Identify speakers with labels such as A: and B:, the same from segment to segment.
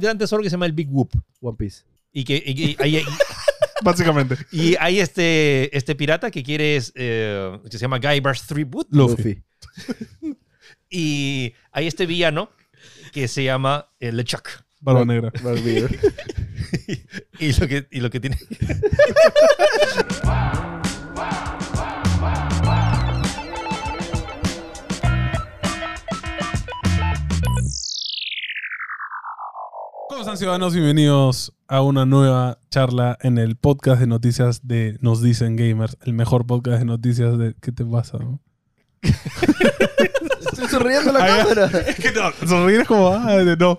A: de antes solo que se llama el Big Whoop.
B: One Piece.
A: Y que y- y- hay,
C: Básicamente.
A: y hay este, este pirata que quiere, es, eh, que se llama Guy Bars Threepwood.
B: Luffy.
A: Y hay este villano que se llama eh, LeChuck.
C: Barba negra.
B: Barbier.
A: Y lo que, y lo que tiene.
C: ¿Cómo están, ciudadanos? Bienvenidos a una nueva charla en el podcast de noticias de Nos Dicen Gamers. El mejor podcast de noticias de... ¿Qué te pasa? no?
B: Estoy sonriendo a la
C: Ah, ya.
B: cámara.
C: Es que no, sonríes como... ah, de- no.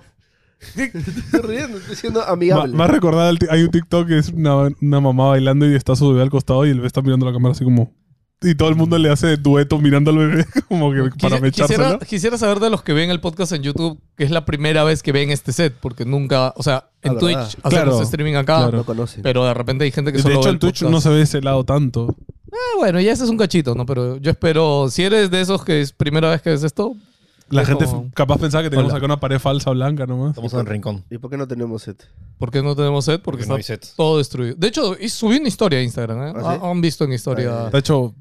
B: Estoy riendo, estoy siendo
C: Ma-
B: amigable.
C: Más recordado, el ti- hay un TikTok que es una, una mamá bailando y está su bebé al costado y el bebé está mirando la cámara así como... Y todo el mundo le hace dueto mirando al bebé como que para
D: Quisi- quisiera,
C: mechárselo.
D: quisiera saber de los que ven el podcast en YouTube que es la primera vez que ven este set, porque nunca, o sea, en
B: Ah,
D: Twitch
B: verdad.
D: hacemos
C: Claro,
D: streaming acá,
C: claro.
B: No conocen.
D: pero de repente hay gente que
C: De
D: solo
C: hecho,
D: ve
C: en
D: el
C: Twitch
D: podcast.
C: no se ve ese lado tanto.
D: Ah, bueno, ya ese es un cachito, ¿no? Pero yo espero, si eres de esos que es primera vez que ves esto,
C: La
D: Es
C: gente
D: como-
C: f- capaz pensaba que teníamos
D: Hola.
C: acá una pared falsa blanca nomás.
A: Estamos en el rincón.
B: ¿Y por qué no tenemos este? set?
D: ¿por qué no tenemos set?
A: Porque
D: Porque está
A: no hay set.
D: todo destruido. De hecho, y subí una historia a Instagram, ¿eh?
B: ¿Ah, sí?
D: Ah, Han visto en historia
B: Ah,
C: De hecho,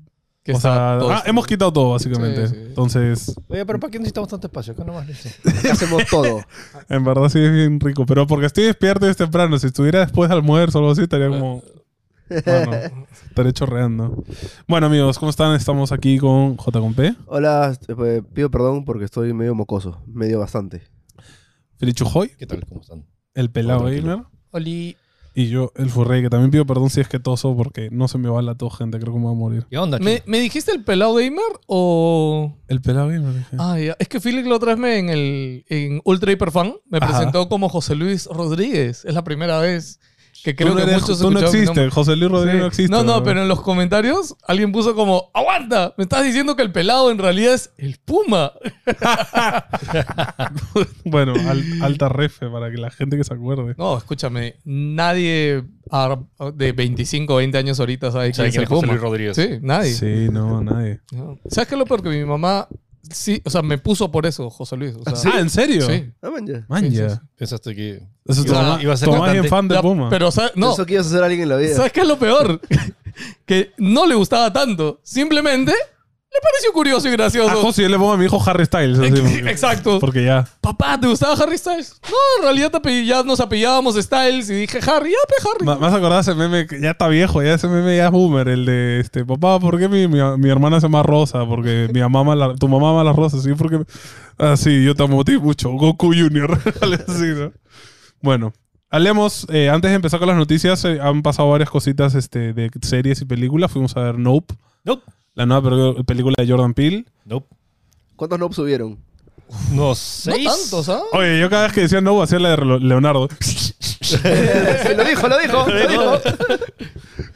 D: que
C: o
D: está
C: sea,
D: todo
C: ah,
D: destruido.
C: hemos quitado todo, básicamente.
D: Sí, sí.
C: Entonces,
A: Oye, pero ¿para qué necesitamos tanto espacio? Acá nomás listo.
B: Acá hacemos todo.
C: en verdad sí es bien rico. Pero porque estoy despierto y es temprano. Si estuviera después de almuerzo o algo así, estaría como. Bueno, estaré chorreando. Bueno, amigos, ¿cómo están? Estamos aquí con J con P.
B: Hola, eh, pido perdón porque estoy medio mocoso. Medio bastante.
C: Felichujoy,
A: ¿Qué tal? ¿Cómo están?
C: el pelado
A: Hola,
C: gamer.
D: Oli.
C: Y yo, el Furrey, que también pido perdón si es que toso porque no se me va la tos, gente. Creo que me voy a morir.
A: ¿Qué onda,
D: ¿Me,
A: chico?
D: me dijiste el pelado gamer o...?
C: El pelado gamer, dije.
D: Ah, ya. Es que Felix la otra vez me- en el en Ultra Hiperfan me
C: Ajá.
D: presentó como José Luis Rodríguez. Es la primera vez que creo
C: tú no,
D: que
C: eres-
D: muchos
C: tú no
D: escucharon mi nombre.
C: existes, José Luis Rodríguez
D: Sí.
C: no existe.
D: No, no,
C: weón.
D: pero en los comentarios alguien puso como, aguanta, me estás diciendo que el pelado en realidad es el Puma.
C: Bueno, al- alta refe para que la gente que se acuerde.
D: No, escúchame, nadie ar- de 25 o 20 años ahorita sabe quién
A: ¿Sabe
D: es
A: quién
D: el
A: es José
D: Puma.
A: Luis Rodríguez?
D: Sí, nadie.
C: Sí, no, nadie.
D: No. ¿Sabes qué es lo peor? Que mi mamá, sí, o sea, me puso por eso, José Luis. o sea,
C: Ah, ¿en serio?
D: Sí.
B: Ah, man, ya.
C: Man,
D: Sí, sí,
C: ya.
D: sí.
A: Pensaste que.
C: Eso
A: Iba-
C: Tomás-
A: iba a ser
C: Tomás
A: cantante.
C: bien fan de
D: La-
C: Puma.
D: Pero, ¿sabes? No,
B: Eso quiso ser alguien en la vida.
D: ¿Sabes qué es lo peor? que no le gustaba tanto. Simplemente le pareció curioso y
C: a
D: gracioso.
C: José Ah, yo le pongo a mi hijo Harry Styles. así, porque-
D: Exacto.
C: Porque ya.
D: Papá, ¿te gustaba Harry Styles? No, en realidad te apell- ya nos apellábamos Styles y dije Harry, ya pe Harry.
C: Ma- Más acordás ese meme que ya está viejo, ya ese meme ya es boomer, el de este, papá, ¿por qué mi, mi, mi hermana se llama Rosa? Porque mi mamá ama la- tu mamá ama las rosas, sí, porque ah, sí, yo te amo a ti mucho, Goku Junior. Así, ¿no? Bueno, hablemos, eh, antes de empezar con las noticias, eh, han pasado varias cositas este, de series y películas. Fuimos a ver Nope,
A: Nope.
C: la nueva pel- película de Jordan Peele.
A: Nope.
B: ¿Cuántos no subieron?
A: No seis.
D: No tantos, ¿ah?
C: Oye, yo cada vez que decía Nope hacía la de Re- Leonardo.
B: Sí, lo dijo, lo dijo, lo dijo.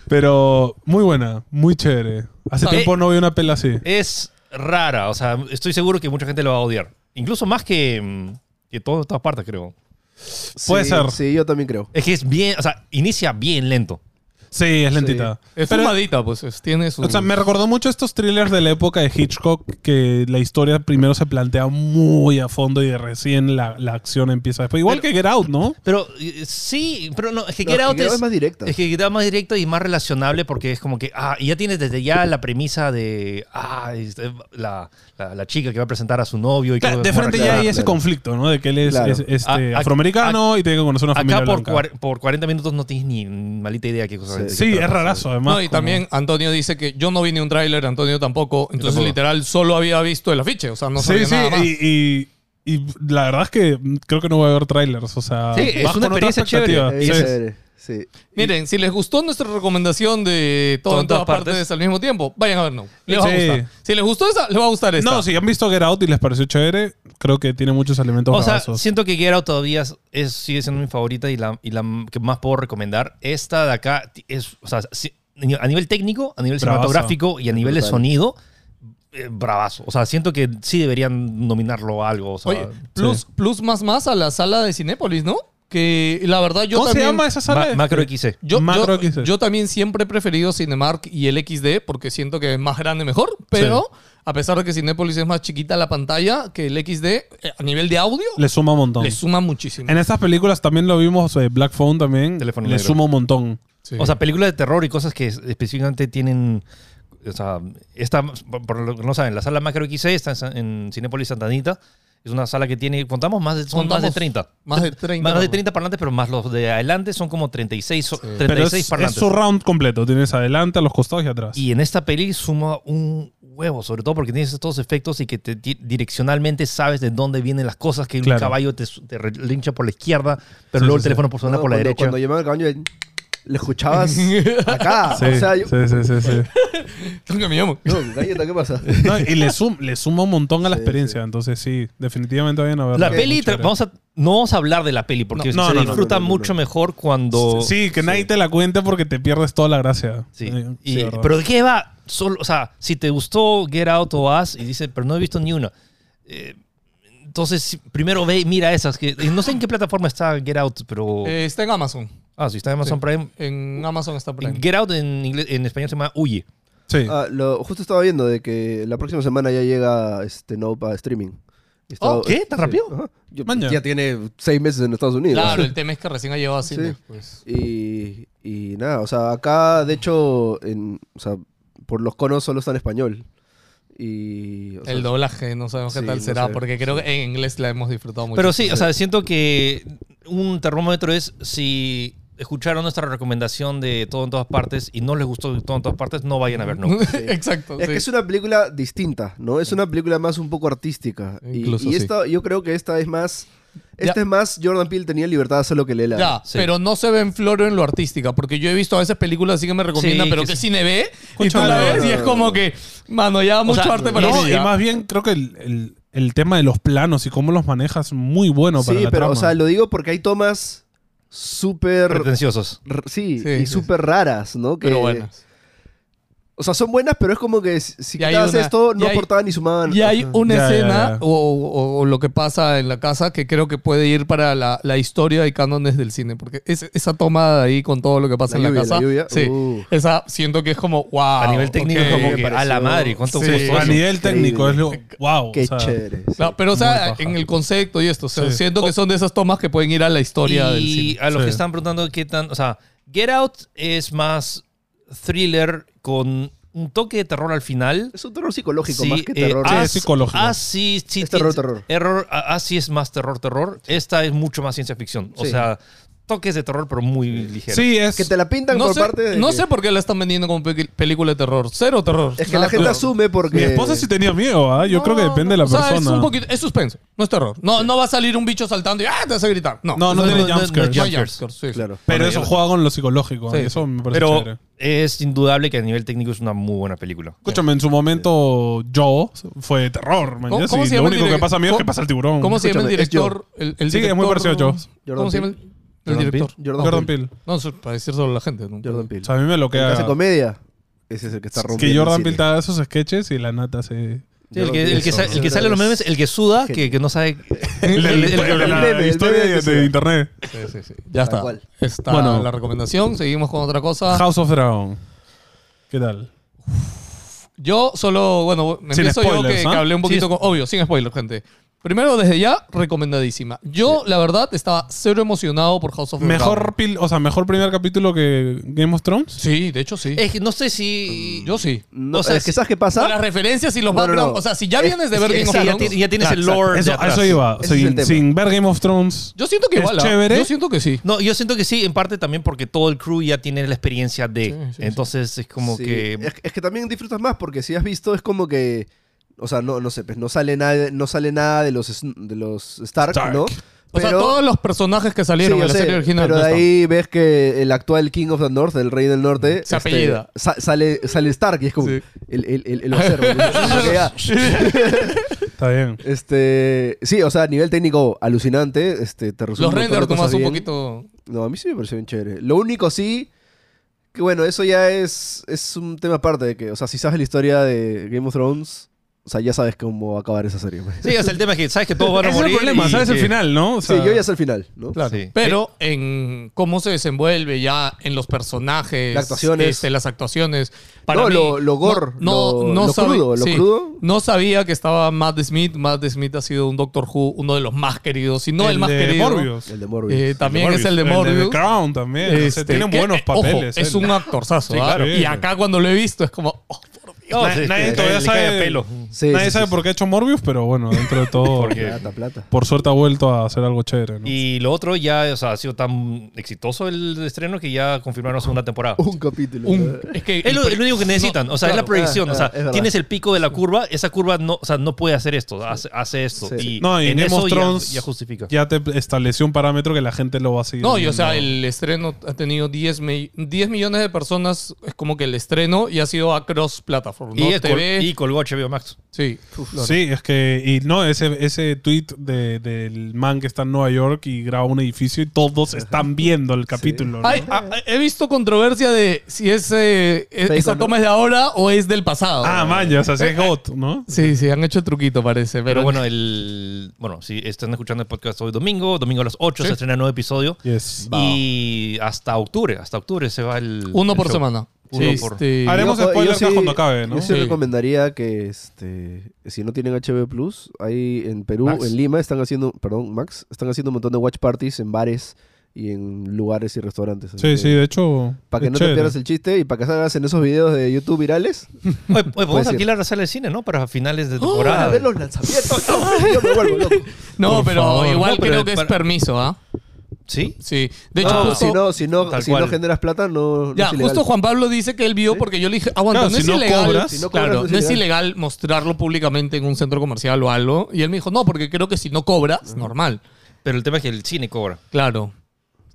C: Pero muy buena, muy chévere. Hace
A: Eh,
C: tiempo no vi una pela así.
A: Es rara. O sea, estoy seguro que mucha gente lo va a odiar. Incluso más que. mm, Que todo, todas partes, creo.
C: Puede
B: Sí,
C: ser.
B: Sí, yo también creo.
A: Es que es bien. O sea, inicia bien lento.
C: Sí, es lentita.
D: Es
C: Pero-
D: fumadita, pues es- tiene su.
C: O sea, me recordó mucho estos thrillers de la época de Hitchcock, que la historia primero se plantea muy a fondo y de recién la, la acción empieza después. Igual que Get Out, ¿no?
A: Pero eh, sí, pero no, es que
B: No,
A: Get
B: es que
A: Out
B: Get Out
A: es,
B: es más directa.
A: Es que Get Out más directa y más relacionable porque es como que, ah, y ya tienes desde ya la premisa de, ah, este, la, la, la chica que va a presentar a su novio. Y
C: Claro,
A: cómo-
C: de
A: cómo
C: frente ya
A: arreglar.
C: hay ese
B: claro.
C: conflicto, ¿no? De que él es,
B: Claro.
C: es, este,
A: A- a-
C: afroamericano y tiene que conocer una familia
A: Acá por,
C: blanca.
A: cuar- por 40 minutos no tienes ni malita idea qué cosa
B: Sí.
A: de qué
C: Sí,
A: trata.
C: es rarazo, además.
D: No, y
C: como-
D: también Antonio dice que yo no vi ni un tráiler, Antonio tampoco. Entonces,
A: tampoco.
D: literal, solo había visto el afiche. O sea, no
C: sí,
D: sabía
C: sí,
D: nada más.
C: y, y- y la verdad es que creo que no va a haber trailers, o sea...
A: Sí, es
C: vas
A: una
C: con otra
A: experiencia chévere.
C: expectativa.
B: Es
C: Ah, Sí.
B: chévere, Eh, Sí.
D: Miren, si les gustó nuestra recomendación de todo en todas partes. al mismo tiempo, vayan a ver no. Les va a
C: Sí.
D: gustar. Si les gustó esa, les va a gustar esta.
C: No, si han visto Get Out y les pareció chévere, creo que tiene muchos elementos
A: O sea,
C: bravazos.
A: siento que Get Out todavía es, sigue siendo mi favorita y la, y la que más puedo recomendar. Esta de acá ti- es, o sea, si- a nivel técnico, a nivel
C: Bravazo.
A: cinematográfico y a nivel de
B: brutal.
A: sonido, eh, bravazo. O sea, siento que sí deberían nominarlo a algo. o sea.
D: Oye, plus, plus más más a la sala de Cinépolis, ¿no? que la verdad yo
C: ¿Cómo
D: también...
C: se llama esa sala?
A: Ma-
C: de-
A: macro XC.
D: Yo,
C: Macro
D: yo-
C: XD.
D: yo también siempre he preferido Cinemark y el XD porque siento que es más grande mejor, pero a pesar de que Cinépolis es más chiquita la pantalla que el XD, eh, a nivel de audio,
C: Le suma un montón.
D: le suma muchísimo.
C: En estas películas también lo vimos, eh, Black Phone también.
A: Teléfono
C: le
A: negro.
C: suma un montón.
D: Sí.
A: O sea, películas de terror y cosas que es- específicamente tienen. O sea, esta, por por lo que no saben, la sala Macro XC está en San- en Cinépolis Santanita. Es una sala que tiene, contamos más de, son más
D: Contamos
A: de 30.
D: más de 30,
A: Más de
D: ¿no?
A: 30 parlantes, pero más los de adelante son como 36, so-
C: Pero
A: 36
C: es, es
A: parlantes.
C: surround completo. Tienes adelante, a los costados y atrás.
A: Y en esta peli suma un huevo, sobre todo porque tienes estos efectos y que te- di- direccionalmente sabes de dónde vienen las cosas, que
C: Claro.
A: un caballo te, su- te re- lincha por la izquierda, pero
C: Sí,
A: luego
C: sí,
A: el teléfono por suena
B: No,
A: por la
B: cuando-
A: derecha.
B: Cuando llamaban al caballo, el- le escuchabas acá.
C: Sí,
B: o sea, yo,
C: sí, sí, sí, sí.
D: Nunca me llamo.
B: No, galleta, ¿qué pasa?
C: No, y le, sum- le suma un montón a la
B: Sí,
C: experiencia. Entonces, sí, definitivamente vayan a verla.
A: La peli,
C: Muy
A: tra-
C: chévere.
A: vamos a, no vamos a hablar de la peli porque
C: No, no,
A: se
C: no, no,
A: disfruta
B: no, no, no,
A: mucho
B: no.
A: mejor cuando.
C: Sí, que nadie te la cuente porque te pierdes toda la gracia.
A: Sí.
C: Eh,
A: Y-
C: sí, verdad.
A: pero ¿de qué va? Solo, o sea, si te gustó Get Out o Us y dices, pero no he visto ni una. Eh, entonces, si- primero ve y mira esas. Que, y no sé en qué plataforma está Get Out, pero.
D: Eh, está en Amazon.
A: ah, si está en Amazon
D: sí.
A: Prime.
D: En Amazon está Prime.
A: Get Out en, inglés- en español se llama Huye.
C: Sí.
B: Ah, lo, justo estaba viendo de que la próxima semana ya llega este Nope a streaming. Y estaba-
A: Oh, ¿qué? ¿Tan rápido?
B: Ajá. Yo-
C: Maña.
B: ya tiene seis meses en Estados Unidos.
D: Claro, el tema es que recién ha llegado pues. así.
B: Sí. Y, y nada, o sea, acá de hecho, en, o sea, por los conos solo está en español. Y, o sea,
D: El doblaje, no sabemos qué
B: Sí,
D: tal
B: no
D: será,
B: sé.
D: porque creo que en inglés la hemos disfrutado mucho.
A: Pero sí, o sea, siento que un termómetro es si escucharon nuestra recomendación de todo en todas partes y no les gustó todo en todas partes, no vayan a ver, no.
D: Exacto.
B: Es que
D: sí.
B: es una película distinta, ¿no? Es una película más un poco artística. Y-
D: Incluso
B: y
D: sí.
B: esta, yo creo que esta es más. Esta
D: Ya.
B: es más Jordan Peele tenía libertad de hacer lo que le la.
D: Ya,
A: Sí.
D: pero no se ve en floro en lo artística, porque yo he visto a veces películas así que me recomiendan,
A: Sí,
D: pero
A: que
D: que
A: sí.
D: cine ve y tú
C: Escúchame.
D: la ves y es
B: No,
D: como
B: no, no.
D: que, mano, ya mucho
A: sea,
D: arte para
C: No,
D: mí.
C: y
D: ya.
C: más bien creo que el, el- el tema de los planos y cómo los manejas muy bueno para
B: sí,
C: la
B: pero, o
C: trama. Este,
B: sea, lo digo porque hay tomas súper.
A: Pretenciosos.
B: r- Sí,
D: Sí, sí.
B: y súper raras, ¿no? Que,
D: Pero bueno.
B: O sea, son buenas, pero es como que si si
D: Y hay
B: quitabas
D: una-
B: esto,
D: y
B: no
D: hay-
B: aportaban ni sumaban.
D: Y hay
B: Ajá.
D: una
C: Ya, ya,
D: escena
C: ya.
D: O, o- o lo que pasa en la casa que creo que puede ir para la, la historia y cánones del cine, porque es- esa toma de ahí con todo lo que pasa
B: La
D: en
B: lluvia,
D: la casa,
B: la lluvia.
D: sí,
B: Uh.
D: esa siento que es como, wow.
A: a nivel técnico
D: Ah, ok.
A: es como que
B: Me
A: a la
B: pareció-
A: madre, cuánto
D: Sí.
A: gusto.
C: a
A: eso?
C: nivel técnico es lo, wow.
B: Qué
C: o sea,
B: chévere. sí.
D: No, pero o
C: Muy
D: sea,
C: baja.
D: en el concepto y esto, o sea,
C: Sí.
D: siento que son de esas tomas que pueden ir a la historia del
A: Y
D: cine.
A: a los
C: Sí.
A: que están preguntando qué tan. O sea, Get Out es más thriller con un toque de terror al final.
B: Es un terror psicológico,
A: Sí,
B: más que
A: eh,
B: terror.
C: ah,
A: Us-
C: es psicológico.
A: Us sí, sí,
B: Es
A: ti-
B: terror, terror.
A: error- a- Us ah, sí es más terror, terror. Esta es mucho más ciencia ficción. O
B: Sí.
A: sea, toques de terror, pero muy ligeros.
C: Sí, es.
B: que te la pintan
D: No
B: por
D: sé,
B: parte de.
D: no
B: que-
D: sé por qué la están vendiendo como pe- película de terror. Cero terror.
B: Es que
D: Nada
B: la gente
D: terror.
B: asume porque.
C: Mi esposa sí tenía miedo, ¿ah? Yo
D: No,
C: creo que depende de la
D: o sea,
C: persona.
D: Es, un poquito, es suspenso, no es terror. No, no va a salir un bicho saltando y ¡ah! te hace gritar. No,
C: No, no,
A: No,
C: tiene
A: no, no,
C: jumpscares.
A: no hay
D: hay jumpscares, sí.
B: Claro.
C: Pero eso juega con lo psicológico.
D: Sí.
C: y Eso me parece
A: pero
C: chévere.
A: es indudable que a nivel técnico es una muy buena película.
C: Escúchame, en su momento yo fue terror, man.
D: ¿Cómo-
C: Sí,
D: cómo se
C: lo
D: llama el
C: único que
D: direc-
C: pasa a mí es que
D: cómo-
C: pasa el tiburón.
D: ¿Cómo se llama el
B: Escúchame, es
D: director? El, el
C: Sí, es
D: director,
C: muy parecido a Joe.
D: ¿Cómo se llama el, el
A: Jordan
D: director?
B: Jordan,
C: Jordan
B: Peele.
C: Peele.
D: No, so- para decir solo la gente. ¿no?
B: Jordan Peele.
C: O sea, a mí me lo
B: El que
C: queda.
B: hace comedia. Ese es el que está
C: Que
B: rompiendo.
C: Jordan
B: el
C: Peele
B: cine.
C: te da esos sketches y la nata se.
A: Sí, el, que,
B: Jordan
A: el que
B: Peele.
A: sa- el que sale en los memes, el que suda, que, que no sabe.
C: El,
A: el- el-
C: de la
B: el meme, el
C: historia
B: meme
C: de,
B: que se
C: de
B: da.
C: internet.
D: Sí, sí, sí. Ya está.
B: cual.
D: Está
C: Bueno.
D: la recomendación. Seguimos con otra cosa.
C: House of Dragon. ¿Qué tal?
D: Yo solo, bueno, me
C: Sin
D: empiezo yo
C: spoilers,
D: que,
C: ¿ah?
D: que hablé un poquito con. Obvio, sin spoilers, gente. Primero, desde ya, recomendadísima. Yo, la verdad, estaba cero emocionado por House of the Dragon.
C: Mejor, pil- o sea, mejor primer capítulo que Game of Thrones.
D: Sí, de hecho, sí.
A: Es que no sé si.
D: Yo sí.
B: No,
A: O sea,
B: es que
A: si-
B: ¿sabes qué
D: Con las
B: pasa?
D: referencias y los
B: No, no,
D: backgrounds.
B: no.
D: O sea, si ya
B: Es-
D: vienes de
A: Sí,
D: ver Game
A: sí,
D: of
A: ya,
D: Thrones.
A: ti- ya tienes
B: Claro,
A: el
B: exacto.
A: lore. de
C: Eso, a
A: atrás.
C: eso iba.
B: Ese es el
C: Sin,
B: tema.
C: sin ver Game of Thrones.
D: Yo siento que
C: ¿Es
D: igual. ¿ah?
C: chévere?
D: Yo siento que sí.
A: No, yo siento que sí, en parte también porque todo el crew ya tiene la experiencia de.
D: Sí, sí,
A: entonces es como
B: Sí,
A: que.
B: Es, es que también disfrutas más porque si has visto es como que. O sea, no, no sé, pues no sale nada, no sale nada de los, Sn- de los Stark,
C: Stark.
B: ¿no?
D: O sea, todos los personajes que salieron
B: Sí,
D: en
B: yo
D: la
B: sé,
D: serie original.
B: pero
D: no
B: de
D: están.
B: ahí ves que el actual King of the North, el Rey del Norte, este,
D: Se apellida.
B: sa- sale, sale Stark y es como
D: Sí.
B: el, el, el, el observo. Ya.
C: Está bien.
B: este, sí, o sea, a nivel técnico alucinante, este, te resuelve
D: Los
B: un montón de
D: renders
B: cosas
D: nomás un
B: bien.
D: poquito.
B: No, a mí sí me pareció bien chévere. Lo único sí, que bueno, eso ya es, es un tema aparte de que, o sea, si sabes la historia de Game of Thrones, o sea, ya sabes cómo va a acabar esa serie. pues.
A: Sí, es el tema que sabes que todos van a
C: Ese es
A: morir.
C: el problema,
A: y
C: ¿sabes? El
A: que-
C: final, ¿no? O
B: Sí,
C: sea,
B: yo ya sé el final, ¿no?
D: Claro.
A: Sí.
D: Pero en cómo se desenvuelve ya en los personajes,
B: Las actuaciones.
D: este, las actuaciones. Para
B: No,
D: mí,
B: lo- lo gore, lo- lo
D: sabe-
B: crudo, lo crudo.
D: No sabía que estaba Matt Smith. Matt Smith ha sido un Doctor Who, uno de los más queridos, si no el, más
C: de
D: querido.
C: Morbius.
B: El
C: El
B: de
C: de
B: Morbius.
D: Eh, también es el de
C: El de
D: Morbius.
C: The Crown también. O sea,
D: Este,
C: tienen
D: que,
C: buenos
D: eh, ojo,
C: papeles.
D: es
C: él.
D: un actorzazo.
A: Sí,
D: ¿ah?
A: claro.
D: Y acá cuando lo he visto es como, oh, por Dios.
A: No,
C: Na-
A: sí,
C: nadie
A: que
C: todavía
A: le cae
C: sabe-
A: a pelo.
B: Sí,
C: Nadie
B: sí,
C: sabe
B: sí,
C: por qué ha hecho Morbius, pero bueno, dentro de todo,
A: Porque-
B: Plata, Ah, plata.
C: por suerte ha vuelto a hacer algo chévere. ¿no?
A: Y lo otro ya, o sea, ha sido tan exitoso el estreno que ya confirmaron la segunda temporada.
B: Un capítulo.
D: Un- es que
A: Es lo, es lo único que necesitan, o sea, es la
D: claro.
A: proyección,
B: Ah,
A: o sea,
B: ah, es verdad.
A: tienes el pico de la curva, esa curva no, o sea, no puede hacer esto, hace, hace esto.
B: Sí.
A: Y
C: No, y
A: en
C: Game
A: eso
C: of
A: ya-
C: Thrones
A: ya, justifica.
C: ya te estableció un parámetro que la gente lo va a seguir.
D: No, y o sea,
C: viendo.
D: el estreno ha tenido 10, mi- 10 millones de personas, es como que el estreno y ha sido across platform, ¿no?
A: y, es col-
D: TV,
A: y colgó HBO Max.
D: sí. Uf, claro.
C: Sí, es que. Y no, ese, ese tweet de, del man que está en Nueva York y graba un edificio y todos están viendo el capítulo. ¿no?
D: Ay, a- a- he visto controversia de si ese, e-
B: Fake o
D: esa
B: no.
D: toma es de ahora o es del pasado.
C: ah, man, ya, o sea, sí es hot, ¿no?
D: Sí, sí, han hecho el truquito, parece. Pero,
A: Pero bueno, el bueno, si están escuchando el podcast hoy domingo, domingo a las 8
D: Sí.
A: se estrena el nuevo episodio.
C: Yes.
A: Y hasta octubre, hasta octubre se va el.
D: uno
A: el
D: por
A: show.
D: semana.
A: Uno
D: Este,
A: por-
C: Haremos
B: Yo- yo
C: spoilers
B: sí-
C: cuando acabe, ¿no?
B: Yo sí
D: Sí.
B: recomendaría que este, si no tienen HBO Plus, ahí en Perú,
A: Max.
B: en Lima, están haciendo, perdón, Max, están haciendo un montón de watch parties en bares y en lugares y restaurantes. así
C: Sí,
B: que-
C: sí, de hecho.
B: Para que
C: es
B: no te
C: chévere.
B: pierdas el chiste y para que salgas en esos videos de YouTube virales.
A: Oye, oye, podemos
B: Puede ser.
A: alquilar la sala de cine, ¿no? Para finales de
B: Para
A: temporada.
B: ver los lanzamientos. Yo me vuelvo loco.
D: No,
A: Por
D: pero
A: favor.
D: igual
A: No, pero
D: creo que es
A: para-
D: permiso, ¿ah?
A: ¿Sí?
D: Sí. De hecho,
B: No,
D: justo-
B: si no, si no,
A: Tal
B: si no
A: cual.
B: generas plata, no, no
D: Ya,
B: es ilegal.
D: justo Juan Pablo dice que él vio porque yo le dije, aguanta,
C: Claro,
D: no
C: si
D: es
C: no
D: ilegal.
C: cobras-
B: Si no cobras,
D: claro,
B: no es
D: no es ilegal mostrarlo públicamente en un centro comercial o algo. Y él me dijo, no, porque creo que si no cobras, normal.
A: Pero el tema es que el cine cobra.
D: Claro.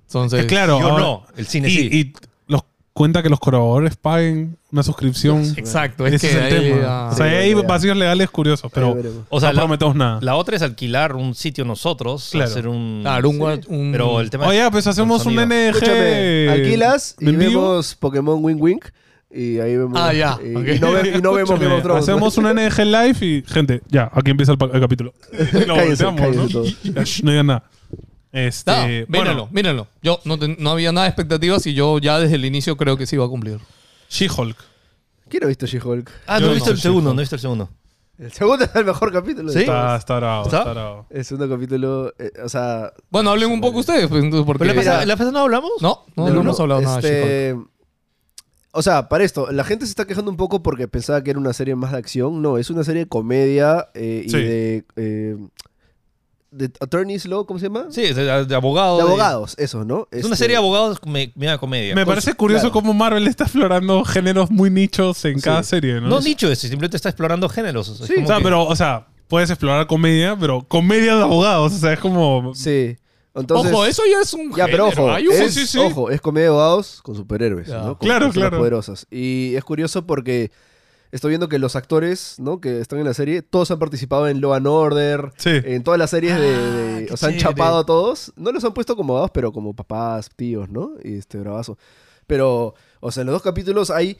D: Entonces.
C: Eh, claro,
A: Yo
C: ahora-
A: no, el cine
C: y,
A: sí.
C: y los cuenta que los colaboradores paguen una suscripción.
D: Exacto, es
C: Ese
D: que
C: es el
D: ahí,
C: tema.
D: ah,
C: o sea,
B: Sí,
C: hay
B: ya.
C: vacíos legales curiosos, pero
B: veremos.
A: O sea,
C: no
A: la-
C: prometemos nada.
A: La otra es alquilar un sitio nosotros,
C: Claro.
A: hacer un.
D: claro, un, guat- un-
A: Pero el tema es-
C: Oye, pues
A: el
C: hacemos un
A: sonido.
C: NG.
B: Escúchame, alquilas y
C: en vivo.
B: vemos Pokémon Wing Wing y ahí vemos.
D: Ah, ya,
B: Y,
D: ok.
B: y no, ve- y no vemos
C: Escúchame,
B: Game of Thrones.
C: Hacemos un NG live y, gente, ya, aquí empieza el, pa- el capítulo. Y Lo
B: Cállense,
C: volteamos,
B: cállense
C: ¿no?
B: todos.
C: Ya, shh, no digan nada. Este,
D: No,
C: bueno,
D: mírenlo, mírenlo. Yo no, ten- no había nada de expectativas y yo ya desde el inicio creo que sí iba a cumplir.
C: She-Hulk.
B: ¿Quién ha visto She-Hulk?
A: Ah, no
C: Yo
A: he
C: no,
A: visto el
C: sí,
A: segundo, no he visto el segundo.
B: El segundo es el mejor capítulo.
A: ¿Sí?
C: Está, está bravo,
A: ¿Está?
C: está bravo.
B: El segundo capítulo, eh, o sea.
D: Bueno, hablen un poco ustedes, pues, entonces, porque.
A: ¿Pero la
B: Mira.
A: pasada, la pasada no hablamos?
D: No, no,
B: de
D: no
B: uno,
D: hemos hablado nada de She-Hulk.
B: este, O sea, para esto, la gente se está quejando un poco porque pensaba que era una serie más de acción. No, es una serie de comedia eh, y
C: Sí.
B: de. eh, de Attorneys Law, ¿cómo se llama?
A: Sí, de, de abogado.
B: De
A: de-
B: abogados, este. eso, ¿no?
A: Es una serie de abogados me, media comedia.
C: Me parece curioso
B: claro.
C: cómo Marvel está explorando géneros muy nichos en
B: Sí.
C: cada serie, ¿no?
A: No dicho eso, simplemente está explorando géneros. Es
B: Sí,
A: como
C: o sea,
A: que-
C: pero, o sea, puedes explorar comedia, pero comedia de abogados, o sea, es como...
B: Este, Sí. Entonces,
D: ojo, eso ya es un.
B: Ya, pero
D: género,
B: ojo,
D: hay un-
B: es,
C: Sí, sí, sí.
B: ojo, es comedia de abogados con superhéroes,
D: Ya.
B: ¿no? Con
C: Claro,
B: personas
C: claro.
B: poderosas. Y es curioso porque estoy viendo que los actores, ¿no? Que están en la serie, todos han participado en Law and Order,
C: Sí.
B: en todas las series de, de-
D: Ah, qué
B: o sea, han
D: chévere.
B: chapado a todos. No los han puesto como abogados, pero como papás, tíos, ¿no? Y este bravazo. Pero, o sea, en los dos capítulos hay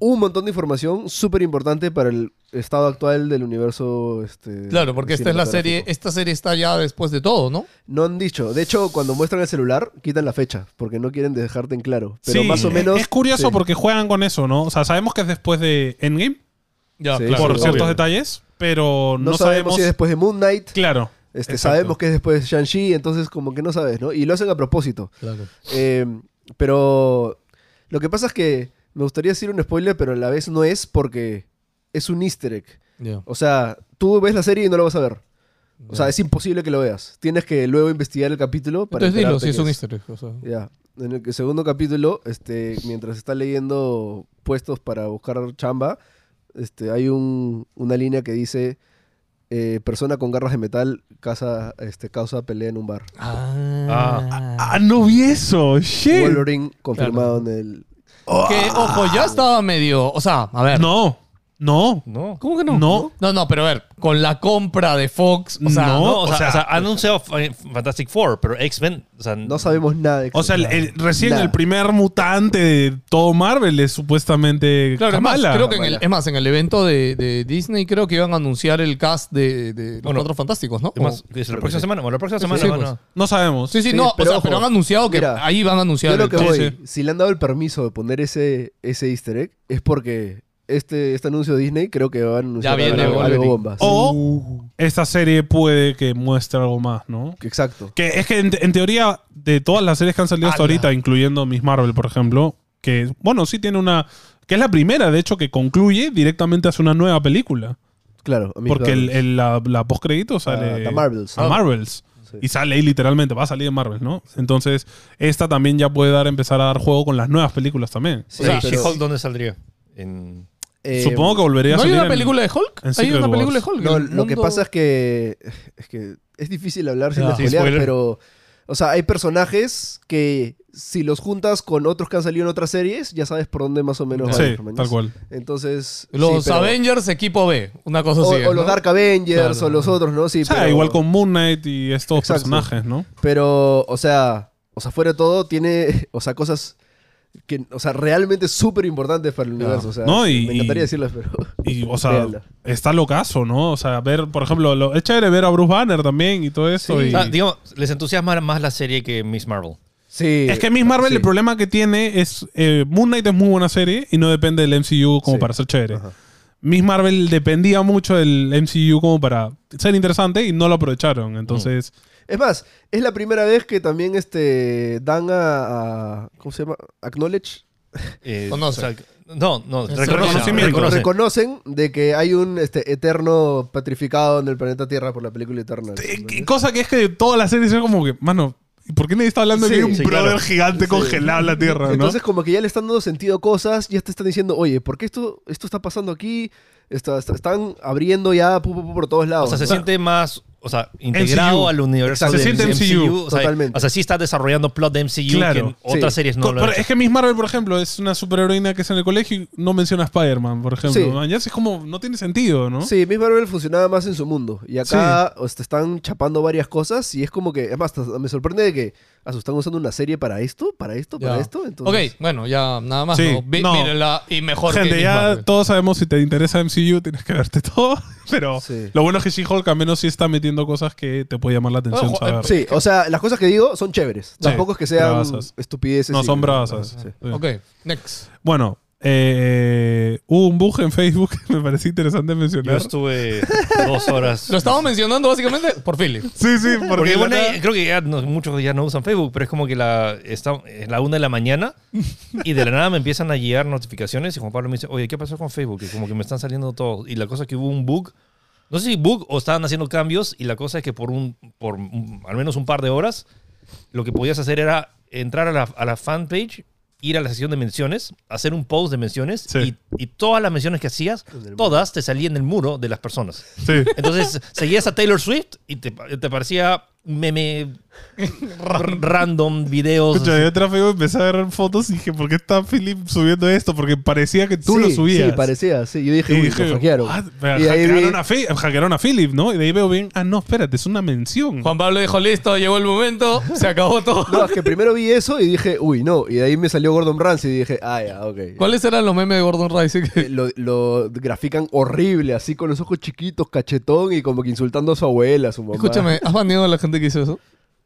B: un montón de información súper importante para el estado actual del universo este
D: Claro, porque esta es la serie.
B: cinematográfico.
D: Esta serie está ya después de todo, ¿no?
B: No han dicho. De hecho, cuando muestran el celular, quitan la fecha, porque no quieren dejarte en claro. Pero
C: Sí,
B: más o
C: es-
B: menos.
C: Es curioso
B: sí.
C: porque juegan con eso, ¿no? O sea, sabemos que es después de Endgame,
D: Ya,
B: Sí,
D: claro.
C: por
B: obvio.
C: ciertos detalles, pero
B: No,
C: no,
B: sabemos
C: sabemos...
B: si es después de Moon Knight.
C: Claro.
B: Este,
C: exacto.
B: sabemos que es después de Shang-Chi, entonces como que no sabes, ¿no? Y lo hacen a propósito.
D: Claro.
B: Eh, pero lo que pasa es que me gustaría decir un spoiler, pero a la vez no es porque es un easter egg.
D: Ya.
B: O sea, tú ves la serie y no lo vas a ver. O sea, es imposible que lo veas. Tienes que luego investigar el capítulo para
D: Entonces dilo,
B: enterarte
D: si es
B: qué
D: un easter egg. o sea.
B: Ya. En el que- segundo capítulo, este, mientras está leyendo puestos para buscar chamba, este, hay un- una línea que dice eh, persona con garras de metal casa, este, causa pelea en un bar.
A: Ah.
C: Ah, no vi eso. Shit.
B: Wolverine confirmado en el.
D: Ah. Que, ojo, ya estaba medio. O sea, a ver.
C: No. No.
A: No.
C: ¿Cómo que no? No.
D: No, no, pero a ver, con la compra de Fox, o sea,
C: No.
A: Ah, No, o,
C: o
A: sea,
C: sea-
A: o sea, ha anunciado eh, Fantastic Four, pero X-Men, o sea,
B: No sabemos nada. de
C: O sea, el- el- recién
B: Nada.
C: el primer mutante de todo Marvel es supuestamente
D: Claro, es más,
C: Kamala.
D: creo que en el, es más, en el evento de, de Disney creo que iban a anunciar el cast de, de los
A: Bueno,
D: Cuatro Fantásticos, ¿no?
A: es más, es la próxima semana, bueno, la próxima semana
D: sí,
A: van a-
D: pues.
C: No sabemos.
D: sí, sí,
B: Sí,
D: no,
B: pero
D: o sea,
B: ojo,
D: pero han anunciado que
B: mira,
D: ahí van a anunciar
B: Yo lo
D: el
B: que
D: cast.
B: voy,
C: sí.
B: si le han dado el permiso de poner ese, ese easter egg, es porque este, este anuncio de Disney creo que va a anunciar
D: viene
B: algo,
D: Wolverine.
B: algo bomba. sí. Uh.
C: O esta serie puede que muestre algo más, ¿no?
B: Exacto.
C: Que es que en, en teoría, de todas las series que han salido hasta
D: Ala.
C: ahorita, incluyendo Miss Marvel, por ejemplo, que bueno, sí tiene una. que es la primera, de hecho, que concluye directamente hacia una nueva película.
B: Claro. a mí
C: porque el,
B: claro.
C: el- la, la postcrédito sale.
B: The Marvels.
C: a Marvels.
B: Sí.
C: Y sale ahí literalmente, va a salir en Marvel, ¿no? Entonces, esta también ya puede dar, empezar a dar juego con las nuevas películas también.
B: Sí,
A: O sea,
B: pero,
A: She-Hulk, ¿dónde saldría? En...
B: eh,
C: Supongo que volvería a
D: ¿No hay
C: salir.
D: una
C: en-
D: película de Hulk?
C: en
D: hay
C: Secret
D: una película
C: Wars.
D: de Hulk.
B: No,
D: El
B: lo que
D: mundo-
B: pasa es que es que es difícil hablar sin
C: Ah.
A: Sin
B: spoilear,
A: spoiler.
B: pero o sea, hay personajes que si los juntas con otros que han salido en otras series, ya sabes por dónde más o menos van,
C: Sí,
B: hermanos.
C: tal cual.
B: Entonces, sí,
D: Los
B: pero-
D: Avengers equipo B, una cosa
B: o,
D: así.
B: o los
D: ¿no?
B: Dark Avengers
D: Claro.
B: o los otros, ¿no? Sí,
C: O sea,
B: pero-
C: igual con Moon Knight y estos
B: Exacto.
C: personajes, ¿no?
B: Pero, o sea, o sea, fuera de todo, tiene, o sea, cosas que, o sea, realmente súper importantes para el universo. O sea,
C: No, y-
B: me encantaría
C: y-
B: decirlas, pero.
C: Y, o sea,
B: Véanla.
C: está locazo, ¿no? O sea, ver, por ejemplo, lo, es chévere ver a Bruce Banner también y todo eso.
A: O
C: y-
B: Ah,
A: sea, digamos, les entusiasma más la serie que Miss Marvel.
B: Sí.
C: es que Miss Marvel
B: sí.
C: el problema que tiene es eh, Moon Knight es muy buena serie y no depende del MCU como
B: Sí.
C: para ser chévere.
B: Ajá.
C: Miss Marvel dependía mucho del MCU como para ser interesante y no lo aprovecharon. Entonces,
B: Es más, es la primera vez que también este dan a, a- ¿cómo se llama? Acknowledge.
A: Eh,
D: Conoce.
A: o sea, no, no,
D: Es
A: reconoce,
C: reconocimiento.
A: reconoce.
B: Reconocen de que hay un este eterno petrificado en el planeta Tierra por la película Eterna.
C: eh, que- cosa que es que todas las series son como que, mano, ¿por qué nadie está hablando de
B: Sí,
C: que hay un
A: sí,
C: brother
A: claro.
C: gigante congelado en la Tierra? ¿no?
B: Entonces como que ya le están dando sentido a cosas, ya te están diciendo, oye, ¿por qué esto, esto está pasando aquí? Está- está- están abriendo ya pu, pu, pu, por todos
A: O
B: lados.
A: sea, se
B: ¿no?
A: siente más, o sea, integrado
C: MCU.
A: al universo
B: Exacto.
A: de
B: Se
C: siente MCU,
A: o sea,
B: totalmente.
A: O sea, sí está desarrollando plot de MCU que
C: Claro.
A: en otras
B: Sí.
A: series no
C: Co-
A: lo
C: pero
A: han hecho.
C: es que Miss Marvel, por ejemplo, es una superheroína que es en el colegio y no menciona a Spider-Man, por ejemplo.
B: Sí.
C: Man, ya es como, no tiene sentido, ¿no?
B: Sí, Miss Marvel funcionaba más en su mundo. Y acá o sea, están chapando varias cosas y es como que, es más, hasta me sorprende de que ah, se están usando una serie para esto, para esto, para
D: Ya.
B: esto. Entonces,
D: Ok, bueno, ya nada más.
C: Sí,
D: ¿no? Vi-
C: no.
D: mírenla y mejor que
C: Gente,
D: Miss
C: ya
D: Marvel.
C: todos sabemos si te interesa MCU, tienes que verte todo. Pero
B: Sí.
C: lo bueno es que She-Hulk al menos sí está metiendo cosas que te puede llamar la atención.
D: Ojo,
C: saber.
B: eh, Sí, o sea, las cosas que digo son chéveres. Tampoco es que sean
C: bravasas.
B: estupideces.
C: No,
B: y-
C: son bravasas.
B: Sí.
C: Sí.
D: Ok, next.
C: Bueno, eh, hubo un bug en Facebook que me pareció interesante
A: Yo
C: mencionar.
A: estuve dos horas.
D: Lo estamos mencionando básicamente por Philip.
C: Sí, sí, porque,
A: Porque bueno,
C: la-
A: eh, creo que ya no- muchos ya no usan Facebook, pero es como que la, está, es la una de la mañana y de la nada me empiezan a llegar notificaciones y Juan Pablo me dice, oye, ¿qué pasó con Facebook? Y como que me están saliendo todos. Y la cosa es que hubo un bug. No sé si bug o estaban haciendo cambios y la cosa es que por, un, por un- al menos un par de horas lo que podías hacer era entrar a la, a la fanpage, ir a la sección de menciones, hacer un post de menciones
C: Sí.
A: y, y todas las menciones que hacías,
B: En el muro.
A: todas te salían del muro de las personas.
C: sí.
A: Entonces seguías a Taylor Swift y te, te parecía un meme r- random, videos.
B: Ah,
C: Escucha, yo entré a Facebook, empecé a ver fotos y dije, ¿por qué está Philip subiendo esto? Porque parecía que tú
B: Sí,
C: lo subías.
B: Sí, parecía, sí. Yo dije,
C: Y
B: uy,
C: dije,
B: lo hackearon.
C: "What?" Pero
B: Y ahí
C: hackearon,
B: vi-
C: a Fi- hackearon a Philip, ¿no? Y de ahí veo bien, ah, no, espérate, es una mención.
D: Juan Pablo dijo, listo, llegó el momento, se acabó todo.
B: No, es que primero vi eso y dije, uy, no. Y de ahí me salió Gordon Ramsay y dije, ah, ya, ok.
D: ¿Cuáles eran los memes de Gordon Ramsay?
B: Eh, Lo, lo grafican horrible, así con los ojos chiquitos, cachetón y como que insultando a su abuela, a su mamá.
D: Escúchame, ¿has baneado a la gente que hizo eso?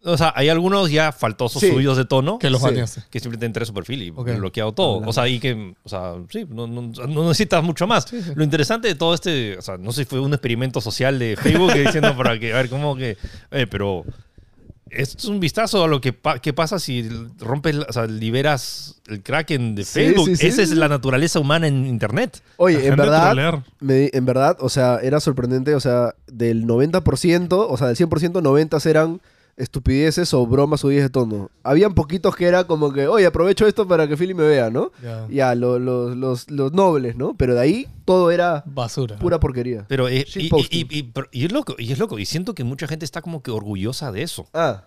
A: O sea, hay algunos ya faltosos
B: Sí.
A: subidos de tono
D: Que los
B: Sí.
D: baneaste.
A: que simplemente entré a su perfil y
D: Ok.
A: bloqueado todo. O sea, y que, o sea, sí, no, no- no necesitas mucho más. Lo interesante de todo este, o sea, no sé si fue un experimento social de Facebook que diciendo para que, a ver, cómo que, eh, pero esto es un vistazo a lo que, pa- que pasa si rompes, la- o sea, liberas el Kraken de
B: Sí,
A: Facebook.
B: sí, sí.
A: Esa es la naturaleza humana en Internet.
C: La
B: Oye, en
C: gente
B: verdad,
C: trolear.
B: me di- en verdad, o sea, era sorprendente, o sea, del 90%, o sea, del 100%, 90 eran estupideces o bromas subidas de tono. Habían poquitos que era como que, oye, aprovecho esto para que Philly me vea, ¿no?
D: Ya.
B: Ya, lo- los, los, los nobles, ¿no? Pero de ahí todo era
D: Basura.
B: pura porquería.
A: Pero eh, y, y-
B: Shitposting.
A: y- y- pero- y es loco, y es loco, y siento que mucha gente está como que orgullosa de eso.
B: Ah,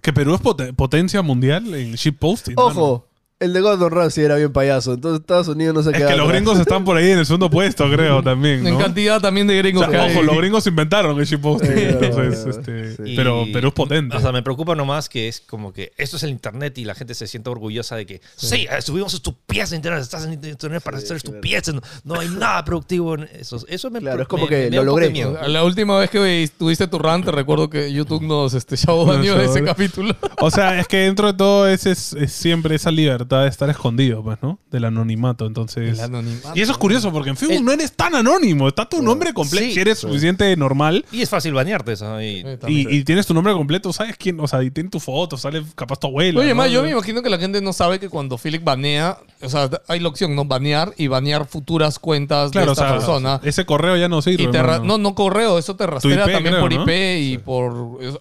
C: Que Perú es pote- potencia mundial en shitposting.
B: ojo, El de Gordon Ramsay era bien payaso, entonces Estados Unidos no se
C: Es que los gringos están por ahí en el segundo puesto, creo, también. ¿no?
D: En cantidad también
C: O
D: de gringos
C: sea,
D: que hay.
C: ojo, los gringos inventaron el shitposting.
B: Sí,
C: entonces,
B: claro,
C: este,
B: sí.
C: pero,
A: Y-
C: pero es potente.
A: O sea, me preocupa nomás que es como que esto es el internet y la gente se siente orgullosa de que sí, eh, subimos estupideces en internet, estás en internet para
B: Sí,
A: hacer
B: claro.
A: estupideces, no, no hay nada productivo en eso. Eso me
B: Claro,
A: pre-
B: es como
A: me-
B: que
A: me da
B: lo
A: un poco
B: logré.
A: de miedo.
D: La última vez que tuviste tu rant, te recuerdo que YouTube nos este, chavo bañó de ese
C: chavo.
D: capítulo.
C: O sea, es que dentro de todo es, es- es siempre esa libertad de estar escondido, pues, ¿no? Del anonimato, entonces...
D: anonimato.
C: Y eso es curioso, porque en Facebook no eres tan anónimo. Está
B: Oh,
C: tu nombre completo.
A: Sí.
C: Si eres suficiente normal
A: Y es fácil bañarte eso. y-
D: Eh, también.
C: y, y tienes tu nombre completo, sabes quién... O sea, y tiene tu foto, sale capaz tu abuela.
D: Oye,
C: ¿no?
D: más, yo me imagino que la gente no sabe que cuando Philip banea, o sea, hay la opción, ¿no? Banear y banear futuras cuentas de
C: Claro, o
D: esta
C: sea,
A: ¿ah?
D: persona.
C: ese correo ya no sirve.
D: Y te ra-
C: mano.
D: no, no correo, eso te rastrea
C: IP,
D: también
C: creo,
D: por
C: ¿no?
D: IP y por.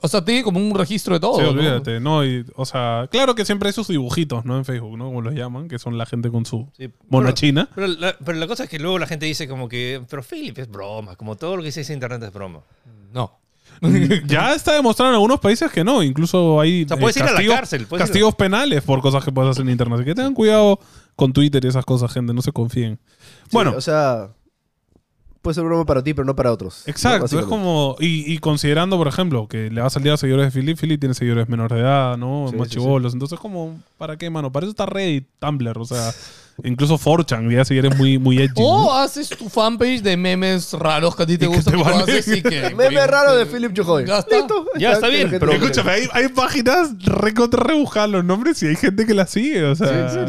D: O sea, tiene como un registro de todo.
C: Sí,
D: ¿no?
C: olvídate, ¿no? Y, o sea, claro que siempre hay sus dibujitos, ¿no? En Facebook, ¿no? Como los llaman, que son la gente con su
A: Sí,
C: mona
A: pero-
C: china.
A: Pero la, pero la cosa es que luego la gente dice como que, pero Philip es broma, como todo lo que se dice en internet es broma.
D: No.
C: ya está demostrado en algunos países que no. Incluso hay eh,
A: O sea, puedes ir a la cárcel, puedes ir a-
C: castigos penales por cosas que puedes hacer en internet. Así que tengan cuidado con Twitter y esas cosas, gente. No se confíen. bueno,
B: bueno. O sea, puede ser broma para ti, pero no para otros. ¿no?
C: exacto. Es
B: Básicamente.
C: como... Y, y considerando, por ejemplo, que le va a salir a seguidores de Philip. Philip tiene seguidores menores de edad, ¿no?
B: Sí,
C: Más
B: sí, sí.
C: chibolos. Entonces, como... ¿Para qué, mano? Para eso está Reddit, Tumblr. O sea, incluso 4chan. Ya si eres muy, muy edgy. ¿no?
D: O haces tu fanpage de memes raros que a ti te
C: que
D: gustan
C: te
D: y tú
C: baneen.
D: haces y que.
B: Meme raro de Philip Jojoy.
D: Ya está.
A: Ya está bien, pero-
C: Escúchame, hay, hay páginas recontra rebujadas los nombres y hay gente que las sigue. O sea,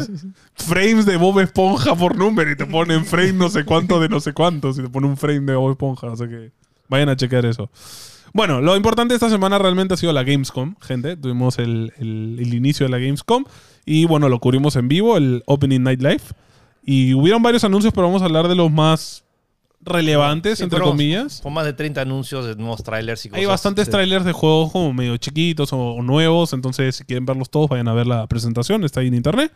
C: frames de Bob Esponja por número y te ponen frame no sé cuánto de no sé cuántos y te ponen un frame de Bob Esponja. O sea que vayan a chequear eso. Bueno, lo importante esta semana realmente ha sido la Gamescom, gente. Tuvimos el, el- el inicio de la Gamescom y bueno, lo cubrimos en vivo, el Opening Night Live. Y hubieron varios anuncios, pero vamos a hablar de los más relevantes,
A: Sí,
C: entre
A: pero
C: comillas.
A: Son más de 30 anuncios de nuevos trailers y cosas.
C: Hay bastantes trailers de juegos como medio chiquitos o, o nuevos, entonces si quieren verlos todos vayan a ver la presentación, está ahí en internet.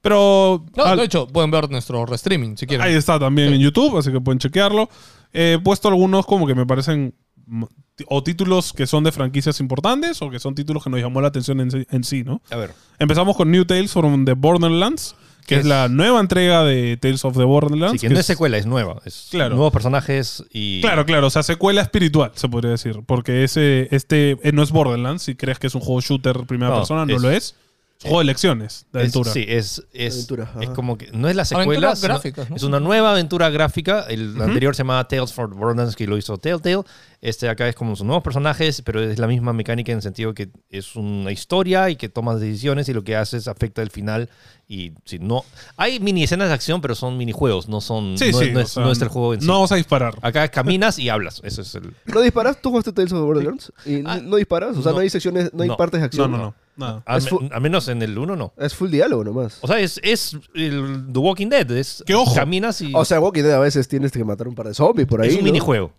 C: Pero
D: No,
C: al-
D: de hecho, pueden ver nuestro restreaming si quieren.
C: ahí está también
D: Sí.
C: en YouTube, así que pueden chequearlo. He puesto algunos como que me parecen mm, t- o títulos que son de franquicias importantes o que son títulos que nos llamó la atención en, sí- en sí, ¿no?
A: A ver,
C: Empezamos con New Tales from the Borderlands, que
D: Que
C: es,
D: es-
C: la nueva entrega de Tales of the Borderlands.
A: sí, que
C: que
A: no es
C: es-
A: secuela, es nueva. Es
C: Claro.
A: Nuevos personajes y...
C: Claro, claro, o sea, secuela espiritual, se podría decir. Porque ese, este eh, no es Borderlands, si crees que es un juego shooter primera
A: No,
C: persona, no
A: es-
C: lo es. Es un juego de elecciones, de
A: Es-
C: aventura.
A: sí, es, es,
B: Aventura, ajá.
A: es como que no es la secuela.
D: Aventuras
A: sino-
D: gráficas, ¿no?
A: Es una nueva aventura gráfica. El anterior se llamaba Tales for Borderlands, que lo hizo Telltale. Este acá es como sus nuevos personajes, pero es la misma mecánica en el sentido que es una historia y que tomas decisiones y lo que haces afecta el final. Y si no. Hay mini escenas de acción, pero son minijuegos, no son.
C: Sí,
A: no,
C: sí,
A: es, no
C: o
A: es-
C: sea,
A: no es el juego en sí.
C: No vas a disparar.
A: Acá caminas y hablas. Eso es el.
B: ¿No disparas? ¿Tú jugaste Tales of the Borderlands? ¿Y n-
A: Ah,
B: no disparas? O sea, no,
A: no.
B: hay secciones, no hay
A: No.
B: partes de
C: No,
B: acción.
C: no, no. Nada.
A: Al,
B: Es fu-
A: me- al menos en el 1 no.
B: Es full diálogo nomás.
A: O sea, es, es el The Walking Dead. Es,
C: Que ojo.
A: Caminas y.
B: O sea, Walking Dead a veces tienes que matar un par de zombies por ahí.
A: es un
B: ¿no?
A: minijuego.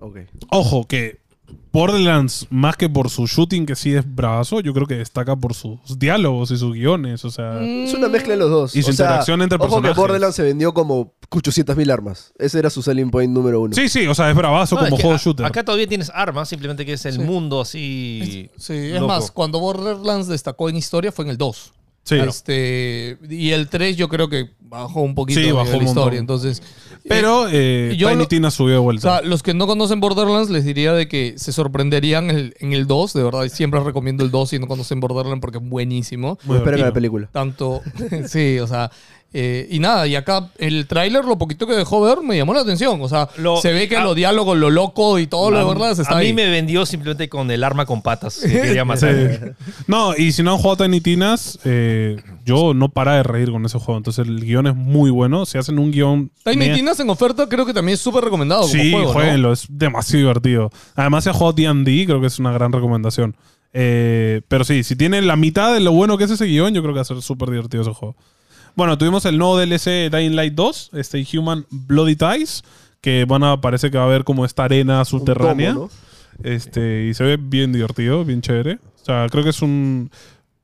B: Ok.
C: Ojo, que Borderlands, más que por su shooting, que sí es bravazo, yo creo que destaca por sus diálogos y sus guiones. O sea,
B: Es una mezcla de los dos.
C: Y su
B: O sea,
C: interacción entre
B: ojo
C: personajes.
B: que Borderlands se vendió como 800.000 armas. Ese era su selling point número uno.
C: sí, sí, o sea, es bravazo
A: No, es
C: como
A: que
C: juego
A: a-
C: shooter.
A: Acá todavía tienes armas, simplemente que es el
D: Sí.
A: mundo así.
D: Sí, es
A: loco.
D: más, cuando Borderlands destacó en historia fue en el 2.
C: sí.
D: Este, y el 3 yo creo que bajó un poquito
C: Sí,
D: el nivel
C: bajó
D: de
C: un
D: historia.
C: montón.
D: Entonces,
C: Pero eh,
D: yo
C: Tiny
D: lo-
C: Tina subió de
D: O
C: vuelta.
D: sea, los que no conocen Borderlands les diría de que se sorprenderían el- en el 2, de verdad, siempre recomiendo el 2 si no conocen Borderlands porque es buenísimo.
B: Pues esperen a la
C: divertido.
B: película.
D: Tanto, sí, o sea, eh, y nada, y acá el tráiler, lo poquito que dejó ver, me llamó la atención. O sea,
A: Lo-
D: se ve que
A: a-
D: los diálogos, lo loco y todo lo de Borderlands
A: a
D: está
A: mí
D: ahí.
A: me vendió simplemente con el arma con patas. que quería matar.
C: No, y si no han jugado Tiny Tinas, eh, yo no para de reír con ese juego. Entonces el guión es muy bueno. Si hacen un guión...
D: Tiny
C: me-
D: Tinas en oferta creo que también es súper recomendado
C: Sí,
D: como juego, ¿no?
C: jueguenlo. Es demasiado divertido. Además, si ha jugado D&D, creo que es una gran recomendación. Eh, pero sí, si tienen la mitad de lo bueno que es ese guión, yo creo que va a ser súper divertido ese juego. Bueno, tuvimos el nuevo DLC Dying Light 2, este Human Bloody Ties, que van a, parece que va a haber como esta arena
B: Un tomo,
C: subterránea.
B: ¿no?
C: Este, y se ve bien divertido, bien chévere. O sea, creo que es un.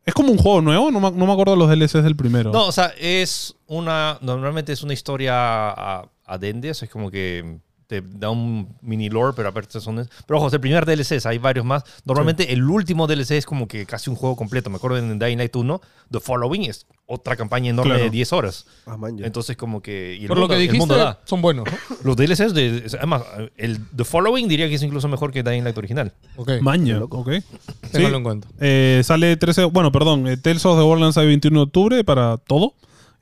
C: Es como un juego nuevo, no me, no me acuerdo los DLCs del primero.
A: No, o sea, es una. Normalmente es una historia a- adende, o sea, es como que te da un mini lore, pero aparte son... Pero ojo, es el primer DLC, o sea, hay varios más. Normalmente el último DLC es como que casi un juego completo. Me acuerdo en Dying Light 1, The Following es otra campaña enorme
C: Claro.
A: de 10 horas.
B: Ah, man, ya.
A: Entonces como que... y el
D: Por lo
A: mundo-
D: que
A: el mundo
D: dijiste,
A: da.
D: son buenos. ¿no?
A: Los DLCs, de, es- además, el The Following diría que es incluso mejor que Dying Light original.
D: Ok.
C: Maña, ok. Sí.
D: Téngalo en cuenta.
C: Eh, sale 13, bueno, perdón, eh, Tales of the Borderlands sale 21 de octubre para todo.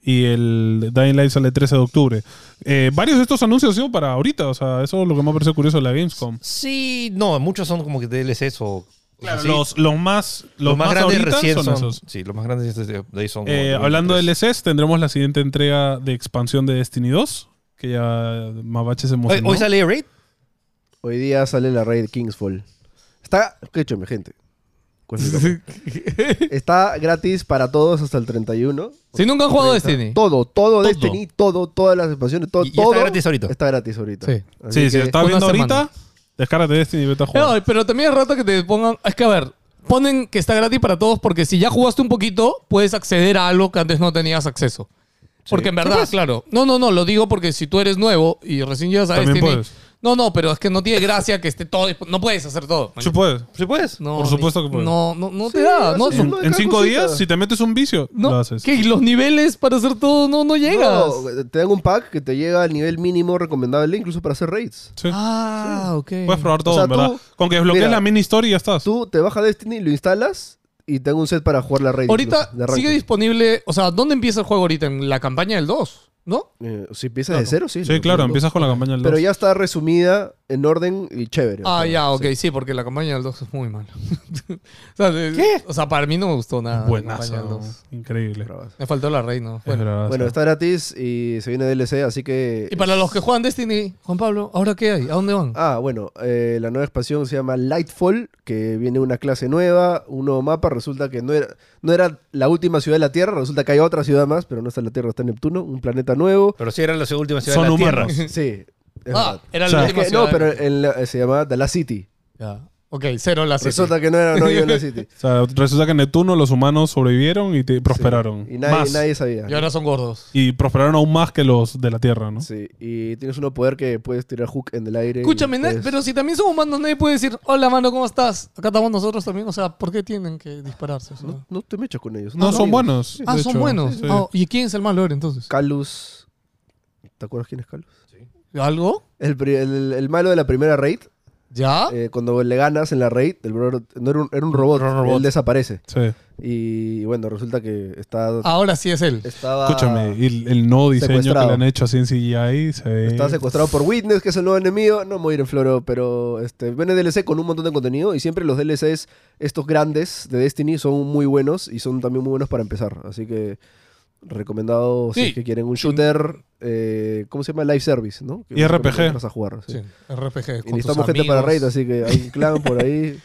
C: Y el Dying Light sale 13 de octubre. Eh, varios de estos anuncios han sido para ahorita, o sea, eso es lo que me ha parecido curioso de la Gamescom.
A: Sí, no, muchos son como que DLCs o... o sea, sí,
C: Los, los más, los más, ahorita son, esos.
A: Sí, los más grandes de de ahí son...
C: Eh,
A: como
C: hablando de
A: 23.
C: DLCs, tendremos la siguiente entrega de expansión de Destiny 2, que ya Mabache se
A: Oye,
C: emocionó.
A: ¿Hoy sale Raid?
B: Hoy día sale la raid Kingsfall. Está, escúchame, gente. ¿Cuál es el toque? Está gratis para todos hasta el 31.
D: Si nunca han jugado Destiny.
B: Todo, todo, Destiny, todo, todas las expansiones, todo,
A: Y- y está
B: todo.
A: gratis ahorita.
B: Está gratis ahorita.
D: Sí.
B: Así
C: sí, si
B: que-
C: lo estás
D: una
C: viendo
D: semana.
C: ahorita, descárate Destiny y vete a jugar.
D: No, pero también es rato que te pongan. Es que a ver, ponen que está gratis para todos porque si ya jugaste un poquito, puedes acceder a algo que antes no tenías acceso. Porque en verdad, claro. No, no, no, lo digo porque si tú eres nuevo y recién llegas a
C: También
D: Destiny.
C: puedes.
D: No, no, pero es que no tiene gracia que esté todo. disp- No puedes hacer todo.
C: Sí puedes.
A: Sí, puedes.
D: No,
C: por supuesto que puedes.
D: No, no, no te da. No,
B: sí,
D: no-
B: no,
C: En
B: cada
C: cinco
B: cosita.
C: días, si te metes un vicio,
D: no,
C: lo haces.
D: que los niveles para hacer todo no, no llegas.
B: No, te dan un pack que te llega al nivel mínimo recomendable incluso para hacer raids.
C: Sí.
D: Ah, ok.
C: Puedes probar todo,
B: sea,
C: en ¿verdad?
B: tú-
C: Con que desbloquees
B: mira,
C: la mini story y ya estás.
B: Tú te bajas Destiny, lo instalas y te dan un set para jugar la raid.
D: Ahorita
B: incluso, de
D: sigue
B: arranque.
D: disponible. O sea, ¿dónde empieza el juego ahorita? En la campaña del 2, ¿no?
B: Eh, si empiezas de cero, sí.
C: sí,
B: lo-
C: claro,
B: lo-
C: empiezas con la campaña del
B: Pero
C: dos.
B: ya está resumida en orden y chévere. o
D: Ah,
B: sea,
D: ya, ok,
B: sí.
D: sí. porque la campaña del 2 es muy mala. o sea, de- O sea, para mí no me gustó nada. la campaña del
C: Buenazo.
D: 2.
C: Increíble.
B: Bravazo.
D: Me faltó la reina.
C: Es
D: Bueno.
C: bravazo.
B: Bueno, está gratis y se viene DLC, así que...
D: Y para los que juegan Destiny, Juan Pablo, ¿ahora qué hay? ¿A dónde van?
B: Ah, bueno, eh, la nueva expansión se llama Lightfall, que viene una clase nueva, un nuevo mapa. Resulta que no era, no era la última ciudad de la Tierra, resulta que hay otra ciudad más, pero no está en la Tierra, está en Neptuno, un planeta nuevo.
A: Pero sí era la última ciudad
C: Son
A: de la
C: humanos.
A: Tierra.
B: Sí, es
D: ah,
B: verdad.
D: era
C: O
D: la
C: sea,
B: Es
D: última
B: que- no,
D: ciudad.
B: pero en la- eh, se llamaba The Last City.
D: Ya. Ok, cero la serie.
B: Resulta que no era no había una City.
C: O sea, resulta que en Neptuno los humanos sobrevivieron y te- prosperaron.
B: Y nadie,
C: más.
B: nadie sabía.
D: Y ahora son gordos.
C: Y prosperaron aún más que los de la Tierra, ¿no?
B: Sí, y tienes un poder que puedes tirar hook en el aire. y
D: Escúchame, na-
B: puedes-
D: pero si también son humanos, nadie puede decir, hola, mano, ¿cómo estás? Acá estamos nosotros también. O sea, ¿por qué tienen que dispararse? O sea,
B: No, no te mechas con ellos.
C: No, son
B: amigos.
C: buenos.
D: Ah,
C: de
D: son
C: hecho.
D: buenos.
C: Sí.
D: Ah, ¿Y quién es el más lore entonces?
B: Calus. ¿Te acuerdas quién es Calus?
D: ¿Algo?
B: El, pri- el- el malo de la primera raid.
D: ¿Ya?
B: eh, cuando le ganas en la raid, el brother no era un, era un robot,
A: Era un robot.
B: Él desaparece.
C: Sí.
B: Y bueno, resulta que está.
D: Ahora sí es él.
B: estaba
C: Escúchame, y el, el nuevo diseño
B: Ah. Secuestrado.
C: que le han hecho así en CGI se ve.
B: Está secuestrado por Witness, que es el nuevo enemigo. No me voy a ir en floro, pero este, viene DLC con un montón de contenido. Y siempre los DLCs, estos grandes de Destiny, son muy buenos y son también muy buenos para empezar. Así que recomendado si
D: Sí.
B: es que quieren un shooter, eh, ¿cómo se llama? Live service, ¿no? Que
C: Y RPG.
B: que entras a jugar. sí.
D: Sí, RPG.
B: Y
D: con tus
B: necesitamos gente para
D: amigos.
B: raid, así que hay un clan por ahí.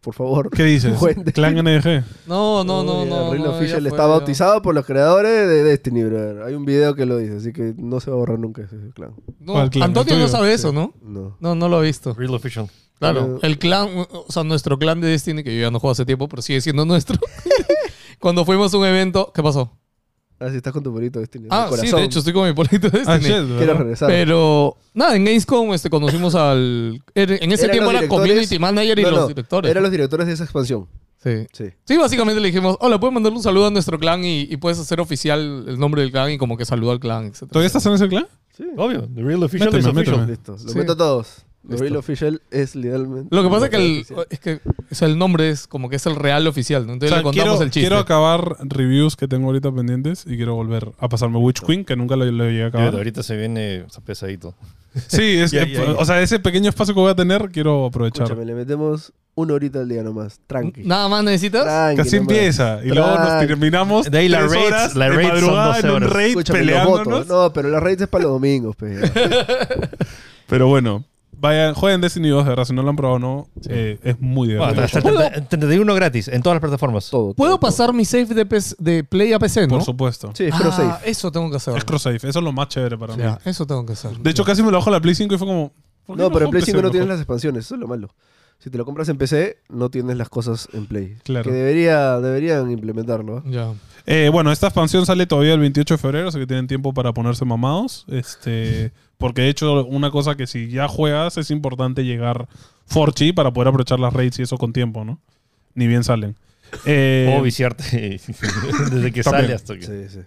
B: Por favor.
C: ¿Qué dices?
B: Cuente.
C: Clan NG.
D: No, no, no,
B: Oye,
D: no.
B: Real
D: no,
B: Official
D: ya
B: está
D: fue, ya.
B: bautizado por los creadores de este Destiny, brother. Hay un video que lo dice, así que no se va a borrar nunca ese clan.
D: No,
C: ¿Cuál clan?
D: Antonio
C: ¿El
D: no
C: tuyo?
D: sabe eso, ¿no?
B: No.
D: No, no lo ha visto.
A: Real Official.
D: Claro.
B: Pero-
D: El clan, o sea, nuestro clan de Destiny, que yo ya no juego hace tiempo, pero sigue siendo nuestro. Cuando fuimos a un evento, ¿qué pasó?
B: Ah, sí, estás con tu polito Destiny.
D: Ah,
B: de corazón.
D: sí, de hecho, estoy con mi polito de
C: Ah,
D: Destiny.
C: shit, ¿verdad?
B: Este Quiero regresar.
D: pero nada, en Gamescom este, conocimos al. era- En ese
B: Eran
D: tiempo
B: los
D: era
B: directores-
D: community manager y
B: No,
D: los
B: no,
D: directores.
B: Eran los directores de esa expansión.
D: Sí.
B: Sí.
D: Sí, básicamente le dijimos, hola, puedes mandarle un saludo a nuestro clan y, y puedes hacer oficial el nombre del clan y como que saluda al clan, etc.
C: ¿Todavía estás en ese clan?
A: Obvio, The Real Official
C: Méteme,
A: is official.
C: méteme.
B: Listo. Lo
D: Sí.
B: meto a todos. The
D: Listo.
B: Real Official es literalmente.
D: Lo que pasa es que, el,
B: Oficial.
D: es que o sea, el nombre es como que es el real oficial, ¿no? Entonces
C: O sea,
D: le contamos
C: quiero,
D: el chiste.
C: quiero acabar reviews que tengo ahorita pendientes y quiero volver a pasarme Witch Queen, que nunca lo, lo llegué a
A: Dude,
C: acabar.
A: ahorita se viene o sea, pesadito.
C: Sí, es
A: Ya,
C: que-
A: ya, ya.
C: o sea, ese pequeño espacio que voy a tener, quiero aprovechar.
B: Escúchame, le metemos una horita al día nomás. Tranqui.
D: Nada más necesitas.
B: Tranqui
C: Casi
B: nomás.
C: empieza y luego nos
B: Tranqui.
C: terminamos
A: De ahí la
C: tres
A: raids,
C: horas
A: la
C: de
A: raids son
C: madrugada
A: 12
C: en un
A: horas.
C: raid
B: Escúchame, los votos.
C: peleándonos.
B: No, pero la raid es para los domingos, pe.
C: Pero bueno, vayan, jueguen Destiny 2, de verdad, si no lo han probado no, eh, es muy
A: Ah,
C: divertido.
A: hasta- hasta el
D: ¿Puedo?
A: 30 el 31 gratis en todas las plataformas.
B: Todo.
D: Puedo
B: todo, todo.
D: pasar mi save de, PC de Play a PC, ¿no?
C: Por supuesto.
B: Sí,
D: Ah,
B: espero safe.
D: Eso tengo que hacer.
C: Es cross safe, eso es lo más chévere para
D: Ya,
C: mí.
D: eso tengo que hacer.
C: De hecho, casi me lo bajo la Play 5 y fue como... ¿por qué
B: No, pero en
C: juego
B: Play 5
C: PC?
B: no tienes
C: Mejor.
B: las expansiones, eso es lo malo. Si te lo compras en PC, no tienes las cosas en Play.
C: Claro.
B: Que debería, deberían implementarlo. ¿ah?
D: Ya.
C: Eh, bueno, esta expansión sale todavía el 28 de febrero, así que tienen tiempo para ponerse mamados. Este, porque de hecho, una cosa que si ya juegas es importante llegar forchi para poder aprovechar las raids y eso con tiempo, ¿no? Ni bien salen. Eh,
A: O viciarte desde que sale hasta que.
B: Sí, sí.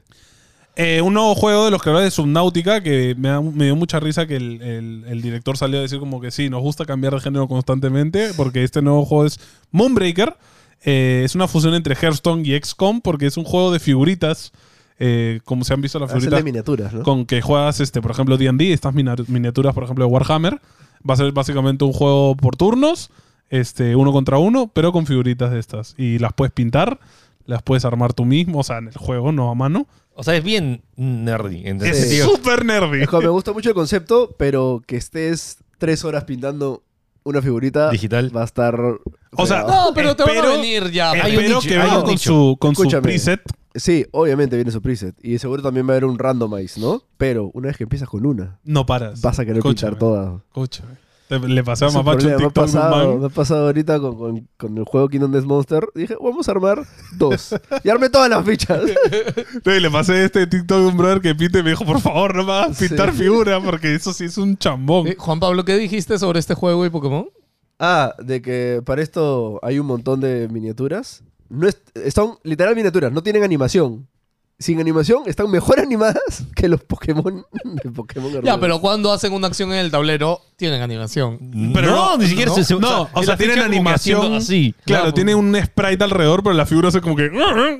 C: Eh, un nuevo juego de los creadores de Subnautica que me, da- me dio mucha risa que el, el- el director salió a decir como que sí, nos gusta cambiar de género constantemente porque este nuevo juego es Moonbreaker. Eh, es una fusión entre Hearthstone y XCOM porque es un juego de figuritas. eh, como se han visto las
B: Hacerle
C: figuritas
B: miniaturas, ¿no?
C: con que juegas, este, por ejemplo, D&D, estas mina- miniaturas, por ejemplo, de Warhammer. Va a ser básicamente un juego por turnos, este, uno contra uno, pero con figuritas de estas. Y las puedes pintar, las puedes armar tú mismo, o sea, en el juego, no a mano.
A: O sea, es bien nerdy. en ese
C: Es
A: sentido.
C: súper nerdy.
B: Es como, me gusta mucho el concepto, pero que estés tres horas pintando una figurita
A: Digital.
B: va a estar.
C: O sea,
B: fregado.
D: No, pero te van a
C: Espero-
D: venir ya.
A: Hay un
C: Espero
A: nicho,
C: que
A: hay
C: venga
A: un
C: con
A: nicho.
C: su, con su
B: Escúchame.
C: preset.
B: sí, obviamente viene su preset. Y seguro también va a haber un randomize, ¿no? Pero una vez que empiezas con una,
C: No paras.
B: vas a querer
C: Escúchame,
B: pintar todas.
C: escúchame. Te- Le pasé a
B: Es un
C: Mapacho un
B: problema.
C: TikTok de
B: me,
C: un
B: ha pasado,
C: man.
B: me ha pasado ahorita con, con- con el juego Kingdom Death Monster. Dije, vamos a armar dos. y armé todas las fichas.
C: Sí, Le pasé este TikTok de un brother que pinte y me dijo, por favor, no me hagas
B: Sí.
C: pintar figura, porque eso sí es un chambón.
D: Eh, Juan Pablo, ¿qué dijiste sobre este juego y Pokémon?
B: ah, de que para esto hay un montón de miniaturas. No es- son literal miniaturas, no tienen animación. Sin animación están mejor animadas que los Pokémon de Pokémon
D: Ya,
B: Arceus.
D: pero cuando hacen una acción en el tablero, tienen animación.
C: Pero
A: no,
C: no,
A: ni siquiera
C: no,
A: se- se
C: no, o
A: y
C: sea,
A: la
C: tienen
A: ficha como que
C: animación.
A: haciendo así.
C: Claro,
D: Claro,
C: tiene un sprite alrededor, pero la figura hace como que. Y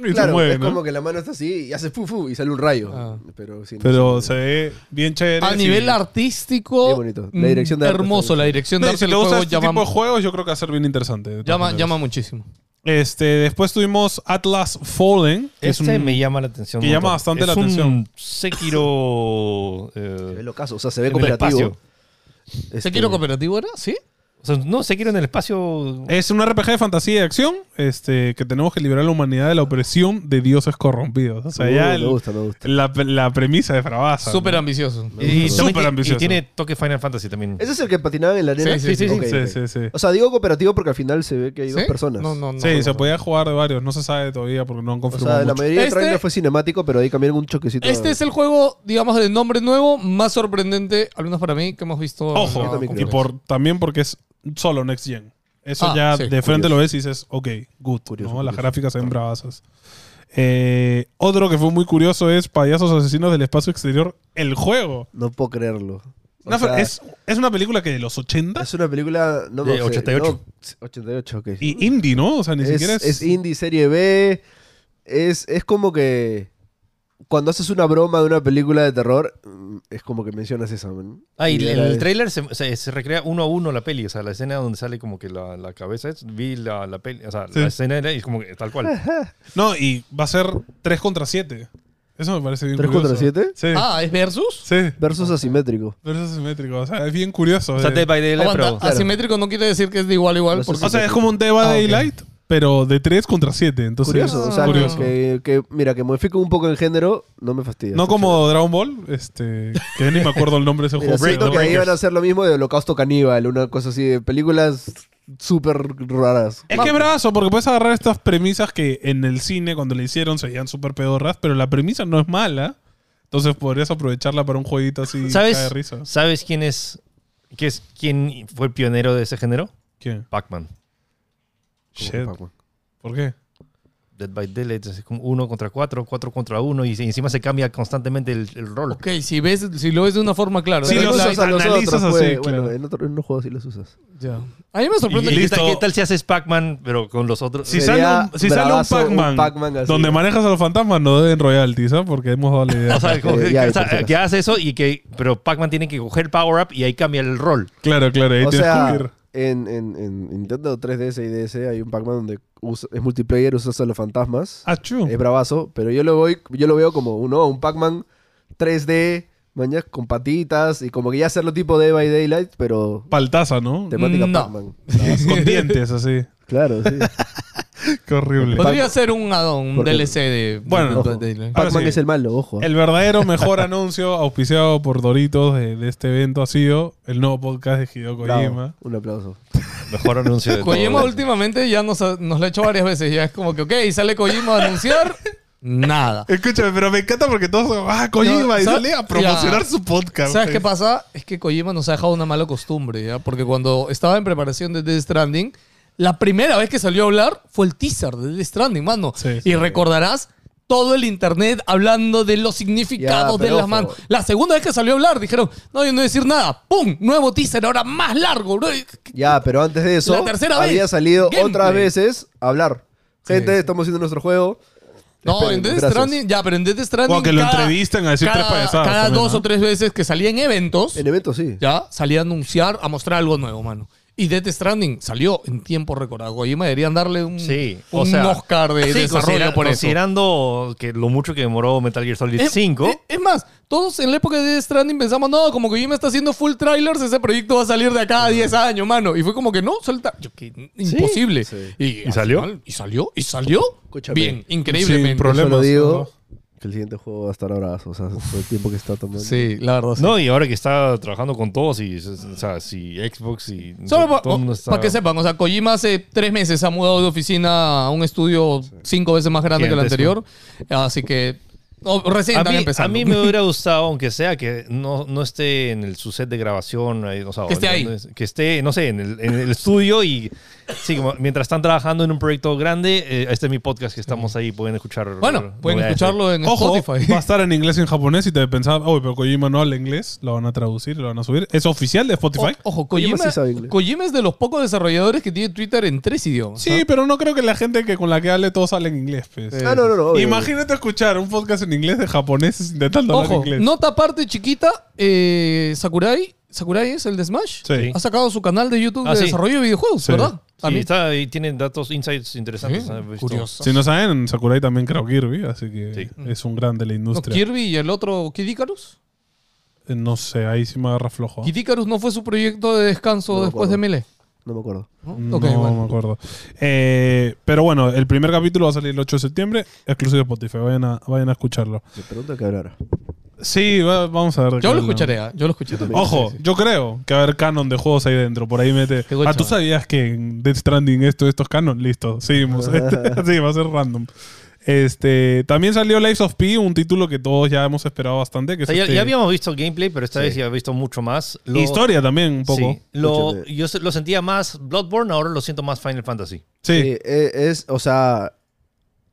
C: se
B: Claro,
C: mueve,
B: es
C: ¿no?
B: como que la mano está así y hace fu fu y sale un rayo.
D: Ah.
B: Pero, sí, no
C: Pero
B: sé.
C: se ve bien chévere.
D: A
C: sí.
D: nivel artístico, mm,
B: Qué bonito. La dirección de arte está
D: hermoso.
B: bien.
D: La dirección
C: No, y
D: de arte
C: si
D: del
C: te gusta
D: juego
C: este tipo
D: llama,
C: de juegos, yo creo que va a ser bien interesante. de todas
D: llama,
C: maneras.
D: llama muchísimo.
C: Este, después tuvimos Atlas Fallen. que es
A: Este
C: un-
A: me llama la atención.
C: que
A: un
C: llama
A: montón.
C: bastante
A: Es
C: la
A: un
C: atención.
A: Sekiro. eh,
B: Se ve lo caso, o sea, se ve
A: en el
B: cooperativo.
A: espacio.
B: Este,
D: ¿Se quiero cooperativo era? ¿Sí?
C: Ah,
A: O sea, no, Sekiro en el espacio.
C: Es un RPG de fantasía y de acción este, que tenemos que liberar a la humanidad de la opresión de dioses corrompidos. O sea,
B: Uh,
C: ya
B: me
C: el-
B: gusta, me gusta.
C: la, la premisa de Frabasa.
D: Súper
C: ¿no?
D: ambicioso.
B: Me
A: Y,
B: gusta,
A: también
C: súper
A: ti-
C: ambicioso.
A: y tiene toque Final Fantasy también.
B: ¿Ese es el que patinaba en la arena?
D: Sí, sí, sí, sí.
B: Ok,
C: Sí,
B: ok.
C: sí, sí.
B: O sea, digo cooperativo porque al final se ve que hay dos
D: ¿Sí?
B: personas.
D: No, no, no.
C: Sí, se
D: no.
C: podía jugar de varios. No se sabe todavía porque no han
B: O
C: confirmado.
B: sea, la
C: mucho.
B: mayoría
D: Este-
B: de trailer fue cinemático, pero ahí cambiaron un choquecito.
D: Este es el juego, digamos, de nombre nuevo, más sorprendente, al menos para mí, que hemos visto.
C: Ojo,
D: en la
B: Yo también
C: y
B: creo.
D: conferencia.
C: por, también porque es solo Next Gen. Eso
D: Ah,
C: ya
D: sí.
C: de frente
B: Curioso.
C: lo ves y dices, ok, good.
B: Curioso,
C: ¿no? Las
B: curioso.
C: gráficas se ven bravasas. Eh, otro que fue muy curioso es Payasos Asesinos del Espacio Exterior, el juego.
B: No puedo creerlo. O
C: Una fe-
B: sea,
C: es, es una película que de los 80
B: es una película... No, me
A: De
B: sé,
A: 88.
B: no, 88, ok.
C: y indie, ¿no? O sea, ni
B: es,
C: siquiera es.
B: es indie, serie B. Es, es como que... Cuando haces una broma de una película de terror, mm, es como que mencionas esa, man.
A: Ah, y
B: Y
A: el,
B: era-
A: trailer se, se- se recrea uno a uno la peli. O sea, la escena donde sale como que la, la cabeza. es- vi la, la peli. O sea,
C: Sí.
A: la escena era y es como que tal cual.
C: No, y va a ser 3 contra 7. Eso me parece bien
B: ¿Tres
C: curioso.
B: contra siete?
C: Sí.
D: Ah, ¿es versus?
C: Sí.
B: Versus asimétrico.
C: Pero es asimétrico. O sea, es bien curioso.
A: O sea,
C: Eh,
A: Dead by Daylight,
D: Aguanta,
A: pero.
D: asimétrico no quiere decir que es de igual a igual.
B: No sé
D: porque-
B: si-
C: O sea, es como un Dead by
D: Ah, ok.
C: Daylight, pero de 3 contra 7. Entonces,
B: Curioso, o sea,
C: curioso.
B: Que, que- mira, que modifico un poco el género, no me fastidia.
C: No
B: Está
C: como Dragon Ball, este, que ni me acuerdo el nombre de ese
B: Mira,
C: juego.
B: siento
C: Break
B: que
C: the
B: ahí van a
C: Breakers.
B: hacer lo mismo de Holocausto Caníbal, una cosa así de películas súper raras.
C: Es que brazo, porque puedes agarrar estas premisas que en el cine cuando le hicieron se veían súper pedorras, pero la premisa no es mala. Entonces podrías aprovecharla para un jueguito así cae de
A: ¿Sabes,
C: risa.
A: ¿Sabes quién es, qué es quién fue el pionero de ese género?
C: ¿Qué?
A: Pac-Man.
C: Shit. ¿Por qué?
A: Dead by Daylight es como uno contra cuatro, cuatro contra uno y se- encima se cambia constantemente el, el rol.
D: Ok, si, ves, si lo ves de una forma clara.
C: Sí,
D: de
C: lo
B: los pues,
D: verdad,
C: usas. analizas así, claro.
B: Bueno, en otro- en unos juegos sí los usas.
D: ya. A mí me
A: Y-
D: sorprende
A: y
D: que
A: ¿qué,
C: listo.
A: tal, qué tal si haces Pac-Man pero con los otros?
C: Si
B: Sería
C: sale un, si sale un
B: bravazo un
C: Pac-Man
B: Pac-Man así.
C: donde manejas a los fantasmas, no deben royalties, ¿ah? Porque hemos dado la idea.
A: O sea, como que,
B: Eh, ya,
A: o sea,
B: por si acaso.
A: que hace eso y que pero Pac-Man tiene que coger el power up y ahí cambia el rol.
C: claro, claro, ahí
B: o
C: tienes que
B: sea,
C: ir.
B: en, en, en Nintendo 3DS y DS hay un Pac-Man donde usa- es multiplayer, usas a los fantasmas.
C: Achú.
B: Es bravazo, pero yo lo, voy, yo lo veo como uno, un Pac-Man 3D, mañas con patitas y como que ya hacerlo tipo Day by Daylight, pero
C: Paltaza, Mm, ¿no?
B: temática
D: No.
B: Pac-Man.
C: Con dientes, así.
B: Claro, sí.
C: Qué horrible.
D: podría ser un add-on, un
B: Porque-
D: DLC de.
C: Bueno,
D: de-
B: ojo.
D: de- de-
C: Ahora
B: Pac-Man
C: sí.
B: es el malo, ojo.
C: El verdadero mejor anuncio auspiciado por Doritos de, de este evento ha sido el nuevo podcast de Hideo
B: Bravo,
C: Kojima.
B: un aplauso.
A: Mejor anuncio de todo.
D: Kojima últimamente ya nos, ha- nos lo ha hecho varias veces. Ya es como que, ok, sale Kojima a anunciar. Nada.
C: Escúchame, pero me encanta porque todos. Ah,
D: No,
C: Kojima, y
D: ¿sabes?
C: sale a promocionar
D: Ya.
C: su podcast.
D: ¿Sabes qué pasa? Es que Kojima nos ha dejado una mala costumbre, ¿ya? Porque cuando estaba en preparación de Death Stranding, la primera vez que salió a hablar fue el teaser de Death Stranding, mano.
C: Sí, sí,
D: y recordarás todo el internet hablando de los significados
B: Ya,
D: de
B: pero
D: las
B: ojo.
D: manos. La segunda vez que salió a hablar, dijeron, no, yo no voy a decir nada. ¡Pum! Nuevo teaser, ahora más largo, bro.
B: Ya, pero antes de eso,
D: La tercera vez,
B: había salido
D: gameplay.
B: otras veces a hablar. Gente,
D: Sí, sí.
B: estamos haciendo nuestro juego.
D: No,
B: Esperen,
D: en Death
B: gracias.
D: Stranding, ya, pero en Death Stranding.
C: O que lo entrevisten a decir
D: cada-
C: tres payasadas
D: Cada
C: también,
D: dos
C: ¿no?
D: o tres veces que salía en eventos,
B: En eventos, sí.
D: ya salía a anunciar, a mostrar algo nuevo, mano. Y Death Stranding salió en tiempo recordado. Kojima deberían darle un,
A: Sí,
D: un
A: o sea,
D: Oscar de
A: Sí,
D: desarrollo
A: considera-
D: por eso. Eh,
A: Considerando que lo mucho que demoró Metal Gear Solid
D: Es-
A: 5.
D: Es, es más, todos en la época de Death Stranding pensamos, no, como Kojima está haciendo full trailers, ese proyecto va a salir de acá a 10 años, mano. Y fue como que no, suelta. yo que- imposible.
B: sí.
D: Y, al
A: salió?
D: final- y salió, y salió.
B: Escúchame.
D: Bien, increíblemente.
C: Sin problema.
B: Solo
C: Problemas,
B: digo que el siguiente juego va a estar abrazo. O sea, por el tiempo que está tomando.
D: Sí, la verdad. sí.
A: No, y ahora que está trabajando con todos, y, o sea, si Xbox y.
D: Solo para
A: todo el mundo está-
D: que sepan, o sea, Kojima hace tres meses ha mudado de oficina a un estudio cinco veces más grande que el anterior.
A: Gigantesco.
D: Así que no, recién
A: A
D: están
A: mí, a
D: empezando.
A: mí me hubiera gustado, aunque sea que no, no esté en el, su set de grabación, ahí, o sea,
D: Que esté ahí.
A: donde- que esté, no sé, en el, en el estudio y sí, como mientras están trabajando en un proyecto grande, eh, este es mi podcast que estamos ahí, pueden escuchar.
D: bueno, pueden
A: novedades.
D: escucharlo en
C: Ojo, va a
D: Spotify.
C: estar en inglés y en japonés. Y te pensabas, uy, pero Kojima no habla inglés. Lo van a traducir, lo van a subir. ¿Es oficial de Spotify?
D: O- ojo,
B: Kojima
D: Kojima,
B: sí sabe inglés.
D: Kojima es de los pocos desarrolladores que tiene Twitter en tres idiomas. ¿ah?
C: Sí, pero no creo que la gente que con la que hable todos hablen inglés. pues.
B: Ah, no, no, no. obvio.
C: Imagínate escuchar un podcast en inglés de japoneses intentando hablar
D: Ojo,
C: inglés.
D: nota aparte chiquita, eh, Sakurai, Sakurai es el de Smash,
C: Sí.
D: ha sacado su canal de YouTube
A: Ah,
D: de
A: sí.
D: desarrollo de videojuegos,
C: Sí.
D: ¿verdad?
A: Sí, está ahí, tienen datos, insights interesantes.
D: Sí,
A: ¿eh? Visto.
D: curioso. Mm.
C: Si no saben, Sakurai también creó Kirby, así que
A: Sí.
C: es un gran de la
D: No,
C: industria.
D: Kirby y el otro, ¿Kid Icarus?
C: Eh, No sé, ahí sí me agarra flojo.
D: Kid Icarus no fue su proyecto de descanso
B: No me
D: después de
B: acuerdo.
D: Melee.
B: No me acuerdo.
C: No
D: Ok, bueno.
C: me acuerdo. Eh, pero bueno, el primer capítulo va a salir el 8 de septiembre, exclusivo de Spotify. Vayan a, vayan a escucharlo.
B: Me pregunto qué hablar.
C: Sí, va- vamos a ver. qué
D: Yo lo
C: hablan.
D: escucharé, ¿ah? yo lo escucharé.
C: Ojo, yo creo que va a haber canon de juegos ahí dentro. Por ahí mete.
D: Qué gocha.
C: Ah, ¿tú sabías que en Death Stranding esto, esto es canon? Listo, seguimos. sí, va a ser random. Este, también salió Lives of P, un título que todos ya hemos esperado bastante. Que
D: Ah,
A: O sea,
C: es
A: ya,
C: este-
A: ya habíamos visto gameplay, pero esta
B: Sí.
A: vez ya he visto mucho más. Lo-
C: Historia también, un poco.
A: Sí, lo,
B: Escúchame.
A: yo se- lo sentía más Bloodborne, ahora lo siento más Final Fantasy.
C: Sí.
B: Sí, eh, es, o sea,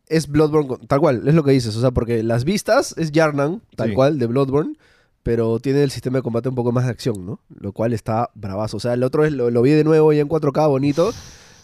B: es Bloodborne, con- tal cual, es lo que dices, o sea, porque las vistas es Yarnan, tal
A: Sí.
B: cual, de Bloodborne, pero tiene el sistema de combate un poco más de acción, ¿no? Lo cual está bravazo, o sea, el otro es, lo, lo vi de nuevo ya en 4K, bonito,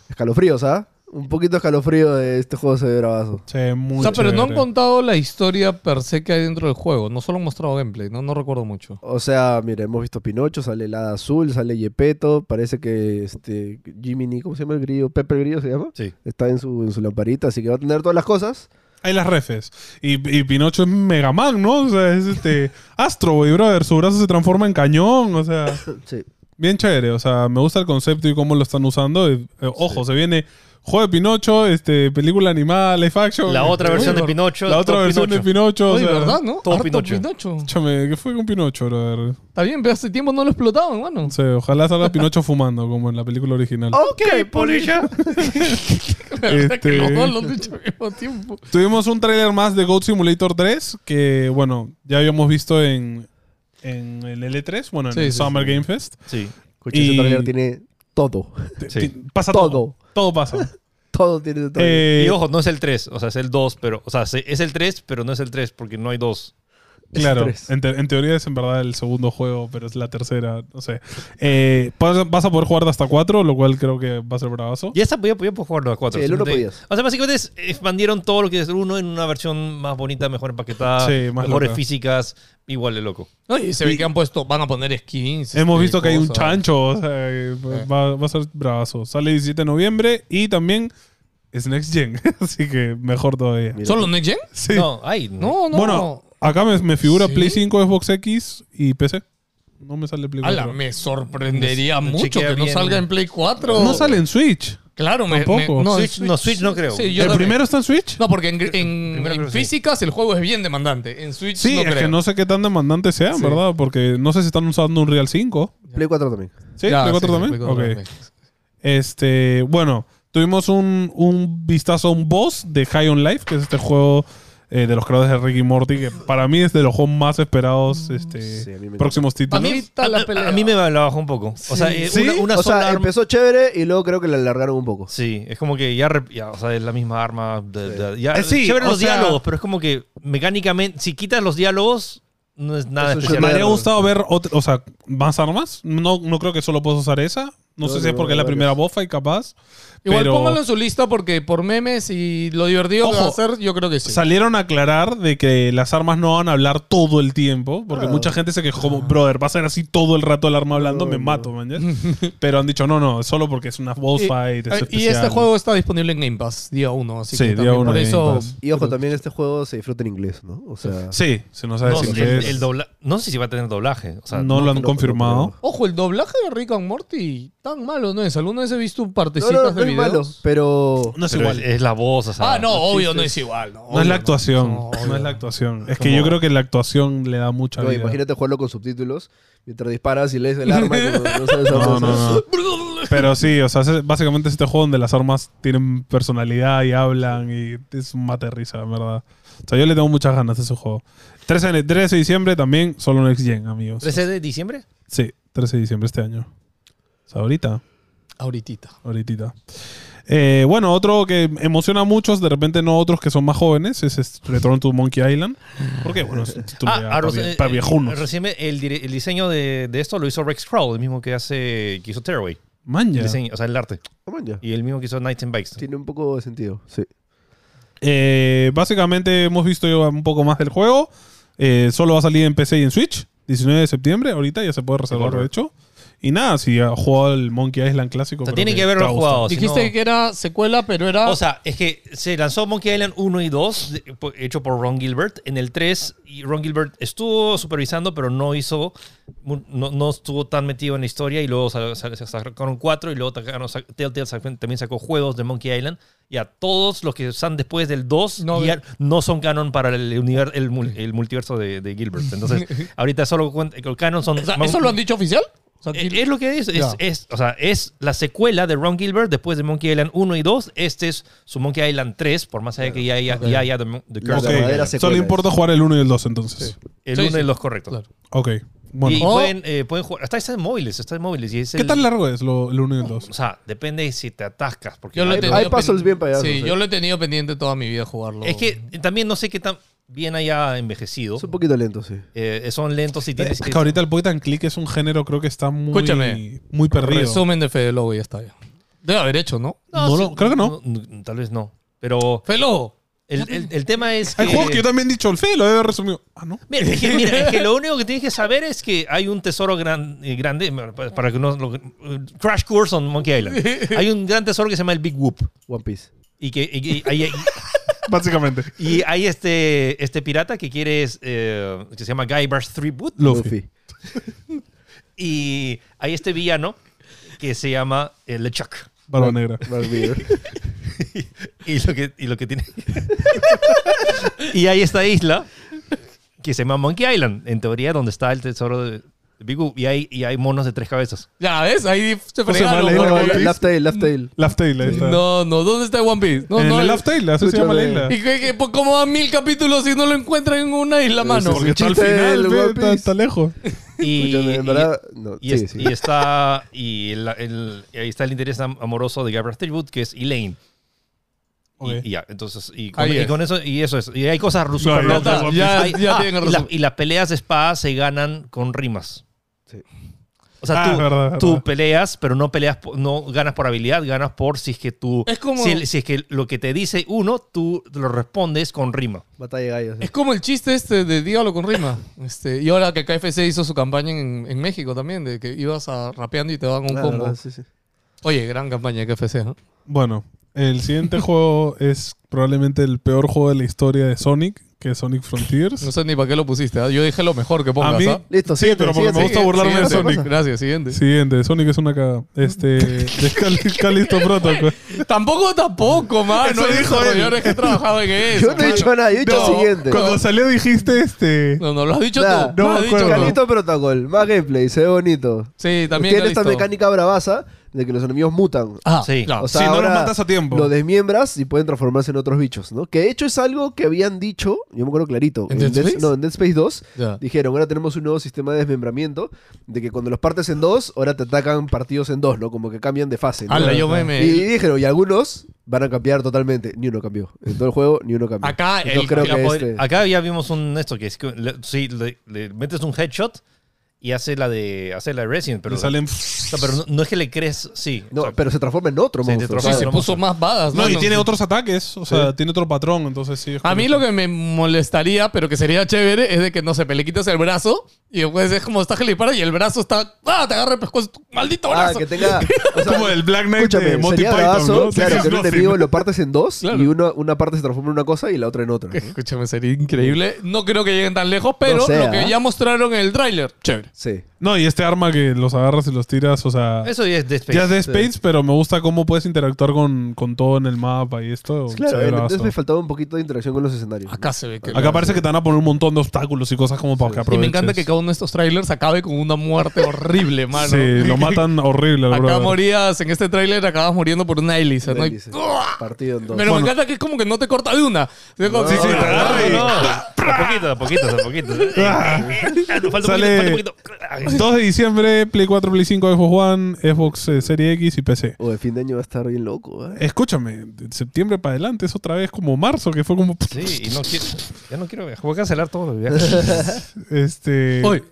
B: escalofríos, ¿ah? Un poquito escalofrío de este juego se ve bravazo.
C: Sí, muy
D: O sea, pero no han
C: chévere.
D: contado la historia per se que hay dentro del juego. No solo han mostrado gameplay, no, no recuerdo mucho.
B: O sea, mira, hemos visto Pinocho, sale el hada azul, sale Yepeto, parece que este Jiminy, ¿cómo se llama el grillo? Pepe el grillo se llama.
A: Sí.
B: Está en su, en su lamparita, así que va a tener todas las cosas.
C: Hay las refes. Y, y Pinocho es Mega Man, ¿no? O sea, es este. Astro Boy, brother. Su brazo se transforma en cañón. O sea,
B: Sí.
C: bien chévere. O sea, me gusta el concepto y cómo lo están usando. Eh, eh, ojo, se viene juego de Pinocho, este, película animada, live action.
A: La otra
C: Oye,
A: versión de
C: bro,
A: Pinocho.
C: La otra
A: todo
C: versión
A: Pinocho.
C: de Pinocho. o
D: Oye,
C: sea,
D: ¿verdad, no?
A: todo
D: Harto
A: Pinocho.
C: escúchame, ¿qué fue con Pinocho, brother?
D: Está bien, pero hace tiempo no lo explotaban, mano.
C: O sea, ojalá salga Pinocho fumando, como en la película original.
A: Ok, Polilla.
D: La verdad que
C: Este-
D: los dos lo han dicho al mismo tiempo.
C: Tuvimos un tráiler más de Goat Simulator 3 que, bueno, ya habíamos visto en, en el L3, bueno, en
D: Sí,
C: el
D: sí,
C: Summer
D: sí.
C: Game Fest.
A: Sí.
B: Escucha,
C: Y-
B: ese trailer tiene todo.
A: Sí.
C: Ti- Pasa todo.
B: Todo.
C: Todo, pasa.
B: Todo tiene todo.
C: Eh,
A: Y ojo, no es el 3, o sea, es el 2, pero. O sea, se- es el 3, pero no es el 3, porque no hay 2.
C: claro,
B: estrés.
C: en, te- en teoría es en verdad el segundo juego, pero es la tercera, no sé. Eh, vas, vas a poder jugar de hasta cuatro, lo cual creo que va a ser bravazo.
A: Y esta podía, podía jugarlo a 4.
B: Sí, el uno podías.
A: O sea, básicamente es- expandieron todo lo que es el 1 en una versión más bonita, mejor empaquetada,
C: Sí, más
A: mejores
C: loca.
A: físicas, igual de loco.
D: No, y se ve que han puesto, van a poner skins.
C: Hemos
D: este,
C: visto que hay un
D: cosas.
C: chancho, o sea, eh, va, va a ser bravazo. Sale 17 de noviembre y también es Next Gen, así que mejor todavía.
B: Mira.
D: ¿Solo Next Gen?
C: Sí.
A: No, ay, no.
D: No, no.
C: Bueno, acá me, me figura
D: ¿Sí?
C: Play 5, Xbox X y PC. No me sale Play 4.
D: Ala, me sorprendería
A: Me- me
D: mucho
A: chequea
D: que no
A: bien.
D: salga en Play 4.
C: No sale en Switch.
D: Claro, me,
C: Tampoco.
D: me- no, en
A: Switch- no, Switch no creo.
D: Sí, yo
C: ¿El
D: también.
C: primero está en Switch?
D: No, porque en, en-
A: Primero
D: en
A: creo que sí.
D: físicas el juego es bien demandante. En Switch
C: Sí,
D: no
C: es
D: creo.
C: que no sé qué tan demandante sea, ¿verdad? Porque no sé si están usando un Real 5.
B: Play 4 también.
C: ¿Sí?
D: Ya,
C: ¿Play 4
D: sí, sí,
C: también?
D: Play 4
C: Ok.
D: también.
C: Este, bueno, tuvimos un, un vistazo a un boss de High on Life, que es este juego eh, de los creadores de Ricky Morty, que para mí es de los juegos más esperados, este,
B: Mm, Sí, a mí me
C: próximos
D: A
C: títulos.
D: mí,
A: A,
D: la
A: a-
D: pelea.
A: a mí me la bajó un poco. O sea, eh,
C: ¿Sí? em
A: una, una
B: O
A: sola
B: sea,
A: arma-
B: empezó chévere y luego creo que la alargaron un poco.
A: Sí, es como que ya, rep- ya, o sea, es la misma arma. de- de- ya,
C: Eh, sí,
A: chévere
C: o
A: los
C: sea-
A: diálogos, pero es como que mecánicamente, si quitas los diálogos, no es nada
B: Eso es
A: especial.
C: Me
B: una-
C: habría gustado ver otra- o sea, más armas. No, no creo que solo puedas usar esa. No,
B: No,
C: sé si
B: no,
C: es porque es la
B: varios.
C: primera boss fight, capaz.
D: Igual
C: pero
D: pónganlo en su lista porque por memes y lo divertido que
C: Ojo.
D: va a ser, yo creo que sí.
C: salieron a aclarar de que las armas no van a hablar todo el tiempo. Porque
B: Ah.
C: mucha gente se quejó, como, brother, va a ser así todo el rato el arma hablando, me
B: no.
C: mato, man. ¿ya? pero han dicho, no, no, es solo porque es una boss
D: Y-
C: fight. es
D: eh, y
C: especial.
D: este juego está disponible en Game Pass día 1, así
C: Sí,
D: que
C: día
D: también
C: uno
D: por
C: en
D: eso
C: Game Pass.
B: Y ojo, también este juego se disfruta en inglés, ¿no? O sea,
C: Sí, se nos ha
A: No,
C: decir
A: el-
C: que es-
A: el dobla- no sé si va a tener doblaje. O sea,
C: no, lo han
B: no,
C: confirmado.
B: no, no.
D: Ojo, el doblaje de Rick and Morty tan malo no es. ¿Alguna vez he visto
B: no,
D: partecitas
B: no, no
D: de
B: es malo,
D: videos?
B: pero
C: No es
A: pero es,
C: igual.
A: es la voz, o sea.
D: Ah, no, obvio,
B: chistes.
D: no es igual. No,
C: no es
D: obvio,
C: la actuación.
D: No,
C: No,
D: obvio.
C: es la actuación. Es que yo creo que la actuación le da mucha
B: no,
C: vida.
B: imagínate jugarlo con subtítulos mientras disparas y lees el arma y no, no sabes
C: No,
B: avanzar.
C: no, no. Pero sí, o sea, es- básicamente es este juego donde las armas tienen personalidad y hablan y es un mate de risa, en verdad. O sea, yo le tengo muchas ganas a ese juego. 13, de- 13 de diciembre también, solo Next Gen, amigos.
A: ¿13 de diciembre?
C: Sí, 13 de diciembre este año. O sea, ahorita,
D: Ahoritita.
C: ahorita. Eh, bueno, otro que emociona a muchos, de repente no otros que son más jóvenes, es este Return to Monkey Island. Porque, bueno, es un título ya
A: ah,
C: para,
A: reci-
C: vie- para
A: eh,
C: viejunos.
A: recién el, dire- el diseño de, de esto lo hizo Rex Kroll, el mismo que hace que hizo Tearaway.
C: Man, ya.
A: El diseño, o sea, el arte.
B: Ah, man, ya.
A: Y el mismo que hizo Nights and Bikes.
B: Tiene un poco de sentido, sí.
C: Eh, básicamente hemos visto ya un poco más del juego. Eh, solo va a salir en PC y en Switch. 19 de septiembre, ahorita ya se puede reservar, de hecho. Y nada, si ha jugado el Monkey Island clásico.
A: O sea,
C: creo
A: tiene que haberlo
C: te va a gustar.
A: jugado. si
D: Dijiste
A: no-
D: que era secuela, pero era...
A: O sea, es que se lanzó Monkey Island 1 y 2, de- po- hecho por Ron Gilbert. En el 3, y Ron Gilbert estuvo supervisando, pero no hizo, mu- no, no estuvo tan metido en la historia. Y luego sa- sa- se sacaron 4 y luego sacaron- sa- Telltale sa- también sacó juegos de Monkey Island. Y a todos los que están después del 2
D: No,
A: no, ya no son canon para el, univer- el, mul- el multiverso de, de Gilbert. Entonces, ahorita solo cuenta- el canon son...
D: O sea,
A: Mon-
D: ¿Eso lo han dicho oficial? O sea,
A: eh,
D: Gil-
A: Es lo que es. Es,
D: Ya.
A: es- o sea, es la secuela de Ron Gilbert después de Monkey Island 1 y 2. Este es su Monkey Island 3, por más allá que ya haya,
D: Ok.
A: ya haya The, Mon- The Curse
B: La
A: of
C: Ok,
A: Monkey
B: verdadera
A: Island.
B: secuela
C: Solo
B: es.
C: importa jugar el 1 y el 2, entonces.
A: El
D: Sí,
A: 1
D: sí.
A: es los correctos.
D: Claro.
C: Ok, bueno.
A: Y
D: Oh.
A: pueden, eh, pueden jugar. Está, está en móviles, está en móviles. Y es
C: ¿Qué
A: el-
C: tan largo es lo- el 1 y el 2?
A: O sea, depende si te atascas. Porque
D: Yo lo he
B: Hay-
D: tenido
B: hay puzzles
D: pen-
B: bien payasos,
D: Sí,
B: sí.
D: yo lo he tenido pendiente toda mi vida jugarlo.
A: es que también no sé qué tan bien haya envejecido.
B: Es un poquito lento, sí.
A: Eh, son lentos y tienes
C: Es que ahorita el point and click es un género, creo que está muy,
D: Escúchame.
C: muy perdido.
D: Resumen de Fede Lobo y ya está. Ya. Debe haber hecho, ¿no?
C: no lo- creo que no.
A: Tal vez no. Pero
D: Fede Lobo.
A: el, el- el tema es que...
C: Hay juegos que yo también he dicho, el Fede lo debe resumir. Ah, no.
A: Mira, es que, mira, es que lo único que tienes que saber es que hay un tesoro gran- eh, grande, para- para que uno... lo- crash Course on Monkey Island. Hay un gran tesoro que se llama el Big Whoop.
B: One Piece.
A: Y que y- y- hay,
C: Básicamente.
A: y hay este, este pirata que quiere, eh, que se llama Guybrush Threepwood.
C: Luffy.
B: Luffy.
A: Y hay este villano que se llama eh, LeChuck.
C: Barba negra.
B: Mark Miller.
A: Y lo que, y lo que tiene... y hay esta isla que se llama Monkey Island, en teoría, donde está el tesoro de Big Whoop. Y hay, y hay monos de tres cabezas.
D: Ya ves, ahí se fregaron.
C: Maleiro,
D: porque-
C: One Piece.
B: Left tail, left tail.
C: Laugh Tale, ahí está.
D: No, no, ¿dónde está One Piece? No,
C: en
D: no,
C: el
D: el-
C: Laugh Tale, así se llama la isla.
D: ¿Y que, que, pues, cómo van mil capítulos si no lo encuentran en una isla, mano?
C: Porque está al
B: chiste
C: final,
B: del
C: ve,
B: One
C: está,
B: Piece.
C: está lejos.
A: Y,
B: Escúchame, en verdad, no,
A: y
B: sí,
A: es-
B: sí.
A: y está y el- el- y ahí está el interés am- amoroso de Gabriel Tribute que es Elaine Y-
C: Ok.
A: y, ya entonces y con,
D: Ahí
A: y
D: es.
A: con eso y eso es y hay cosas
C: No,
A: rusas
C: ya está,
D: ya- ya tienen el
A: y, la-
D: resumen.
A: y las peleas de espadas se ganan con rimas
B: Sí.
A: o sea
C: Ah,
A: tú,
C: es verdad, es
A: tú
C: verdad.
A: peleas pero no peleas po- no ganas por habilidad ganas por si es que tú
D: Es como-
A: si, el- si es que lo que te dice uno tú lo respondes con rima
B: Batalla de gallos. sí.
D: Es como el chiste este de Dígalo con rima. Este, y ahora que KFC hizo su campaña en, en México también, de que ibas a, rapeando y te daban un
B: Ah,
D: combo.
B: verdad, sí, sí.
D: Oye, gran campaña de KFC, ¿no?
C: Bueno, el siguiente juego es probablemente el peor juego de la historia de Sonic, que es Sonic Frontiers.
D: No sé ni para qué lo pusiste. ¿ah? Yo dije lo mejor que pongas.
C: A mí-
D: ¿ah?
B: Listo,
C: Sí,
B: siguiente,
C: pero porque me
B: siguiente.
C: gusta burlarme de
D: Siguiente.
C: Sonic.
D: Gracias, siguiente.
C: Siguiente, Sonic es una cagada. Este, de Cali- Calisto Protocol.
D: Tampoco, tampoco, man. No
C: Eso
D: he
C: dijo él.
D: desarrolladores que he trabajado en eso.
B: Yo no he
D: mano.
B: dicho nada, yo he dicho
D: No,
B: siguiente.
C: Cuando salió dijiste este...
D: No, no, lo has dicho
B: Nah,
D: tú.
C: no
D: lo has
C: me
D: dicho
C: acuerdo.
D: tú.
B: Calito Protocol, más gameplay, se ve bonito.
D: Sí, también.
B: Tiene esta
D: Calisto.
B: mecánica bravaza de que los enemigos mutan.
D: Ah,
A: Sí.
D: claro.
B: O sea,
C: si no los
B: ahora
C: matas a tiempo.
B: Lo desmiembras y pueden transformarse en otros bichos, ¿no? Que de hecho es algo que habían dicho, yo me acuerdo clarito.
D: ¿En Dead Space?
B: No, en Dead Space 2
D: Ya.
B: dijeron, ahora tenemos un nuevo sistema de desmembramiento, de que cuando los partes en dos, ahora te atacan partidos en dos, ¿no? Como que cambian de fase. ¿no?
D: Ala, yo me- me-
B: Y dijeron, y algunos van a cambiar totalmente. Ni uno cambió. En todo el juego, ni uno cambió.
D: Acá
B: Yo
D: el-
B: creo
A: Mira,
B: que
A: podri-
B: este-
A: pues, Acá ya vimos un esto que es que le, sí, le- le metes un headshot y hace la de hace la de Resident, pero,
C: Le salen.
A: o sea, pero no, no es que le crees, sí.
B: No,
A: o sea,
B: pero se transforma en otro
A: Sí, te
B: monstruo.
A: transforma
D: Sí,
B: ¿sabes?
D: se puso más badas.
C: No, y
D: mano.
C: tiene otros ataques. O sea, tiene otro patrón. Entonces sí. es
D: A mí
C: como-
D: lo que me molestaría, pero que sería chévere, es de que, no sé, pe, le quitas el brazo y después es como estás que le dispara y el brazo está... ¡Ah, te agarra el pescuezo! tu ¡Maldito
B: Ah,
D: brazo!
B: que tenga... o sea,
C: Como el Black Knight de
B: Escúchame,
C: Monty
B: sería
C: Python.
B: bravazo, claro,
C: ¿no? Sí,
B: que un
C: sí,
B: enemigo
C: sí.
B: lo partes en dos
D: Claro.
B: y uno, una parte se transforma en una cosa y la otra en otra. ¿no?
D: Escúchame, sería increíble. No creo que lleguen tan lejos, pero
B: No
C: ¿eh?
B: sea.
D: lo que ya mostraron en el tráiler, chévere.
B: Sí.
C: No, y este arma que los agarras y los tiras, o sea.
A: eso ya es Dead Space.
C: Ya es de Space, pero me gusta cómo puedes interactuar con, con todo en el mapa y esto. se
B: Claro,
C: ve
B: en-
C: bravazo.
B: entonces me faltaba un poquito de interacción con los escenarios. ¿no?
D: Acá se ve que...
C: Acá parece que te van a poner un montón de obstáculos y cosas como para que
D: y
C: aproveches.
D: me encanta que cada uno de estos trailers acabe con una muerte horrible, mano.
C: Sí, lo matan horrible, la
D: Acá
C: verdad.
D: morías, en este tráiler acabas muriendo por una hélice, ¿no? Y-
B: Dice, Partido en dos.
D: Pero me encanta que es como que no te corta de una. Sí,
C: Sí, sí, te agarra y-
A: No, a poquito, a poquito, a poquito. ¿eh? Ah, Falta un poquito,
C: Ah. Sale-
A: falta un poquito.
C: 2 de diciembre, Play 4, Play 5, Xbox One, Xbox eh, Serie X y PC.
B: O el fin de año va a estar bien loco. ¿eh?
C: Escúchame, de septiembre para adelante es otra vez como marzo, que fue como.
A: Sí, y no quiero, ya no quiero viajar. Voy a cancelar todos los viajes.
C: Este.
D: Uy.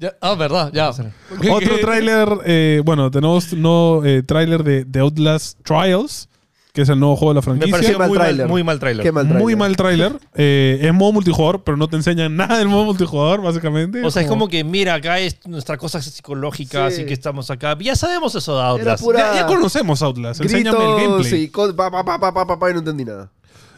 D: Ya- ah, verdad, ya. ¿Qué-
C: Otro
D: qué-
C: tráiler, eh, bueno, tenemos no eh, tráiler de The Outlast Trials, que es el nuevo juego de la
A: Me
C: franquicia.
A: pareció
B: Qué mal
A: muy mal,
B: tráiler.
A: muy mal trailer.
B: Qué mal
C: Muy
B: tráiler.
C: mal tráiler. Eh, es modo multijugador, pero no te enseñan nada del modo multijugador, básicamente.
A: O sea, es como que, mira, acá es nuestra cosa psicológica,
B: Sí.
A: así que estamos acá. Ya sabemos eso de Outlast.
B: pura-
C: Ya, ya conocemos Outlast. Enséñame el
B: Gritos
C: gameplay.
B: y co- pa, pa, pa, pa, pa, pa, pa, y no entendí nada.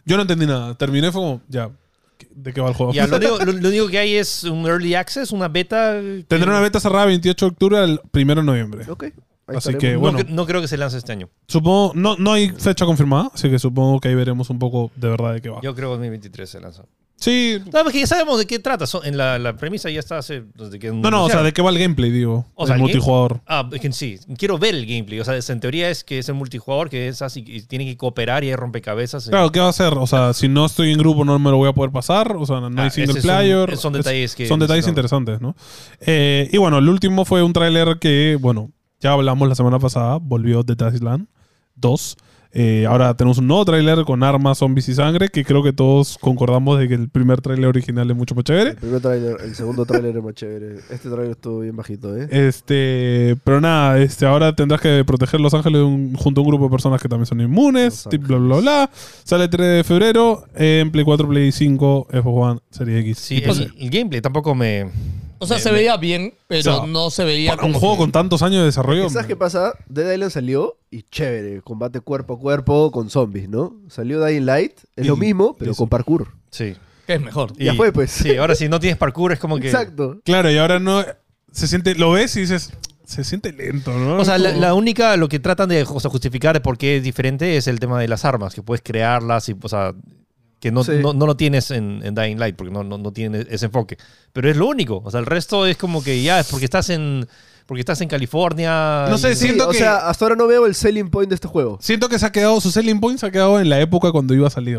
C: Yo no entendí nada. Terminé, fue como, ya, ¿qué- ¿de qué va el juego?
A: Ya, lo, único, lo- lo único que hay es un early access, una beta.
C: Tendrá una beta cerrada 28 de octubre al 1 de noviembre.
B: Ok. ahí
C: Así
B: estaremos.
C: que,
A: No,
C: bueno,
A: cre- no creo que se lance este año.
C: supongo, no, no hay fecha confirmada, así que supongo que ahí veremos un poco de verdad de qué va.
A: Yo creo que 2023 se lanza.
C: Mm. sí,
A: No, es que ya sabemos de qué trata. son- en la, la premisa ya está hace. Desde que
C: no, no, o sea, de qué va el gameplay, digo.
A: O sea,
C: el
A: el
C: multijugador.
A: Ah, es que sí, quiero ver el gameplay. O sea, es- en teoría es que es el multijugador, que es así, y tiene que cooperar y hay rompecabezas.
C: Claro, ¿qué va a hacer? O sea, si no estoy en grupo no me lo voy a poder pasar. O sea, no
A: Ah,
C: hay single
A: ese es un-
C: player.
A: son detalles que
C: Son detalles interesantes, ¿no? Eh, y bueno, el último fue un tráiler que, bueno, ya hablamos la semana pasada. Volvió The Death Island 2. Eh, ahora tenemos un nuevo tráiler con armas, zombies y sangre, que creo que todos concordamos de que el primer tráiler original es mucho más chévere.
B: El primer tráiler, el segundo tráiler es más chévere. Este tráiler estuvo bien bajito, ¿eh?
C: Este, pero nada, este, ahora tendrás que proteger Los Ángeles de un- junto a un grupo de personas que también son inmunes,
B: Los
C: tip, bla, bla, bla. Sale 3 de febrero en Play 4, Play 5, Xbox One, Serie X.
A: Sí,
C: y pues,
A: el,
C: PC.
A: el gameplay tampoco me.
D: O sea, se veía bien, pero
C: O sea,
D: no se veía
C: Para un
D: como
C: juego
D: que-
C: con tantos años de desarrollo.
B: ¿Sabes qué pasa? Dead Island salió y chévere, combate cuerpo a cuerpo con zombies, ¿no? Salió Dying Light, es
C: Y-
B: lo mismo, pero
C: eso.
B: con parkour.
A: Sí.
D: que es mejor.
B: Ya fue, pues.
A: Sí, ahora si no tienes parkour es como que.
B: Exacto.
C: Claro, y ahora no se siente, lo ves y dices, se siente lento, ¿no?
A: O sea, la, la única, lo que tratan de o sea, justificar de por qué es diferente es el tema de las armas, que puedes crearlas y, o sea, que no,
B: Sí.
A: no, no lo tienes en, en Dying Light, porque no, no, no tiene ese enfoque. Pero es lo único. O sea, el resto es como que ya, es porque estás en, porque estás en California.
C: No sé,
A: y-
B: Sí,
C: Siento
B: o
C: que-
B: sea, hasta ahora no veo el selling point de este juego.
C: Siento que se ha quedado, su selling point se ha quedado en la época cuando iba a salir.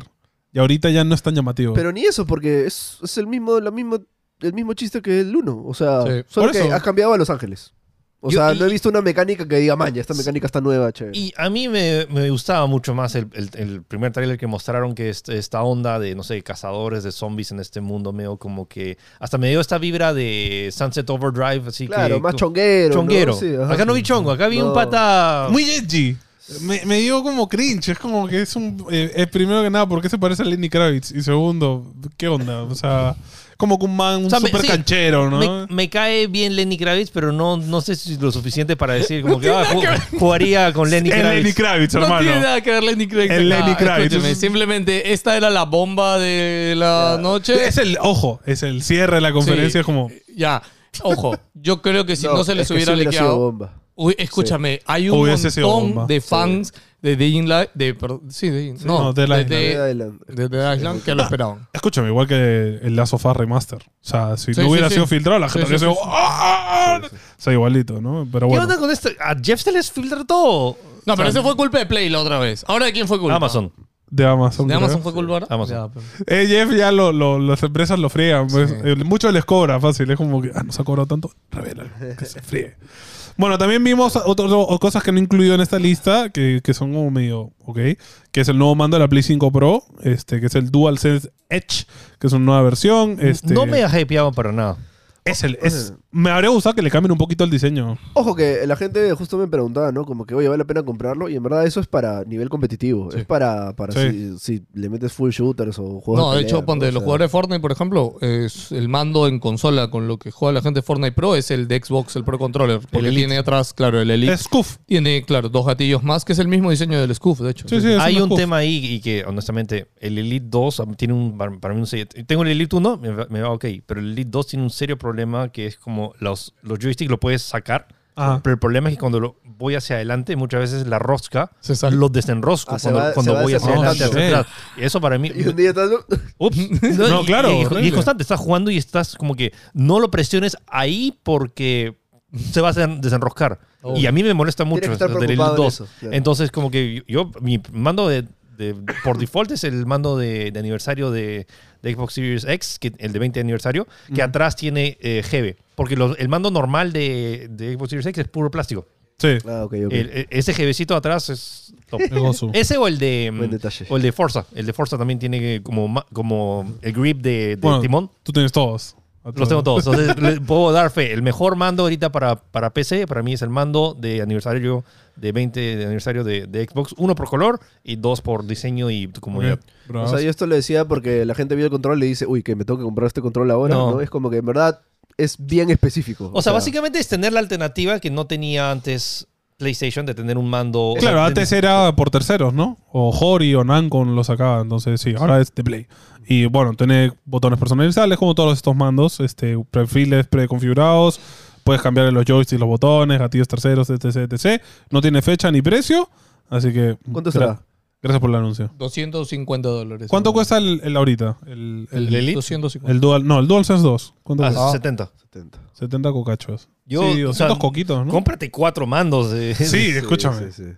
C: Y ahorita ya no es tan llamativo.
B: Pero ni eso, porque es, es el mismo, la misma, el mismo chiste que el 1. O sea,
D: Sí.
B: solo
C: Por
B: que
C: eso.
B: has cambiado a Los Ángeles. O
A: Yo-
B: sea,
A: y-
B: no he visto una mecánica que diga, man, ya esta mecánica está nueva, che.
A: Y a mí me, me gustaba mucho más el, el- el primer tráiler que mostraron que es- esta onda de, no sé, cazadores de zombies en este mundo medio como que... Hasta me dio esta vibra de Sunset Overdrive, así que...
B: claro, más
A: co-
B: chonguero. ¿no?
A: chonguero.
B: Sí, ajá.
A: acá no vi chongo, acá vi un
B: No.
A: pata...
C: Muy edgy. Me, me dio como cringe. Es como que es un. eh, eh, primero que nada, ¿por qué se parece a Lenny Kravitz? Y segundo, ¿qué onda? O sea, como que un man, un
A: O sea, me-
C: super
A: sí,
C: canchero, ¿no?
A: Me, me cae bien Lenny Kravitz, pero no, no sé si es lo suficiente para decir como que ah, ju- jugaría con Lenny
C: es
A: Kravitz.
C: Lenny Kravitz,
D: No
C: hermano.
D: tiene nada que ver Lenny Kravitz.
C: El
D: acá.
C: Lenny Kravitz.
D: Escúcheme,
C: Es-
D: Simplemente esta era la bomba de la noche.
C: Es el, ojo, es el cierre de la conferencia.
D: Sí.
C: Es como.
D: Ya, ojo, yo creo que si no, se les
B: es que
D: hubiera
B: sí hubiera sido
D: liqueado,
B: bomba.
D: Uy, escúchame, hay un
C: Hubiese sido bomba.
D: montón de fans de The Inline. De, perdón, sí, de In- no,
C: no,
D: de,
C: Dead Island.
D: de-
B: Dead Island.
D: de Dead Island que lo esperaban.
C: Escúchame, igual que el Last of Us Remaster. O sea, si
D: Sí,
C: no
D: sí,
C: hubiera
D: sí.
C: sido filtrado, la gente
D: Sí,
C: habría sido.
D: sí, sí, sí.
C: "Ah, ah, ah". O sea, igualito, ¿no? Pero
A: ¿Qué
C: bueno.
A: onda con esto? A Jeff se les filtra todo.
D: No, pero ese fue culpa de Play la otra vez. ¿Ahora de quién fue culpa?
A: Amazon.
C: De Amazon.
D: ¿De
C: creo.
D: Amazon fue culpa ahora?
A: Amazon.
D: Ya, pero-
C: Eh, Jeff ya lo, lo- las empresas lo frían. Pues, Eh, Muchos les cobra fácil. Es como que, ah, nos ha cobrado tanto. Revélalo. Que se fríe. Bueno, también vimos otro- o cosas que no incluido en esta lista, que, que son como medio, ok, que es el nuevo mando de la Play 5 Pro, este, que es el DualSense Edge, que es una nueva versión. Este,
A: No me hypeaban para nada.
C: es el, es, me habría gustado que le cambien un poquito el diseño.
B: Ojo que la gente justo me preguntaba, ¿no? Como que, oye, vale la pena comprarlo. Y en verdad eso es para nivel competitivo. Es para, para
C: Sí.
B: si, si le metes full shooters o juegos
D: No, de
B: pelea, pues,
D: hecho, ponte,
B: O
D: los
B: sea,
D: jugadores de Fortnite, por ejemplo, es el mando en consola con lo que juega la gente de Fortnite Pro es el de Xbox, el Pro Controller. Porque tiene atrás, claro, el Elite.
C: Es CUF.
D: Tiene, claro, dos gatillos más, que es el mismo diseño del Scoof, de hecho.
C: Sí, sí, es
A: Hay
C: una
A: un
C: CUF.
A: tema ahí y que, honestamente, el Elite 2 tiene un, para para mí un serio- Tengo el Elite 1, me va, me va ok, pero el Elite 2 tiene un serio problema que es como los, los joysticks lo puedes sacar,
C: Ajá.
A: pero el problema es que cuando lo voy hacia adelante, muchas veces la rosca
D: Se sale.
A: lo desenrosco
B: Ah, se
A: cuando,
B: va-
A: cuando
B: se va
A: voy hacia adelante.
C: desenroscando.
A: hacia atrás. Eso para mí...
B: Y un día estás...
A: Ups. No,
C: No,
A: y-
C: claro,
A: Y, y
C: horrible.
A: es constante, estás jugando y estás como que no lo presiones ahí porque se va a desen- desenroscar.
D: Oh.
A: Y a mí me molesta
B: Tienes que
A: mucho
B: estar
A: del Elite
B: preocupado en
A: 2.
B: eso, claro.
A: Entonces, como que yo, mi mando de, de- por default es el mando de, de aniversario de, de Xbox Series X, que, el de 20 aniversario, que atrás tiene eh, GB. Porque lo- el mando normal de, de Xbox Series X es puro plástico.
C: Sí.
B: Ah, ok, ok.
A: El- e- ese GBcito atrás es top.
C: Es Gozu.
A: Ese o el de. mm,
B: Buen detalle.
A: O el de Forza. El de Forza también tiene como, ma- como el grip de, de
C: Bueno,
A: timón.
C: Tú tienes todos.
A: Los tengo todos. Entonces, le puedo dar fe. El mejor mando ahorita para, para PC, para mí es el mando de aniversario de 20 de aniversario de, de Xbox. Uno por color y dos por diseño y comodidad.
C: Ok,
B: O
C: bravas.
B: sea, yo esto le decía porque la gente vio el control y le dice, uy, que me tengo que comprar este control ahora,
A: No.
B: ¿no? Es como que en verdad es bien específico.
A: O sea, básicamente es tener la alternativa que no tenía antes PlayStation de tener un mando. o
C: Claro,
A: sea,
C: antes
A: ten-
C: era por terceros, ¿no? O Hori o Nancon lo sacaba, entonces sí, ahora es de Play. Y bueno, tiene botones personalizables como todos estos mandos, este, perfiles preconfigurados, puedes cambiar los joysticks, los botones, gatillos terceros, etc, etc. No tiene fecha ni precio, así que...
B: ¿Cuánto
C: gra-
B: será?
C: Gracias por el anuncio.
D: 250 dólares.
C: ¿Cuánto cuesta el, el ahorita? El, el,
D: el Elite?
A: Elite?
D: 250.
C: el Dual... No, el DualSense 2. ¿Cuánto
A: Ah,
C: cuesta?
A: 70.
B: 70.
C: 70 cocachos.
A: Yo,
C: sí, 200
A: o sea,
C: coquitos, ¿no?
A: Cómprate cuatro mandos. de-
C: Sí, escúchame.
B: Sí, sí.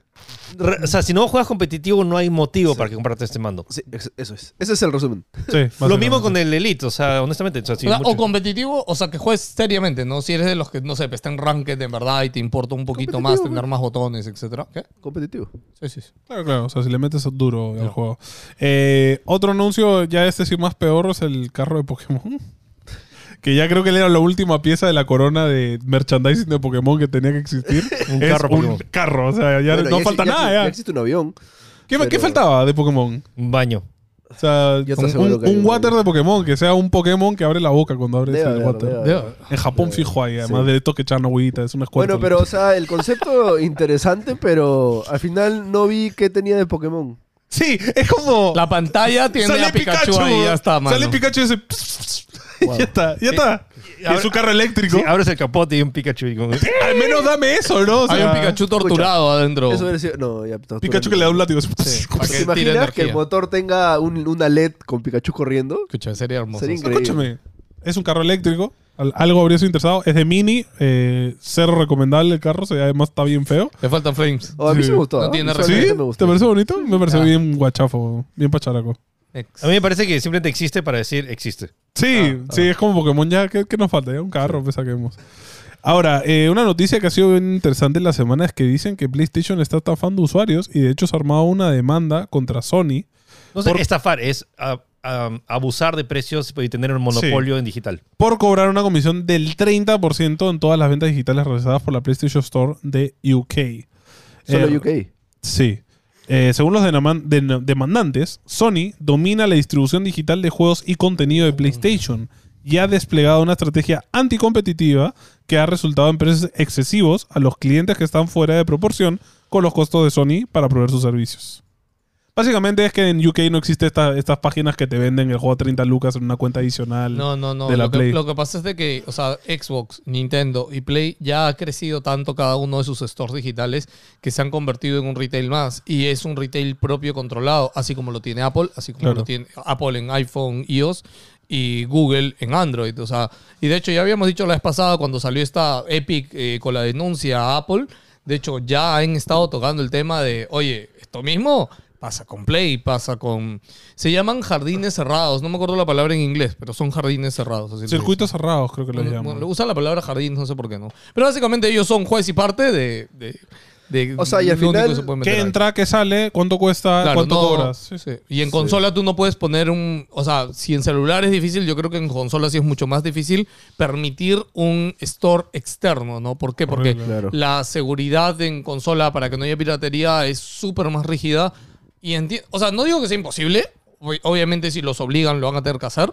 A: Re- O sea, si no juegas competitivo, no hay motivo para que comprarte este mando.
B: Sí, es- eso es. Ese es el resumen.
C: Sí,
A: Lo mismo
C: básicamente.
A: con el Elite, o sea, honestamente. O sea, sí,
D: o, sea, o
A: mucho-
D: competitivo, o sea, que juegues seriamente, ¿no? Si eres de los que, no sé, pues, está en ranked en verdad y te importa un poquito más
B: Competitivo,
D: tener más botones, etcétera. ¿Qué?
B: Competitivo.
D: Sí, sí, sí.
C: Claro, claro. O sea, si le metes duro al juego. Eh, otro anuncio, ya este sí más peor, es el carro de Pokémon. Que ya creo que era la última pieza de la corona de merchandising de Pokémon que tenía que existir.
A: Un
C: Es
A: carro
C: un
A: Pokémon.
C: carro. O sea, ya
B: Bueno,
C: no
B: ya
C: falta
B: exi- ya
C: nada.
B: exi-
C: Ya.
B: ya existe un avión.
C: ¿Qué,
B: pero-
C: qué faltaba de Pokémon?
A: un baño.
C: O sea,
B: Yo te
C: un,
B: aseguro
C: un-
B: que hay
C: un
B: un
C: water
B: baño.
C: de Pokémon, que sea un Pokémon que abre la boca cuando abres
B: Debe
C: el
B: haber,
C: water.
B: debe haber.
D: Debe-
C: En Japón
B: Sí.
C: fijo hay, además de toque echar agüita, es un escuela.
B: Bueno, pero, o sea, el concepto interesante, pero al final no vi qué tenía de Pokémon.
C: Sí, es como...
D: La pantalla tiene
C: Sale
D: a Pikachu, ahí y ya está, mano.
C: Sale Pikachu y dice. Ya está, ya está.
A: ahora-
C: Es su carro eléctrico.
A: Sí, abres el capote y un Pikachu. Y con...
C: Al menos dame eso, ¿no? O sea,
D: Hay un Pikachu torturado adentro.
B: Eso hubiera sido. No, ya. tortura no.
C: Pikachu que le da un látigo. así.
D: para
B: ¿Te
D: que tire
B: imaginas que
D: energía.
B: el motor tenga un- una LED con Pikachu corriendo?
D: Escucha, sería hermoso.
B: Sería increíble.
C: Escúchame, es un carro eléctrico. al- Algo habría sido interesado. Es de mini, eh, cero recomendable el carro. se- Además, está bien feo.
D: Le faltan frames.
B: Oh, a mí
C: Sí.
B: sí me gustó.
D: No
B: ¿ah?
D: tiene
B: Visualmente
C: ¿Sí?
B: me gustó.
C: ¿Te parece bonito? Me parece
D: Ya.
C: bien guachafo, bien pacharaco.
A: A mí me parece que simplemente existe para decir existe.
C: Sí, sí, es como Pokémon ya. ¿Qué, qué nos falta? Ya un carro, pues saquemos. Ahora, eh, una noticia que ha sido bien interesante en la semana es que dicen que PlayStation está estafando usuarios y de hecho se ha armado una demanda contra Sony.
A: No sé,
C: Por-
A: estafar es ah, ah, abusar de precios y tener un monopolio en digital.
C: por cobrar una comisión del 30% en todas las ventas digitales realizadas por la PlayStation Store de UK. Eh,
B: Solo UK.
C: Sí. Eh, según los denaman- den- demandantes, Sony domina la distribución digital de juegos y contenido de PlayStation y ha desplegado una estrategia anticompetitiva que ha resultado en precios excesivos a los clientes que están fuera de proporción con los costos de Sony para proveer sus servicios. Básicamente es que en UK no existe esta- estas páginas que te venden el juego a 30 lucas en una cuenta adicional.
D: No, no, no.
C: de la
D: lo, que,
C: Play.
D: lo que pasa es de que, o sea, Xbox, Nintendo y Play ya ha crecido tanto cada uno de sus stores digitales que se han convertido en un retail más. Y es un retail propio controlado, así como lo tiene Apple, así como
C: Claro.
D: lo tiene Apple en iPhone, iOS y Google en Android. O sea, y de hecho ya habíamos dicho la vez pasada cuando salió esta Epic eh, con la denuncia a Apple. De hecho, ya han estado tocando el tema de, oye, esto mismo pasa con Play, pasa con... Se llaman jardines cerrados, no me acuerdo la palabra en inglés, pero son jardines cerrados. así le
C: Circuitos cerrados, creo que
D: dicen.
C: les
D: Bueno,
C: llaman.
D: bueno, usan la palabra jardín, no sé por qué no. Pero básicamente ellos son juez y parte de... de- de
B: O sea, y al
D: lo único
B: final-
D: que se pueden meter
C: ¿Qué
D: ahí.
C: entra, qué sale? ¿Cuánto cuesta?
D: Claro,
C: ¿Cuánto
D: no,
C: cobras? Sí, sí.
D: sí. Y en consola tú no puedes poner un. O sea, si en celular es difícil, yo creo que en consola sí es mucho más difícil permitir un store externo, ¿no? ¿Por qué? Porque
C: Horrible.
B: Claro.
D: la seguridad en consola para que no haya piratería es súper más rígida. Y enti- o sea, no digo que sea imposible. ob- Obviamente, si los obligan, lo van a tener que hacer.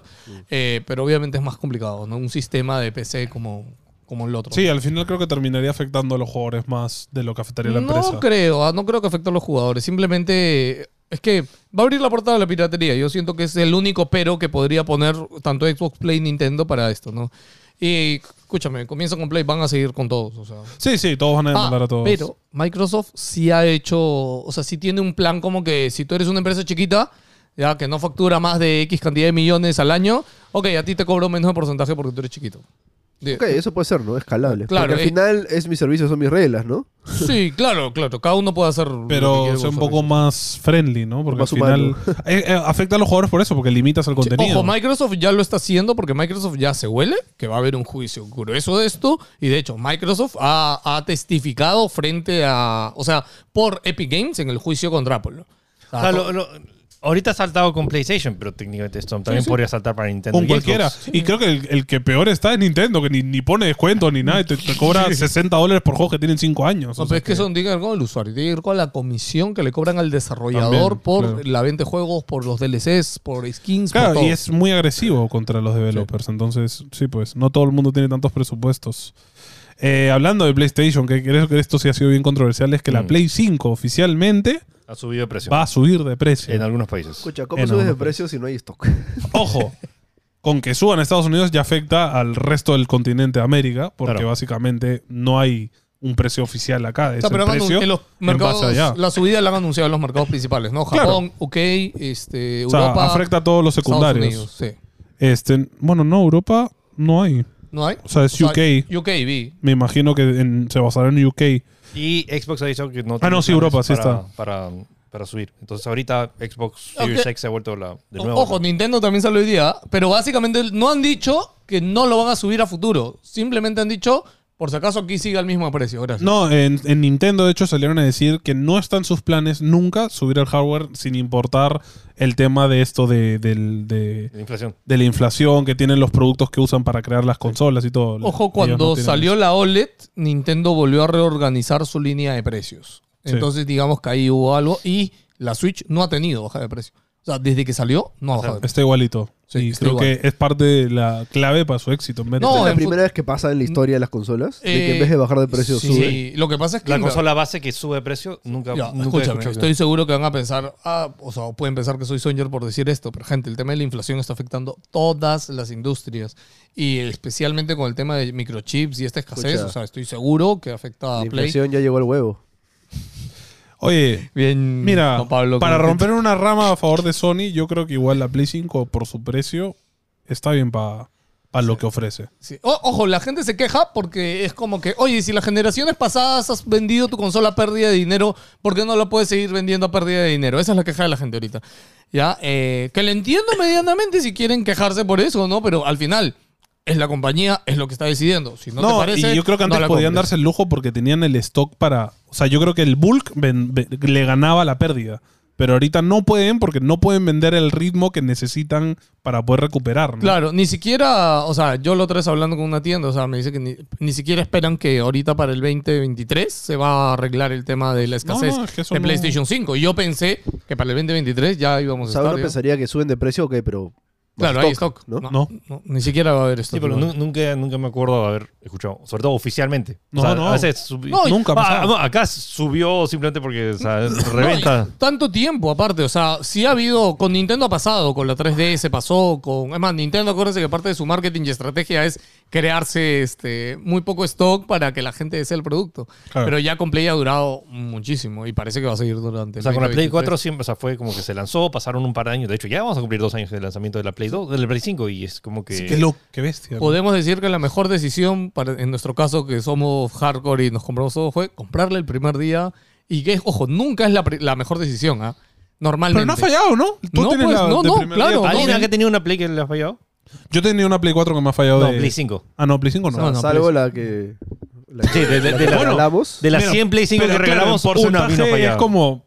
D: eh, pero obviamente es más complicado, ¿no? Un sistema de PC como, como el otro.
C: Sí, al final creo que terminaría afectando a los jugadores más de lo que afectaría la empresa.
D: No creo, ah, no creo que afecte a los jugadores. Simplemente eh, es que va a abrir la puerta de la piratería. Yo siento que es el único pero que podría poner tanto Xbox Play y Nintendo para esto, ¿no? Y escúchame, comienzan con Play, van a seguir con todos. O sea.
C: Sí, sí, todos van a
D: Ah,
C: demandar a todos.
D: Pero Microsoft sí ha hecho, o sea, sí tiene un plan como que si tú eres una empresa chiquita, ya que no factura más de X cantidad de millones al año, ok, a ti te cobro menos de porcentaje porque tú eres chiquito. De-
B: Ok, eso puede ser, ¿no? Escalable.
D: Claro,
B: Porque al
D: eh.
B: final es mi servicio, son mis reglas, ¿no?
D: Sí, claro, claro. Cada uno puede hacer. lo que quiere
C: Pero
D: con
C: sea un
D: su
C: poco más friendly, ¿no? Porque al
B: Más
C: final
B: humano.
C: eh, eh, afecta a los jugadores por eso, porque limitas el
D: Sí,
C: contenido.
D: Ojo, Microsoft ya lo está haciendo porque Microsoft ya se huele que va a haber un juicio grueso de esto. Y de hecho, Microsoft ha, ha testificado frente a. O sea, por Epic Games en el juicio contra Apple. O sea,
A: O sea, lo- lo- ahorita ha saltado con PlayStation, pero técnicamente esto también podría saltar para Nintendo.
C: Con
A: y
C: cualquiera.
A: Xbox.
C: Y creo que el, el que peor está es Nintendo, que ni, ni pone descuento ni nada. y Te, te cobra 60 dólares por juegos que tienen 5 años.
D: no,
C: O
D: pero
C: sea
D: es que eso no tiene que ver con el usuario, tiene que ver con la comisión que le cobran al desarrollador
C: También,
D: por
C: claro.
D: la venta de juegos, por los DLCs, por skins, por
C: Claro,
D: todo.
C: y es muy agresivo contra los developers. Entonces, sí, pues, no todo el mundo tiene tantos presupuestos. Eh, hablando de PlayStation, que creo que esto sí ha sido bien controversial, es que la
A: Mm.
C: Play 5 oficialmente
A: Ha subido de precio.
C: va a subir de precio.
A: En algunos países.
B: Escucha, ¿cómo
C: Eh, no,
B: subes de
C: no.
B: precio si no hay stock?
C: Ojo, con que suban a Estados Unidos ya afecta al resto del continente de América, porque
A: Claro.
C: básicamente no hay un precio oficial acá. Es
D: O sea, pero
C: el
D: han anun-
C: precio
D: en los
C: en base
D: mercados,
C: allá.
D: la subida la han anunciado en los mercados principales, ¿no?
C: Claro.
D: Japón, UK, este,
C: O sea,
D: Europa,
C: afecta a todos los
D: Estados Unidos,
C: secundarios.
D: sí.
C: Este, bueno, no, Europa no hay.
D: ¿No hay?
C: O sea, es
D: O sea,
C: UK.
D: UK, vi.
C: Me imagino que en- se basará en UK.
A: Y Xbox ha dicho que no
C: Ah, no,
A: planes
C: sí, Europa, sí
A: para,
C: está.
A: Para, para subir. Entonces ahorita Xbox Series
D: Ok.
A: X se ha vuelto la, de
D: O-
A: nuevo.
D: Ojo,
A: la-
D: Nintendo también salió hoy día, pero básicamente no han dicho que no lo van a subir a futuro. Simplemente han dicho, por si acaso aquí sigue al mismo precio. Gracias.
C: No, en, en Nintendo de hecho salieron a decir que no están sus planes nunca subir el hardware sin importar el tema de esto de, del- de-
A: la inflación.
C: de la inflación que tienen los productos que usan para crear las consolas y todo.
D: Ojo,
C: Ellos
D: cuando
C: no tienen
D: salió
C: eso.
D: la OLED, Nintendo volvió a reorganizar su línea de precios.
C: Sí.
D: Entonces, digamos que ahí hubo algo y la Switch no ha tenido baja de precio. O sea, desde que salió, no ha bajado de precio.
C: Está igualito.
D: Sí,
C: y
D: está
C: creo
D: igual.
C: que es parte de la clave para su éxito. en vez de-
D: No, em-
B: es la
D: en fut-
B: primera vez que pasa en la historia de las consolas. de que
D: Eh,
B: en vez de bajar de precio
D: sí,
B: sube.
D: lo que pasa es que
A: La consola base que sube de precio nunca,
D: Ya,
A: nunca he
D: escúchame,
A: escuchado.
D: estoy seguro que van a pensar, ah, o sea, pueden pensar que soy soñador por decir esto, pero gente, el tema de la inflación está afectando todas las industrias y especialmente con el tema de microchips y esta escasez,
B: Escucha.
D: o sea, estoy seguro que afecta a
B: La
D: Play.
B: inflación ya llegó al huevo.
C: Oye,
D: Bien,
C: mira,
D: don Mm, Pablo,
C: para
D: como-
C: romper una rama a favor de Sony, yo creo que igual la Play 5 por su precio está bien para lo que ofrece.
D: Sí. O- ojo, la gente se queja porque es como que, oye, si las generaciones pasadas has vendido tu consola a pérdida de dinero, ¿por qué no la puedes seguir vendiendo a pérdida de dinero? Esa es la queja de la gente ahorita. Ya, eh, que le entiendo medianamente si quieren quejarse por eso, ¿no? Pero al final, es la compañía, es lo que está decidiendo. Si no,
C: No,
D: te parece.
C: y yo creo que
D: no
C: antes
D: la
C: podían
D: compres.
C: darse el lujo porque tenían el stock para. O sea, yo creo que el bulk ven- ve- le ganaba la pérdida. Pero ahorita no pueden porque no pueden vender el ritmo que necesitan para poder recuperar. ¿no?
D: Claro, ni siquiera, o sea, yo lo tres hablando con una tienda, o sea, me dice que ni, ni siquiera esperan que ahorita para el 2023 se va a arreglar el tema de la escasez
C: no, es que eso
D: de
C: no-
D: PlayStation 5. Y yo pensé que para el 2023 ya íbamos
B: O
D: a
B: sea,
D: estar.
B: uno
D: ya.
B: pensaría que suben de precio, ok, pero
D: Claro, hay stock.
B: ¿no?
C: No.
D: ni siquiera va a haber stock.
A: Sí, pero
D: igual.
A: nu- nunca, nunca me acuerdo de haber escuchado, sobre todo oficialmente.
C: No,
A: O sea,
C: no.
A: A veces subi-
D: No, y-
C: Nunca
A: Ah,
C: pasaba.
A: no, acá subió simplemente porque o sea,
D: No,
A: reventa.
D: y tanto tiempo, aparte. O sea, sí ha habido. Con Nintendo ha pasado. Con la 3DS pasó. Con, es más, Nintendo, acuérdense que parte de su marketing y estrategia es crearse este, muy poco stock para que la gente desee el producto.
C: Claro.
D: Pero ya con Play ha durado muchísimo y parece que va a seguir durante.
A: O
D: el
A: sea, con la Play
D: 2023.
A: 4 siempre, o sea, fue como que se lanzó, pasaron un par de años. De hecho, ya vamos a cumplir dos años de lanzamiento de la Play 2, de la Play 5, y es como que.
C: Qué loco, qué bestia. ¿no?
D: Podemos decir que la mejor decisión, para, en nuestro caso, que somos hardcore y nos compramos todo, fue comprarle el primer día. Y que, ojo, nunca es la, pri- la mejor decisión, ¿ah? Normalmente.
C: Pero no ha fallado, ¿no?
D: No,
C: tienes
D: pues, no,
C: de
D: no,
C: primer
D: claro.
C: día.
A: ¿Alguien
D: no,
A: acá ha tenido una Play que le ha fallado?
C: Yo tenía una Play 4 que me ha fallado
A: No,
C: de...
A: Play 5.
C: Ah, no, Play 5 no.
D: No, no.
B: Salvo la que. La
A: Sí,
B: que
A: de, de- de
B: la
A: la-
B: que hablamos.
A: de las
C: Pero-
A: 100 Play 5
C: pero
A: que
C: claro,
A: regalamos,
C: en
A: una vino
C: porcentaje
A: fallada.
C: Es como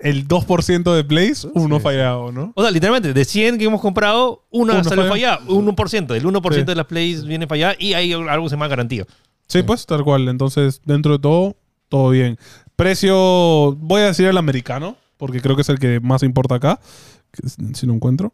C: el 2% de plays, uno fallado, ¿no?
A: O sea, literalmente, de 100 que hemos comprado, una
C: Una
A: salió
C: falla.
A: fallada. Un 1%. El 1%
C: Sí.
A: de las plays viene fallada y hay algo que se llama garantía.
C: Sí, pues tal cual. Entonces, dentro de todo, todo bien. Precio, voy a decir el americano, porque creo que es el que más importa acá. que es- Si lo encuentro.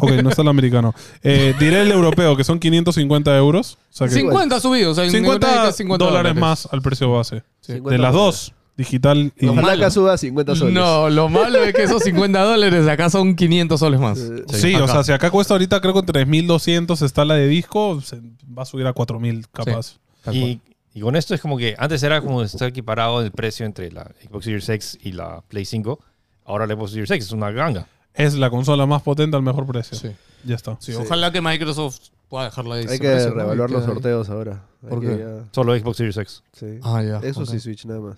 C: Ok, no está el americano. Eh, diré el europeo, que son 550 euros. O sea que
D: 50 subidos. O sea,
C: 50,
D: es
C: dólares más al precio base.
D: Sí.
B: 50
C: De las dos, digital y...
D: Lo
B: Ojalá
D: malo.
B: que suba a 50 soles.
D: No, lo malo es que esos 50 dólares de acá son 500 soles más.
B: Eh,
C: Sí, o
D: acá.
C: sea, si acá cuesta ahorita creo que 3.200 está la de disco, se va a subir a 4.000 capaz.
D: Tal cual.
A: Y, y con esto es como que antes era como estar equiparado el precio entre la Xbox Series X y la Play 5. Ahora la Xbox Series X es una ganga.
C: Es la consola más potente al mejor precio.
D: Sí.
C: Ya está.
D: Sí, Ojalá que Microsoft pueda dejarla ahí.
B: Hay
D: ese
B: que
D: precio, ¿no?
B: revaluar
D: Y
B: los
D: queda ahí.
B: sorteos ahora. Hay
D: ¿Por
B: que
D: qué?
B: ya-
A: Solo Xbox Series X.
B: sí.
D: Ah, ya.
B: Eso
D: ok.
B: sí, Switch nada más.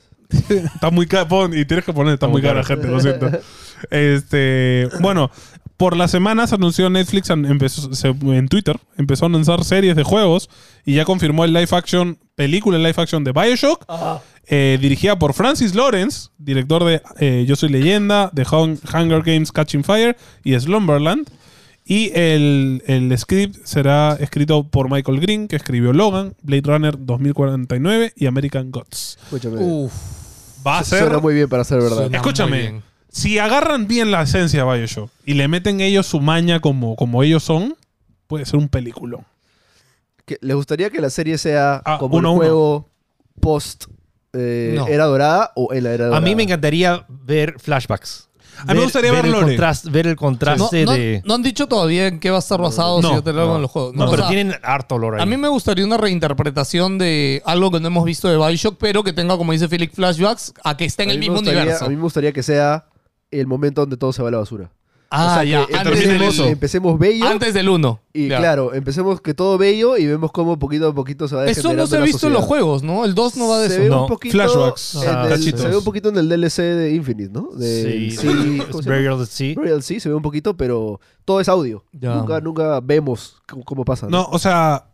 C: Está muy cara. pon- y tienes que poner, está muy cara, gente, lo siento. Este, bueno, por las semanas anunció Netflix an- empezó, se- en Twitter, empezó a lanzar series de juegos y ya confirmó el live action, película live action de Bioshock, eh, dirigida por Francis Lawrence, director de eh, Yo Soy Leyenda, de Hun- Hunger Games Catching Fire y Slumberland. Y el, el script será escrito por Michael Green, que escribió Logan, Blade Runner 2049 y American Gods.
B: Escúchame.
D: Uf,
C: Va a ser
B: Suena muy bien para ser verdad.
D: suena muy
C: Escúchame,
D: bien.
C: si agarran bien la esencia de Bioshock y le meten ellos su maña como, como ellos son, puede ser un peliculón.
B: que- ¿Les gustaría que la serie sea
C: Ah,
B: como
C: uno a
B: un
C: uno.
B: juego post eh,
D: No.
B: Era Dorada o en la Era Dorada?
A: A mí me encantaría ver flashbacks.
C: A mí me gustaría ver
A: el
C: lore.
A: contrast- ver el
D: No,
A: contraste
D: no-
A: de.
D: no han dicho todavía en qué va a estar basado
C: No,
D: si yo te lo hago en los juegos.
A: No,
D: o
A: pero
D: sea,
A: tienen harto lore ahí.
D: A mí me gustaría una reinterpretación de algo que no hemos visto de Bioshock, pero que tenga, como dice Felix, flashbacks a que esté en
B: A
D: el
B: mí me
D: mismo
B: gustaría-
D: universo.
B: A mí me gustaría que sea el momento donde todo se va a la basura.
D: ah,
B: o sea,
D: ya.
B: que
D: Antes del,
B: empecemos, empecemos bello
D: antes del uno.
B: y
D: Ya.
B: claro, empecemos que todo bello y vemos cómo poquito a poquito se va
D: Eso
B: degenerando
D: no se ha
B: la
D: visto en los
B: sociedad.
D: juegos, ¿no? El 2 no va de
B: se
D: eso.
B: Ve
A: No,
B: un poquito
C: flashbacks,
B: en
A: ah,
B: el-
C: cachitos.
B: se ve un poquito en el DLC de Infinite, ¿no? De
A: Sí,
B: ¿cómo se llama?
A: Burial at Sea.
B: Real sí, se ve un poquito, pero todo es audio.
D: Ya.
B: Nunca, nunca vemos cómo, cómo pasa.
C: No, o sea,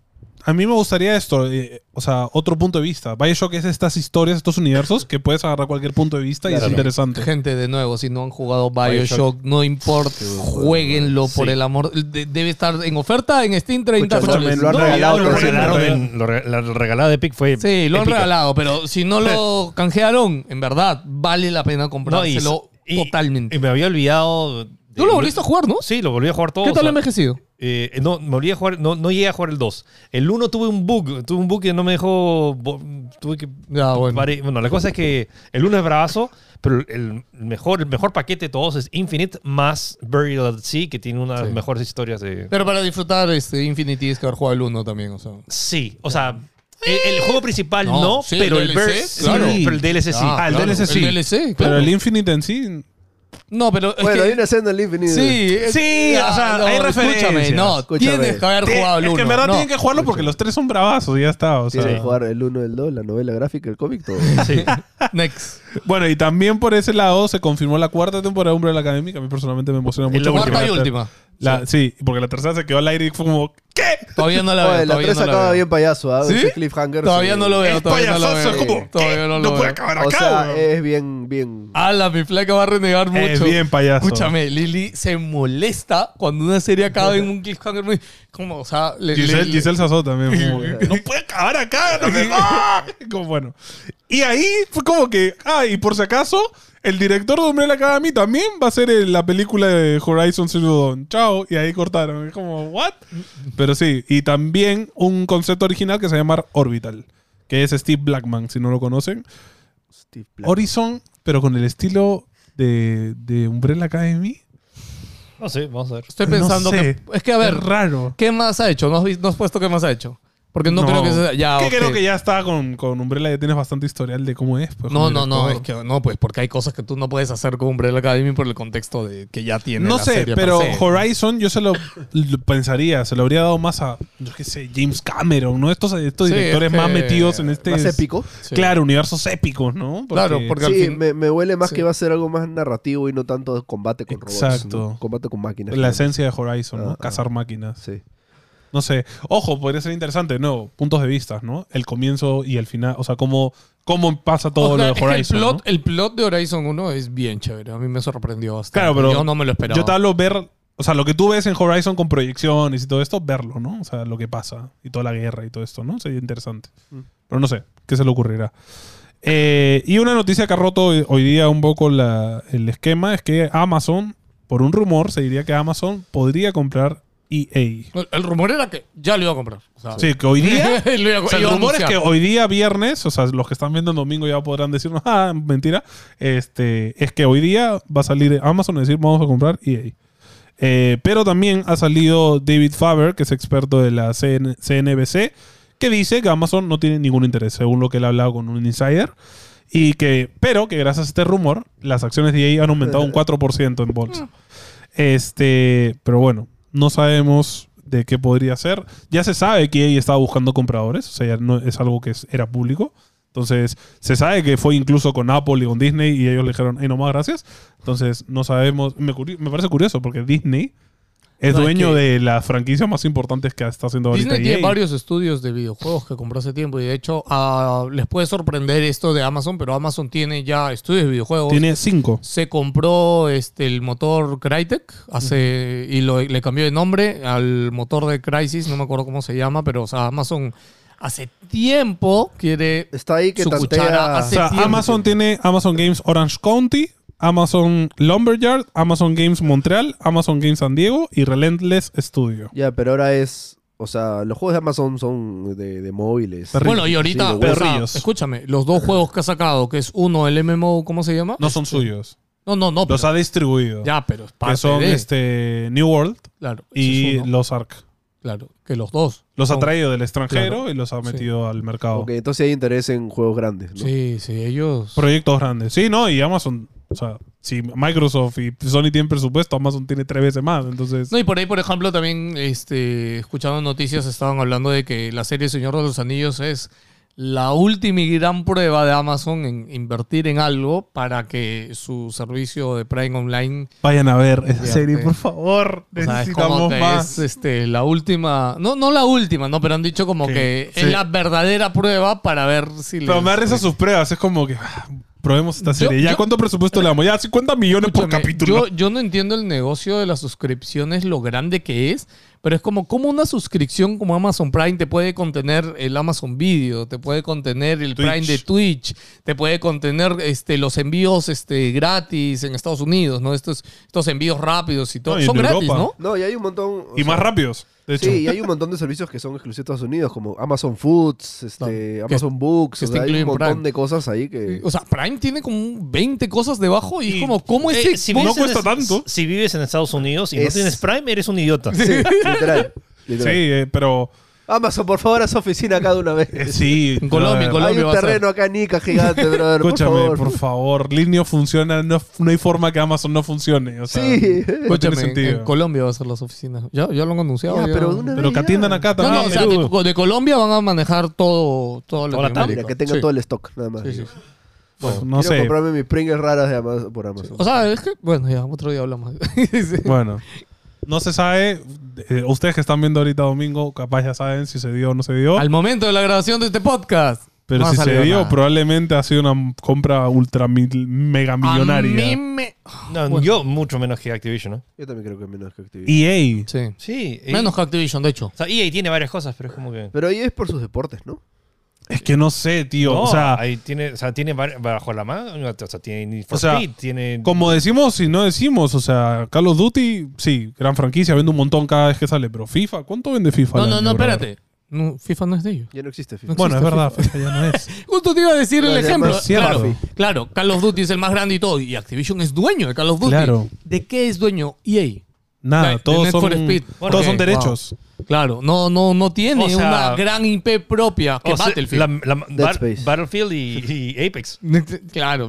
C: a mí me gustaría esto, eh, o sea, otro punto de vista. Bioshock es estas historias, estos universos que puedes agarrar cualquier punto de vista y
B: Claro.
C: es interesante.
D: Gente, de nuevo, si no han jugado Bioshock, no importa, jueguenlo por
A: Sí.
D: el amor. de- debe estar en oferta en Steam 30
B: Escúchame,
D: soles.
B: lo han
D: No,
B: regalado,
A: Lo
B: pero sí,
A: regalaron
C: no,
A: en- lo re- la regalada de Epic fue.
D: Sí, lo han
A: épica.
D: regalado, pero si no lo canjearon, en verdad, vale la pena
A: No, y-
D: comprárselo
A: y-
D: totalmente.
A: Y me había olvidado. de-
D: Tú lo volviste a jugar, ¿no?
A: Sí, lo volví a jugar todo.
D: ¿Qué
A: o
D: tal
A: sea,
D: envejecido?
A: Eh, no, me olvidé de jugar, no, no llegué a jugar el 2. El 1 tuve un bug, tuve un bug que no me dejó. bo- Tuve que.
D: Ya, bueno.
A: pare- bueno, la cosa es que el 1 es bravazo, pero el mejor, el mejor paquete de todos es Infinite más Burial at Sea, que tiene una de las
D: Sí.
A: mejores historias de.
D: Pero para disfrutar este Infinity tienes que haber jugado el 1 también, o sea.
A: Sí, o sea, el, el juego principal no,
D: No, sí,
A: pero,
D: el
A: el
D: DLC,
A: Bur- sí,
D: claro.
A: pero el DLC sí.
D: Ah,
C: Ah, el
D: claro,
C: DLC sí.
D: el DLC, claro.
C: Pero el Infinite en sí.
D: No, pero es
B: bueno,
D: que-
B: hay una escena en el Infinite.
D: Sí, es-
C: Sí, o sea, hay
D: Escúchame,
C: referencias.
D: no,
B: Escúchame.
D: tienes que haber
C: Te-
D: jugado el 1.
C: es que en verdad tienen que jugarlo porque los tres son bravazos y ya está. O sea.
B: Tiene que jugar el 1, el 2, la novela gráfica, el cómic, todo.
A: Sí.
D: Next.
C: Bueno, y también por ese lado se confirmó la cuarta temporada de Umbrella la Academy, que a mí personalmente me emociona mucho.
A: la
C: porque
D: Cuarta y
C: la ter-
D: última.
C: la- sí. porque la tercera se quedó al aire y fue como, ¿qué?
D: Todavía no la veo.
B: Oye, la
D: todavía
B: 3
D: no la
B: acaba
D: veo.
B: bien payaso, ¿ah?
D: ¿Sí?
B: Ese cliffhanger.
D: Todavía
B: sí.
D: no lo veo.
C: El
D: Todavía no lo
C: payasazo es
D: veo.
C: como,
D: Todavía no
C: No,
D: lo
C: puede
D: veo.
C: acabar acá.
B: O sea,
C: weón.
B: es bien, bien.
D: Ala, mi flaca va a renegar mucho.
C: Es bien payaso.
D: Escúchame, Lili se molesta cuando una serie acaba en un cliffhanger muy... Como, o sea... le-
C: Giselle,
D: le- le-
C: Giselle Sazó también. fue como que, no puede acabar acá. No sé". ¡Ah! Como, bueno. Y ahí fue como que, ah, y por si acaso, El director de Umbrella Academy también va a ser el- la película de Horizon Zero Dawn. Chao. Y ahí cortaron. Es como, ¿what? Pero sí. Y también un concepto original que se llama Orbital. Que es Steve Blackman, si no lo conocen.
B: Steve Black.
C: Horizon, pero con el estilo de, de Umbrella Academy.
A: No sé, vamos a ver.
D: Estoy
C: No
D: pensando
C: sé.
D: que. Es que, a ver,
C: Es raro.
D: ¿qué más ha hecho? ¿No has, vis- no has puesto qué más ha hecho? Porque no, creo que sea. Ya,
C: Que
D: ok.
C: creo que ya está con, con Umbrella, ya tienes bastante historial de cómo es. pues,
D: No,
C: como
D: no, no,
C: director.
D: es que no, pues porque hay cosas que tú no puedes hacer con Umbrella Academy por el contexto de que ya tiene.
C: No
D: la
C: sé,
D: serie per
C: pero
D: se.
C: Horizon yo se lo, lo pensaría, se lo habría dado más a, yo qué sé, James Cameron, ¿no? Estos, estos
D: Sí,
C: directores
D: es que-
C: más metidos en este...
B: Más épico.
D: Sí.
C: Claro, universos épicos, ¿no?
D: Claro, porque al
B: Sí,
D: fin-
B: me, me huele más
D: sí.
B: que va a ser algo más narrativo y no tanto de combate con robots.
C: Exacto.
B: ¿no? Combate con máquinas.
C: La esencia de Horizon, ¿no?
B: Ah, ah.
C: Cazar máquinas.
B: Sí.
C: No sé. Ojo, podría ser interesante, ¿no? Puntos de vista, ¿no? El comienzo y el final, o sea, cómo, cómo pasa todo
D: O sea,
C: lo
D: es
C: de
D: que
C: Horizon.
D: el,
C: ¿no?
D: plot, el plot de Horizon 1 es bien chévere. A mí me sorprendió bastante.
C: Claro, pero
D: Yo no me lo esperaba.
C: Yo te hablo ver, o sea, lo que tú ves en Horizon con proyecciones y todo esto, verlo, ¿no? O sea, lo que pasa y toda la guerra y todo esto, ¿no? Sería interesante.
D: Mm.
C: Pero no sé, ¿qué se le ocurrirá? Eh, y una noticia que ha roto hoy- hoy día un poco la- el esquema es que Amazon, por un rumor, se diría que Amazon podría comprar EA.
D: El, el rumor era que ya lo iba a comprar. O sea,
C: Sí, que hoy día...
D: Lo iba a-
C: O sea, el
D: iba a
C: rumor es
D: anunciar.
C: que hoy día viernes, o sea, los que están viendo en domingo ya podrán decirnos, ah, mentira. Este, es que hoy día va a salir Amazon a decir, vamos a comprar EA. Eh, pero también ha salido David Faber, que es experto de la CN CNBC, que dice que Amazon no tiene ningún interés, según lo que él ha hablado con un insider. Y que, pero que gracias a este rumor, las acciones de EA han aumentado un 4% en bolsa. Este, pero bueno, no sabemos de qué podría ser. Ya se sabe que EA estaba buscando compradores, o sea, ya no es algo que es- era público. Entonces, se sabe que fue incluso con Apple y con Disney y ellos le dijeron, hey, no más gracias. Entonces, no sabemos. Me, curi- me parece curioso porque Disney es
D: No, es
C: dueño
D: que-
C: de las franquicias más importantes que está haciendo ahorita
D: Disney tiene
C: EA.
D: varios estudios de videojuegos que compró hace tiempo y de hecho ah, les puede sorprender esto de Amazon, pero Amazon tiene ya estudios de videojuegos.
C: Tiene cinco.
D: Se compró este, el motor Crytek hace, y lo- le cambió de nombre al motor de Crysis, no me acuerdo cómo se llama, pero o sea, Amazon hace tiempo quiere...
B: Está ahí que
D: Su
B: tantea.
D: cuchara
C: O
D: hace-
C: sea,
D: tiene-
C: Amazon tiene Amazon Games Orange County, Amazon Lumberyard, Amazon Games Montreal, Amazon Games San Diego y Relentless Studio.
B: Ya, pero ahora es. O sea, los juegos de Amazon son de, de móviles.
C: Perrillos.
D: Bueno, y ahorita,
B: Sí,
D: o sea,
C: perrillos.
D: escúchame, los dos juegos que ha sacado, que es uno, el MMO, ¿cómo se llama?
C: No son suyos.
D: Este, No, no, no.
C: Los
D: pero-
C: ha distribuido.
D: ya, pero es parte
C: que son
D: de-
C: este, New World
D: claro, ese es
C: y
D: uno,
C: los ARC.
D: claro, que los dos.
C: Los ha
D: son-
C: traído del extranjero
D: Claro.
C: y los ha
D: Sí.
C: metido al mercado.
B: Ok, entonces hay interés en juegos grandes. ¿no?
D: Sí, sí, ellos...
C: Proyectos grandes. Sí, ¿no? Y Amazon, o sea, si Microsoft y Sony tienen presupuesto, Amazon tiene tres veces más. Entonces,
D: No, y por ahí, por ejemplo, también este, escuchando noticias estaban hablando de que la serie Señor de los Anillos es la última y gran prueba de Amazon en invertir en algo para que su servicio de Prime Online
C: vayan a ver esa
D: Fíjate.
C: serie, por favor.
D: o sea, es
C: Necesitamos
D: como que
C: más.
D: es este, la última, no, no la última, no, pero han dicho como
C: Sí,
D: que
C: sí.
D: es la verdadera prueba para ver si
C: Pero
D: les-
C: me da risa sus pruebas. Es como que ah, probemos esta
D: Yo-
C: serie. ¿Ya
D: yo-
C: cuánto presupuesto le damos? Ya 50 millones por
D: Escúchame,
C: capítulo.
D: Yo, yo no entiendo el negocio de las suscripciones, lo grande que es, pero es como, como una suscripción como Amazon Prime te puede contener el Amazon Video, te puede contener el
C: Twitch.
D: Prime de Twitch, te puede contener este, los envíos este, gratis en Estados Unidos, ¿no? Estos, estos envíos rápidos y todo.
C: No, y en
D: Son gratis,
C: Europa.
D: ¿no?
B: No, y hay un montón. o
C: y
B: sea,
C: más rápidos, de hecho.
B: Sí, y hay un montón de servicios que son exclusivos de Estados Unidos, como Amazon Foods, este,
D: que-
B: Amazon Books,
D: que
B: o sea,
D: está
B: hay un
D: incluido en
B: montón
D: Prime.
B: de cosas ahí que...
D: Eh, O sea, Prime tiene como un 20 cosas debajo y, es como, ¿cómo es
A: Eh,
D: que
C: no
A: vives en
C: cuesta
A: es-
C: tanto.
A: Si vives en Estados Unidos y no
B: Es-
A: tienes Prime, eres un idiota.
B: Sí, literal.
C: Sí,
B: literal.
C: eh, pero.
B: Amazon, por favor, haz oficina acá de una vez.
C: eh, sí.
D: En
C: brother.
D: Colombia, en Colombia.
B: hay
D: va
B: un
D: a ser.
B: terreno acá, Nica, gigante, brother, por
C: Escúchame,
B: favor.
C: por favor. Linio funciona. No, no hay forma que Amazon no funcione. O sea,
B: Sí.
C: No tiene
D: Escúchame, en- en
C: sentido.
D: Colombia va a ser las oficinas. Ya, ya lo han anunciado.
B: Ya,
D: ya.
B: pero de una
C: Pero que atiendan acá
D: No,
C: también.
D: no, o sea,
C: Perú.
D: de, de Colombia van a manejar todo,
A: Toda
D: todo
A: la tabla.
B: Mira,
D: Latinoamérica.
B: que tengan
D: Sí,
B: todo el stock, nada más.
D: sí, sí.
C: Bueno,
B: Quiero
C: Pues, no sé.
B: comprarme mis pringles raras de Amazon, por Amazon.
D: O sea, es que, bueno, ya, otro día hablamos. Sí.
C: Bueno. No se sabe. eh, ustedes que están viendo ahorita domingo, capaz ya saben si se dio o no se dio.
D: Al momento de la grabación de este podcast.
C: Pero
D: no ha
C: si se
D: salido
C: dio,
D: nada.
C: probablemente ha sido una compra ultra mil- mega millonaria.
D: A mí me-
A: No,
D: Bueno.
A: Yo mucho menos que Activision, ¿eh? ¿no?
B: Yo también creo que menos que Activision.
C: EA.
D: Sí.
A: Sí. eh,
D: Menos que Activision, de hecho.
A: E o sea, EA tiene varias cosas, pero es como que...
B: Pero ahí es por sus deportes, ¿no?
C: Es que no sé, tío.
A: No,
C: o sea,
A: ahí tiene, o sea, tiene vari- bajo la mano, o sea, tiene Need for
C: O sea,
A: Speed, tiene...
C: como decimos y no decimos, o sea, Call of Duty, sí, gran franquicia, vende un montón cada vez que sale, pero FIFA, ¿cuánto vende FIFA?
D: No,
C: al
D: no,
C: año,
D: no,
C: brother?
D: espérate. No, FIFA no es de ellos.
B: Ya no existe FIFA.
D: No
C: Bueno, es
D: existe
C: verdad, FIFA ya no es.
D: Justo te iba a decir el
B: Claro,
D: ejemplo.
B: además,
D: Claro,
B: sí.
D: claro, Call of Duty es el más grande y todo. Y Activision es dueño de Call of Duty.
C: Claro.
D: ¿De qué es dueño E EA?
C: Nada,
D: De- de
C: todos
D: Need
C: son,
D: for Speed.
C: todos son
D: Ok,
C: derechos.
D: Claro, no, no, no tiene
A: O sea,
D: una gran IP propia que
A: o sea,
D: Battlefield.
A: la- la-
B: Dead
A: Bar-
B: Space.
A: Battlefield y, y Apex.
D: Claro,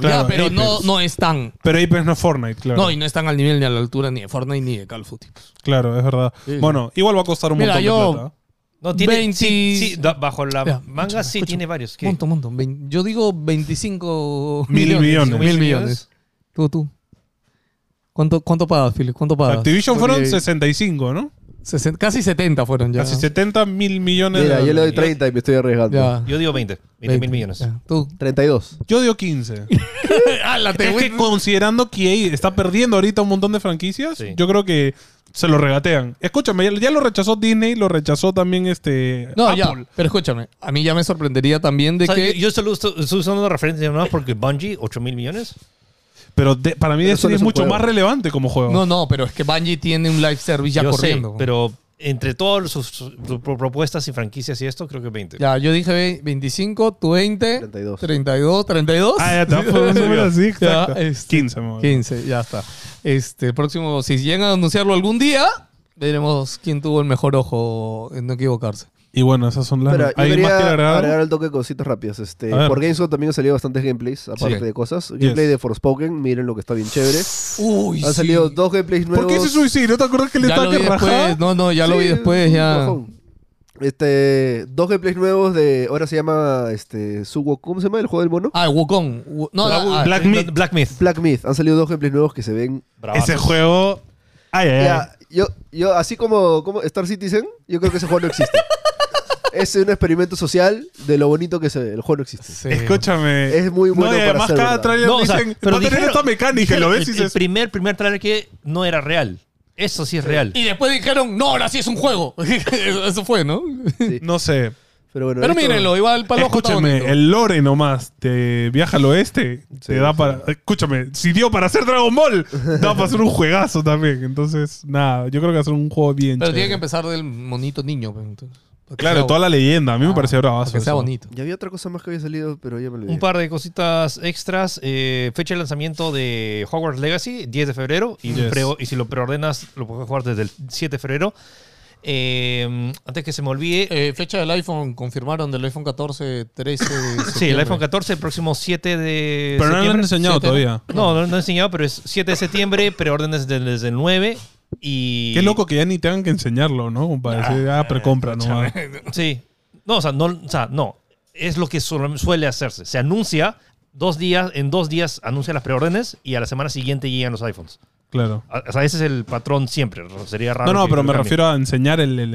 C: Claro,
D: ya, pero no,
C: Apex.
D: no están.
C: Pero Apex no es Fortnite, claro.
D: No, y no están al nivel ni a la altura ni de Fortnite ni de Call of Duty.
C: Claro, es verdad. Bueno, igual va a costar un
D: Mira,
C: montón
D: yo-
C: de plata.
A: No, tiene...
D: 20
A: sí, sí, da- bajo la
D: Ya,
A: manga
D: escucha,
A: sí
D: escucha.
A: tiene varios. ¿Qué?
D: Monto, monto. Vein- Yo digo 25
C: Mil millones.
D: Mil millones. Tú, tú. ¿Cuánto, cuánto pagas, Philip? ¿Cuánto pagas?
C: Activision fueron
B: Porque-
C: 65, ¿no?
D: Sesen- casi 70 fueron ya.
C: Casi 70 mil millones
B: Mira,
C: de
B: yo le doy
C: dólares.
B: 30 y me estoy arriesgando.
D: Ya.
A: Yo digo 20. 20, mil
D: 20,
A: millones.
D: ya. Tú.
B: 32.
C: Yo digo 15.
D: ¡Hala, te
C: es
D: voy-
C: que considerando que EA está perdiendo ahorita un montón de franquicias,
A: Sí.
C: yo creo que se lo regatean. Escúchame, ya, ya lo rechazó Disney, lo rechazó también este
D: No,
C: Apple.
D: ya. Pero escúchame, a mí ya me sorprendería también de
A: O sea,
D: que.
A: yo, yo solo estoy, estoy usando una referencia nomás porque Bungie, 8 mil millones.
C: Pero de- para mí
B: Pero
C: Destiny
B: solo
C: es
B: es un
C: mucho
B: juego.
C: más relevante como juego.
D: No, no, pero es que Bungie tiene un live service ya
A: yo
D: corriendo.
A: sé, pero entre todas sus, sus- sus pro- propuestas y franquicias y esto, creo que 20.
D: Ya, yo dije ve- 25, tú 20,
B: 32.
D: 32, 32.
C: Ah, ya está. fue un número así,
D: Ya,
C: exacto.
D: este,
C: 15, me voy.
D: 15, ya está. Este, el próximo, si llegan a anunciarlo algún día, veremos quién tuvo el mejor ojo en no equivocarse.
C: Y bueno, esas son las...
B: Espera, yo
C: ¿Hay
B: quería
C: más que agregar?
B: agregar el toque de cositas rápidas. Este,
C: A ver.
B: por Gamescom también han salido bastantes gameplays, aparte
D: Sí.
B: de cosas. Gameplay
C: Yes.
B: de Forspoken, miren lo que está bien chévere.
D: Uy,
B: Han salido dos gameplays nuevos.
C: ¿Por qué se suicidó? ¿Te acuerdas que le
D: Ya lo
C: estaba
D: vi
C: que rajaba?
D: después. No, no, ya lo vi
B: Sí,
D: después,
B: un
D: ya.
B: cojón. Este, dos gameplays nuevos de. Ahora se llama. Este, Suwo- ¿Cómo se llama el juego del mono?
D: Ah, Wukong. Wu- No, ah,
A: Black,
D: ah,
A: Myth. Black Myth.
B: Black Myth. Han salido dos gameplays nuevos que se ven.
A: Bravazo.
C: Ese juego... Ay, ay, ay.
B: Ya,
A: Eh.
B: yo, yo, así como, como Star Citizen, yo creo que ese juego no existe. es un experimento social de lo bonito que se ve. El juego no existe.
D: sí.
C: Escúchame.
B: Es muy bueno
C: No, y
B: para
C: además
B: ser
C: cada
B: verdad.
C: trailer
A: No, o sea,
C: dicen,
A: pero
C: va a tener
A: dijeron-
C: esta mecánica, y lo ves y
A: el, el
C: dices...
A: primer, primer trailer que no era real. Eso sí es real.
D: Y después dijeron, no, ahora sí es un juego. Eso fue, ¿no?
C: No sé,
B: Pero bueno,
D: Pero
B: esto-
D: mírenlo, igual para los
C: Escúchame, el lore nomás te viaja al oeste, te da para. Escúchame, si dio para hacer Dragon Ball, da para hacer un juegazo también. Entonces, nada, yo creo que hacer un juego bien.
D: Pero tiene que
C: chévere.
D: empezar del monito niño. pues, entonces, para que
C: Claro,
D: sea- Ah,
C: toda la leyenda. A mí me pareció bravazo.
D: para que sea
C: eso.
D: bonito.
B: Y había otra cosa más que había salido, pero ya me olvidé.
A: Un par de cositas extras. eh, fecha de lanzamiento de Hogwarts Legacy, 10 de febrero. Y,
C: Yes.
A: preo- y si lo preordenas, lo puedes jugar desde el 7 de febrero. Eh, antes que se me olvide,
D: Eh, fecha del iPhone, confirmaron del iPhone 14, 13 de
A: sí, el
D: septiembre.
A: iPhone 14, el próximo 7 de
C: Pero no lo han
A: septiembre.
C: enseñado
D: Siete,
C: todavía.
A: No, no, no he enseñado, pero es 7 de septiembre, preórdenes desde, desde el 9. Y.
C: Qué loco que ya ni tengan que enseñarlo, ¿no? Para decir, ah, precompra nomás.
A: Sí. No, o sea, no, o sea, no. Es lo que su- suele hacerse. Se anuncia dos días, en dos días anuncia las preórdenes y a la semana siguiente llegan los iPhones.
C: Claro.
A: A- O sea, ese es el patrón siempre. Sería raro.
C: No, no,
A: que lo
C: pero me
A: cambien.
C: refiero a enseñar el, el, el-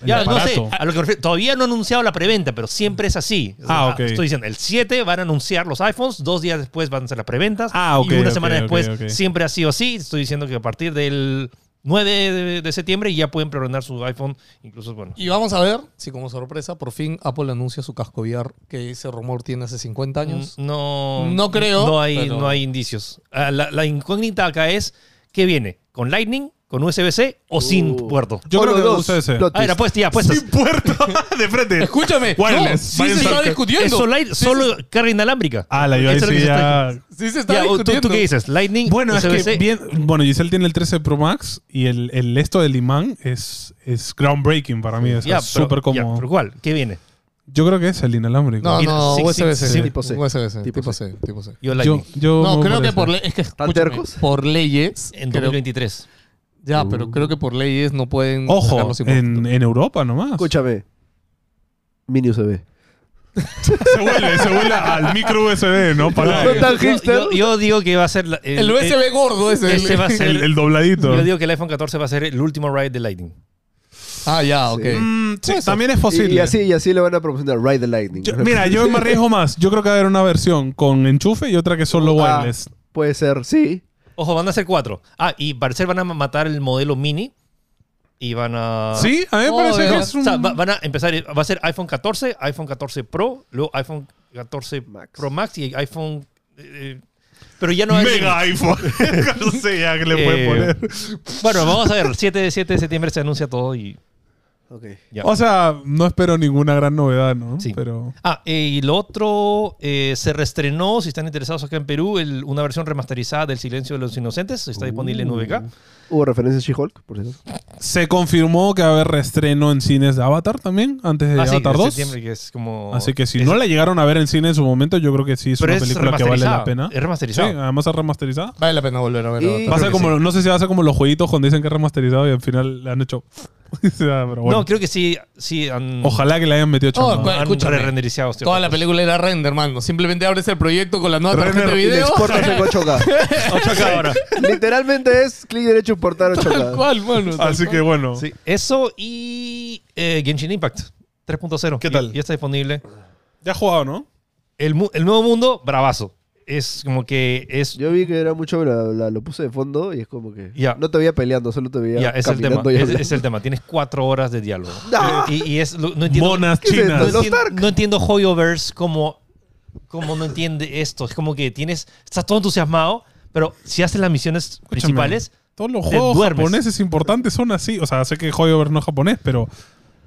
C: el
A: Ya, no sé, Ah,
C: aparato.
A: a lo que me refiero, todavía no han anunciado la preventa, pero siempre es así. O sea,
C: Ah, ok.
A: Estoy diciendo, el 7 van a anunciar los iPhones, dos días después van a ser las preventas,
C: Ah, ok,
A: y una
C: ok,
A: semana
C: ok,
A: después
C: ok.
A: siempre ha sido así. Estoy diciendo que a partir del 9 de, de septiembre ya pueden preordenar su iPhone, incluso, bueno,
D: Y vamos a ver si como sorpresa por fin Apple anuncia su casco VR que ese rumor tiene hace 50 años.
A: Mm, No,
D: No creo,
A: No hay,
D: pero-
A: no hay indicios. Ah, La, la incógnita acá es: ¿qué viene? ¿Con Lightning? ¿Con USB-C o sin
B: Uh.
A: puerto?
C: Yo
B: O
C: creo
B: los
C: que
B: dos,
C: usa ese.
B: plot
A: A ver,
B: twist.
A: apuestas, ya, apuestas.
C: Sin puerto de frente.
D: Escúchame, no,
C: Wireless,
D: sí
C: Vayan
D: se está
C: cerca.
D: discutiendo.
A: Mm. Eso, light-
D: Sí
A: solo carga inalámbrica.
C: Ah, la yo ahí
A: Eso es lo
C: sí
A: que se está-
C: ya.
D: se- Sí se está
A: Ya, ¿tú,
D: discutiendo.
A: ¿Tú qué dices? ¿Lightning?
C: Bueno, es que
A: USB-C?
C: bien, bueno, Giselle tiene el 13 Pro Max y el, el esto del imán es, es groundbreaking para mí. o sea,
A: Ya,
C: Es súper
A: pero- ya,
C: cómodo.
A: pero ¿Cuál? ¿Qué viene?
C: yo creo que es el inalámbrico.
D: No,
A: Mira,
D: no,
A: sí, sí,
D: USB-C.
A: sí,
B: tipo C.
D: USB-C,
B: Tipo
D: tipo
B: C.
D: C, tipo C.
A: Yo
C: yo,
A: Lightning.
C: yo
D: No,
C: me
D: creo
C: parece.
D: que por, le- es que, escúchame,
B: tercos?
D: por leyes.
A: en
D: creo-
A: 2023.
D: ya, pero creo que por leyes no pueden.
C: Uh. Ojo,
D: sacarlo sin
C: en, en Europa nomás.
B: Escúchame. Mini USB.
C: Se huele, se huele al micro USB, ¿no? Para
B: No tan
A: Yo,
B: hipster.
A: yo- yo digo que va a ser. la- el,
D: El USB
C: E-
D: gordo ese.
A: ese va a ser.
C: el, el dobladito.
A: yo digo que el iPhone 14 va a ser el último ride de Lightning.
D: Ah, ya, ok.
C: Mm, sí,
D: Puede ser.
C: también es
B: Y,
C: posible.
B: y así, y así le van a promocionar Ride the Lightning.
C: Yo- mira, yo me arriesgo más. Yo creo que va a haber una versión con enchufe y otra que es solo
B: Ah,
C: wireless.
B: puede ser, sí.
A: Ojo, van a ser cuatro. Ah, y parecer van a matar el modelo mini y van a...
C: Sí, a mí me
D: Oh,
C: parece que
D: ¿verdad?
C: es un.
A: O sea, va- van a empezar, va a ser iPhone 14, iPhone 14 Pro, luego iPhone 14
B: Max.
A: Pro Max y iPhone... eh, eh, pero ya no hay...
C: Mega iPhone. no sé ya que le pueden
A: Eh,
C: poner.
A: Bueno, vamos a ver. 7, 7 de septiembre se anuncia todo y...
B: Ok.
A: ya.
C: O sea, no espero ninguna gran novedad, ¿no?
A: Sí.
C: Pero.
A: Ah, eh, y lo otro, eh, se reestrenó, si están interesados acá en Perú, el- una versión remasterizada del Silencio de los Inocentes. Está disponible en VK.
C: Uh.
B: Hubo referencias a She-Hulk, por cierto.
C: Se confirmó que va a haber reestreno en cines de Avatar también, antes de
A: Ah, sí,
C: Avatar
A: en
C: 2.
A: septiembre, que es como...
C: Así que si
A: es-
C: no la llegaron a ver en cine en su momento, yo creo que sí es
A: pero
C: una
A: es
C: película que vale
A: remasterizada,
C: la pena.
A: Es
C: Sí, ah,
A: remasterizada.
C: además es remasterizada.
D: Vale la pena volver a verlo.
B: Y-
C: Va a
A: Creo
C: ser
A: que
C: como, no sé si va a ser como los jueguitos cuando dicen que es remasterizado y al final le han hecho. O sea, pero bueno.
A: No, creo que sí, sí han,
C: Ojalá que le hayan metido
D: Oh,
C: chamba.
D: bueno,
A: han
D: escúchame.
A: re-renderizado. este
D: Toda la
A: otro.
D: película era render, mano. Simplemente abres el proyecto con la nueva tarjeta de
B: Y le
D: video.
B: exportas en 8K.
A: Ocho acá ahora.
B: Literalmente es clic derecho exportar
D: Tal
B: 8K.
D: cual, mano. tal
C: Así
D: cual.
C: que bueno.
A: Sí, eso y eh, Genshin Impact 3.0.
C: ¿Qué
A: Y-
C: tal?
A: Ya está disponible.
C: Ya has jugado, ¿no?
A: El, mu- el nuevo mundo, bravazo. Es como que es...
B: Yo vi que era mucho, la, la- lo puse de fondo y es como que.
A: Ya.
B: No te veía peleando, solo te veía.
A: Ya, es el tema.
B: caminando y
A: Es,
B: hablando.
A: es el tema. Tienes cuatro horas de diálogo.
B: ¡Ah!
A: Y, y es... lo- No entiendo,
C: Monas
B: ¿Qué es esto?
A: no
C: chinas.
B: Los
A: entiendo,
B: Dark.
A: no entiendo Hoyoverse como, como no entiende esto. Es como que tienes... Estás todo entusiasmado, pero si haces las misiones principales...
C: Todos los
A: te
C: juegos
A: duermes.
C: japoneses importantes son así. O sea, sé que Hoyover no es japonés, pero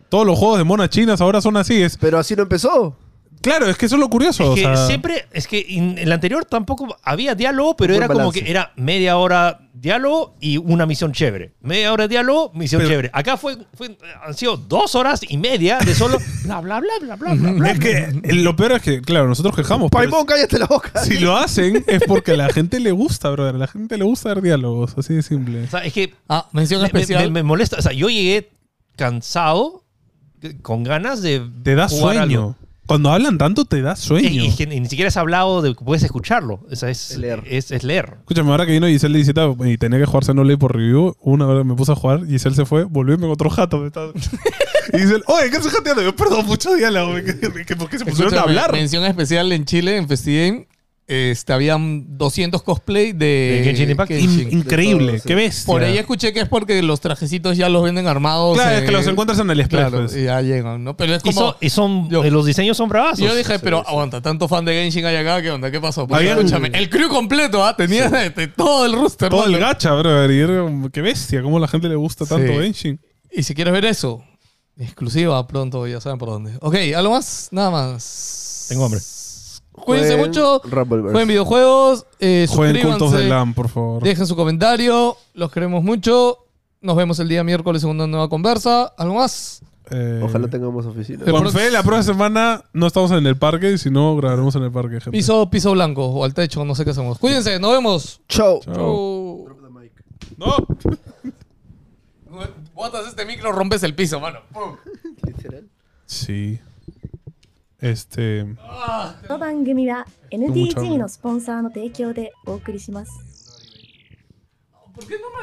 C: todos los juegos de monas chinas ahora son así. Es,
B: Pero así no empezó.
C: claro, es que eso es lo curioso.
A: Es que
C: o sea,
A: siempre, es que en el anterior tampoco había diálogo, pero
B: Buen
A: era como
B: balance.
A: que era media hora diálogo y una misión chévere. Media hora diálogo, misión
C: Pero-
A: chévere. Acá fue, fue- han sido dos horas y media de solo bla, bla, bla, bla, bla, bla, bla.
C: Es que lo peor es que, claro, nosotros quejamos. pero
B: Paimón, cállate la boca.
C: si lo hacen es porque a la gente le gusta, brother. A la gente le gusta ver diálogos, así de simple.
A: O sea, es que
D: Ah, mención
A: me, me-
D: especial.
A: me- me molesta. O sea, yo llegué cansado, con ganas de.
C: Te da
A: jugar algo.
C: sueño. Cuando hablan tanto, te da sueño.
A: Y, y que ni siquiera has hablado de que puedes escucharlo. O sea, es
B: Es leer.
A: leer. Es, es leer.
C: Escúchame, ahora que vino Giselle de visita y tenía que jugar Xenoblade por review, una hora me puse a jugar, Giselle se fue, volvió y me encontró jato. me estaba- y Giselle, oye, ¿qué haces jateando? Yo, perdón, mucho diálogo. que- que- que- ¿Por qué se pusieron a
D: Escúchame,
C: hablar?
D: Mención especial en Chile, en Festigame. Este, habían 200 cosplay de,
A: De Genshin Impact.
D: Genshin.
C: In- increíble,
B: De todo, sí.
C: qué ves.
D: Por ahí escuché que es porque los trajecitos ya los venden armados.
C: Claro,
D: eh,
C: es que los encuentras en el express.
D: Claro,
C: pues.
D: y ya llegan, ¿no? Pero es
A: Y son,
D: como.
A: y son-
D: yo-
A: eh, los diseños son bravazos.
D: Yo dije, pero aguanta, tanto fan de Genshin hay acá, ¿qué onda? ¿Qué pasó? Porque,
C: Habían-
D: escúchame, el crew completo, ¿ah? Tenía este, todo el roster.
C: Todo el
D: mano.
C: gacha, brother. Y era como, qué bestia, cómo a la gente le gusta tanto ¿eh?
D: Sí.
C: Genshin.
D: Y si quieres ver eso, exclusiva pronto, ya saben por dónde. Ok, ¿algo más? Nada más.
A: Tengo hambre.
D: Cuídense
B: Jueguen
D: mucho.
B: Rumbleverse.
D: Jueguen videojuegos. Eh,
C: Jueguen
D: suscríbanse,
C: Cultos del LAM, por favor.
D: Dejen su comentario. Los queremos mucho. Nos vemos el día miércoles en una nueva conversa. ¿Algo más?
C: Eh,
B: Ojalá tengamos oficina.
D: Pero-
C: Con fe, la próxima semana no estamos en el parque, sino grabaremos en el parque, gente.
D: Piso, piso blanco o al techo, no sé qué hacemos. Cuídense, nos vemos.
B: Chao.
C: Chao. No.
D: Botas este micro, rompes el piso, mano. Pum.
B: Literal.
C: Sí. Este.
E: この番組は
C: もちろん
E: NTT のスポンサーの提供でお送りします。
D: ¿Por qué no me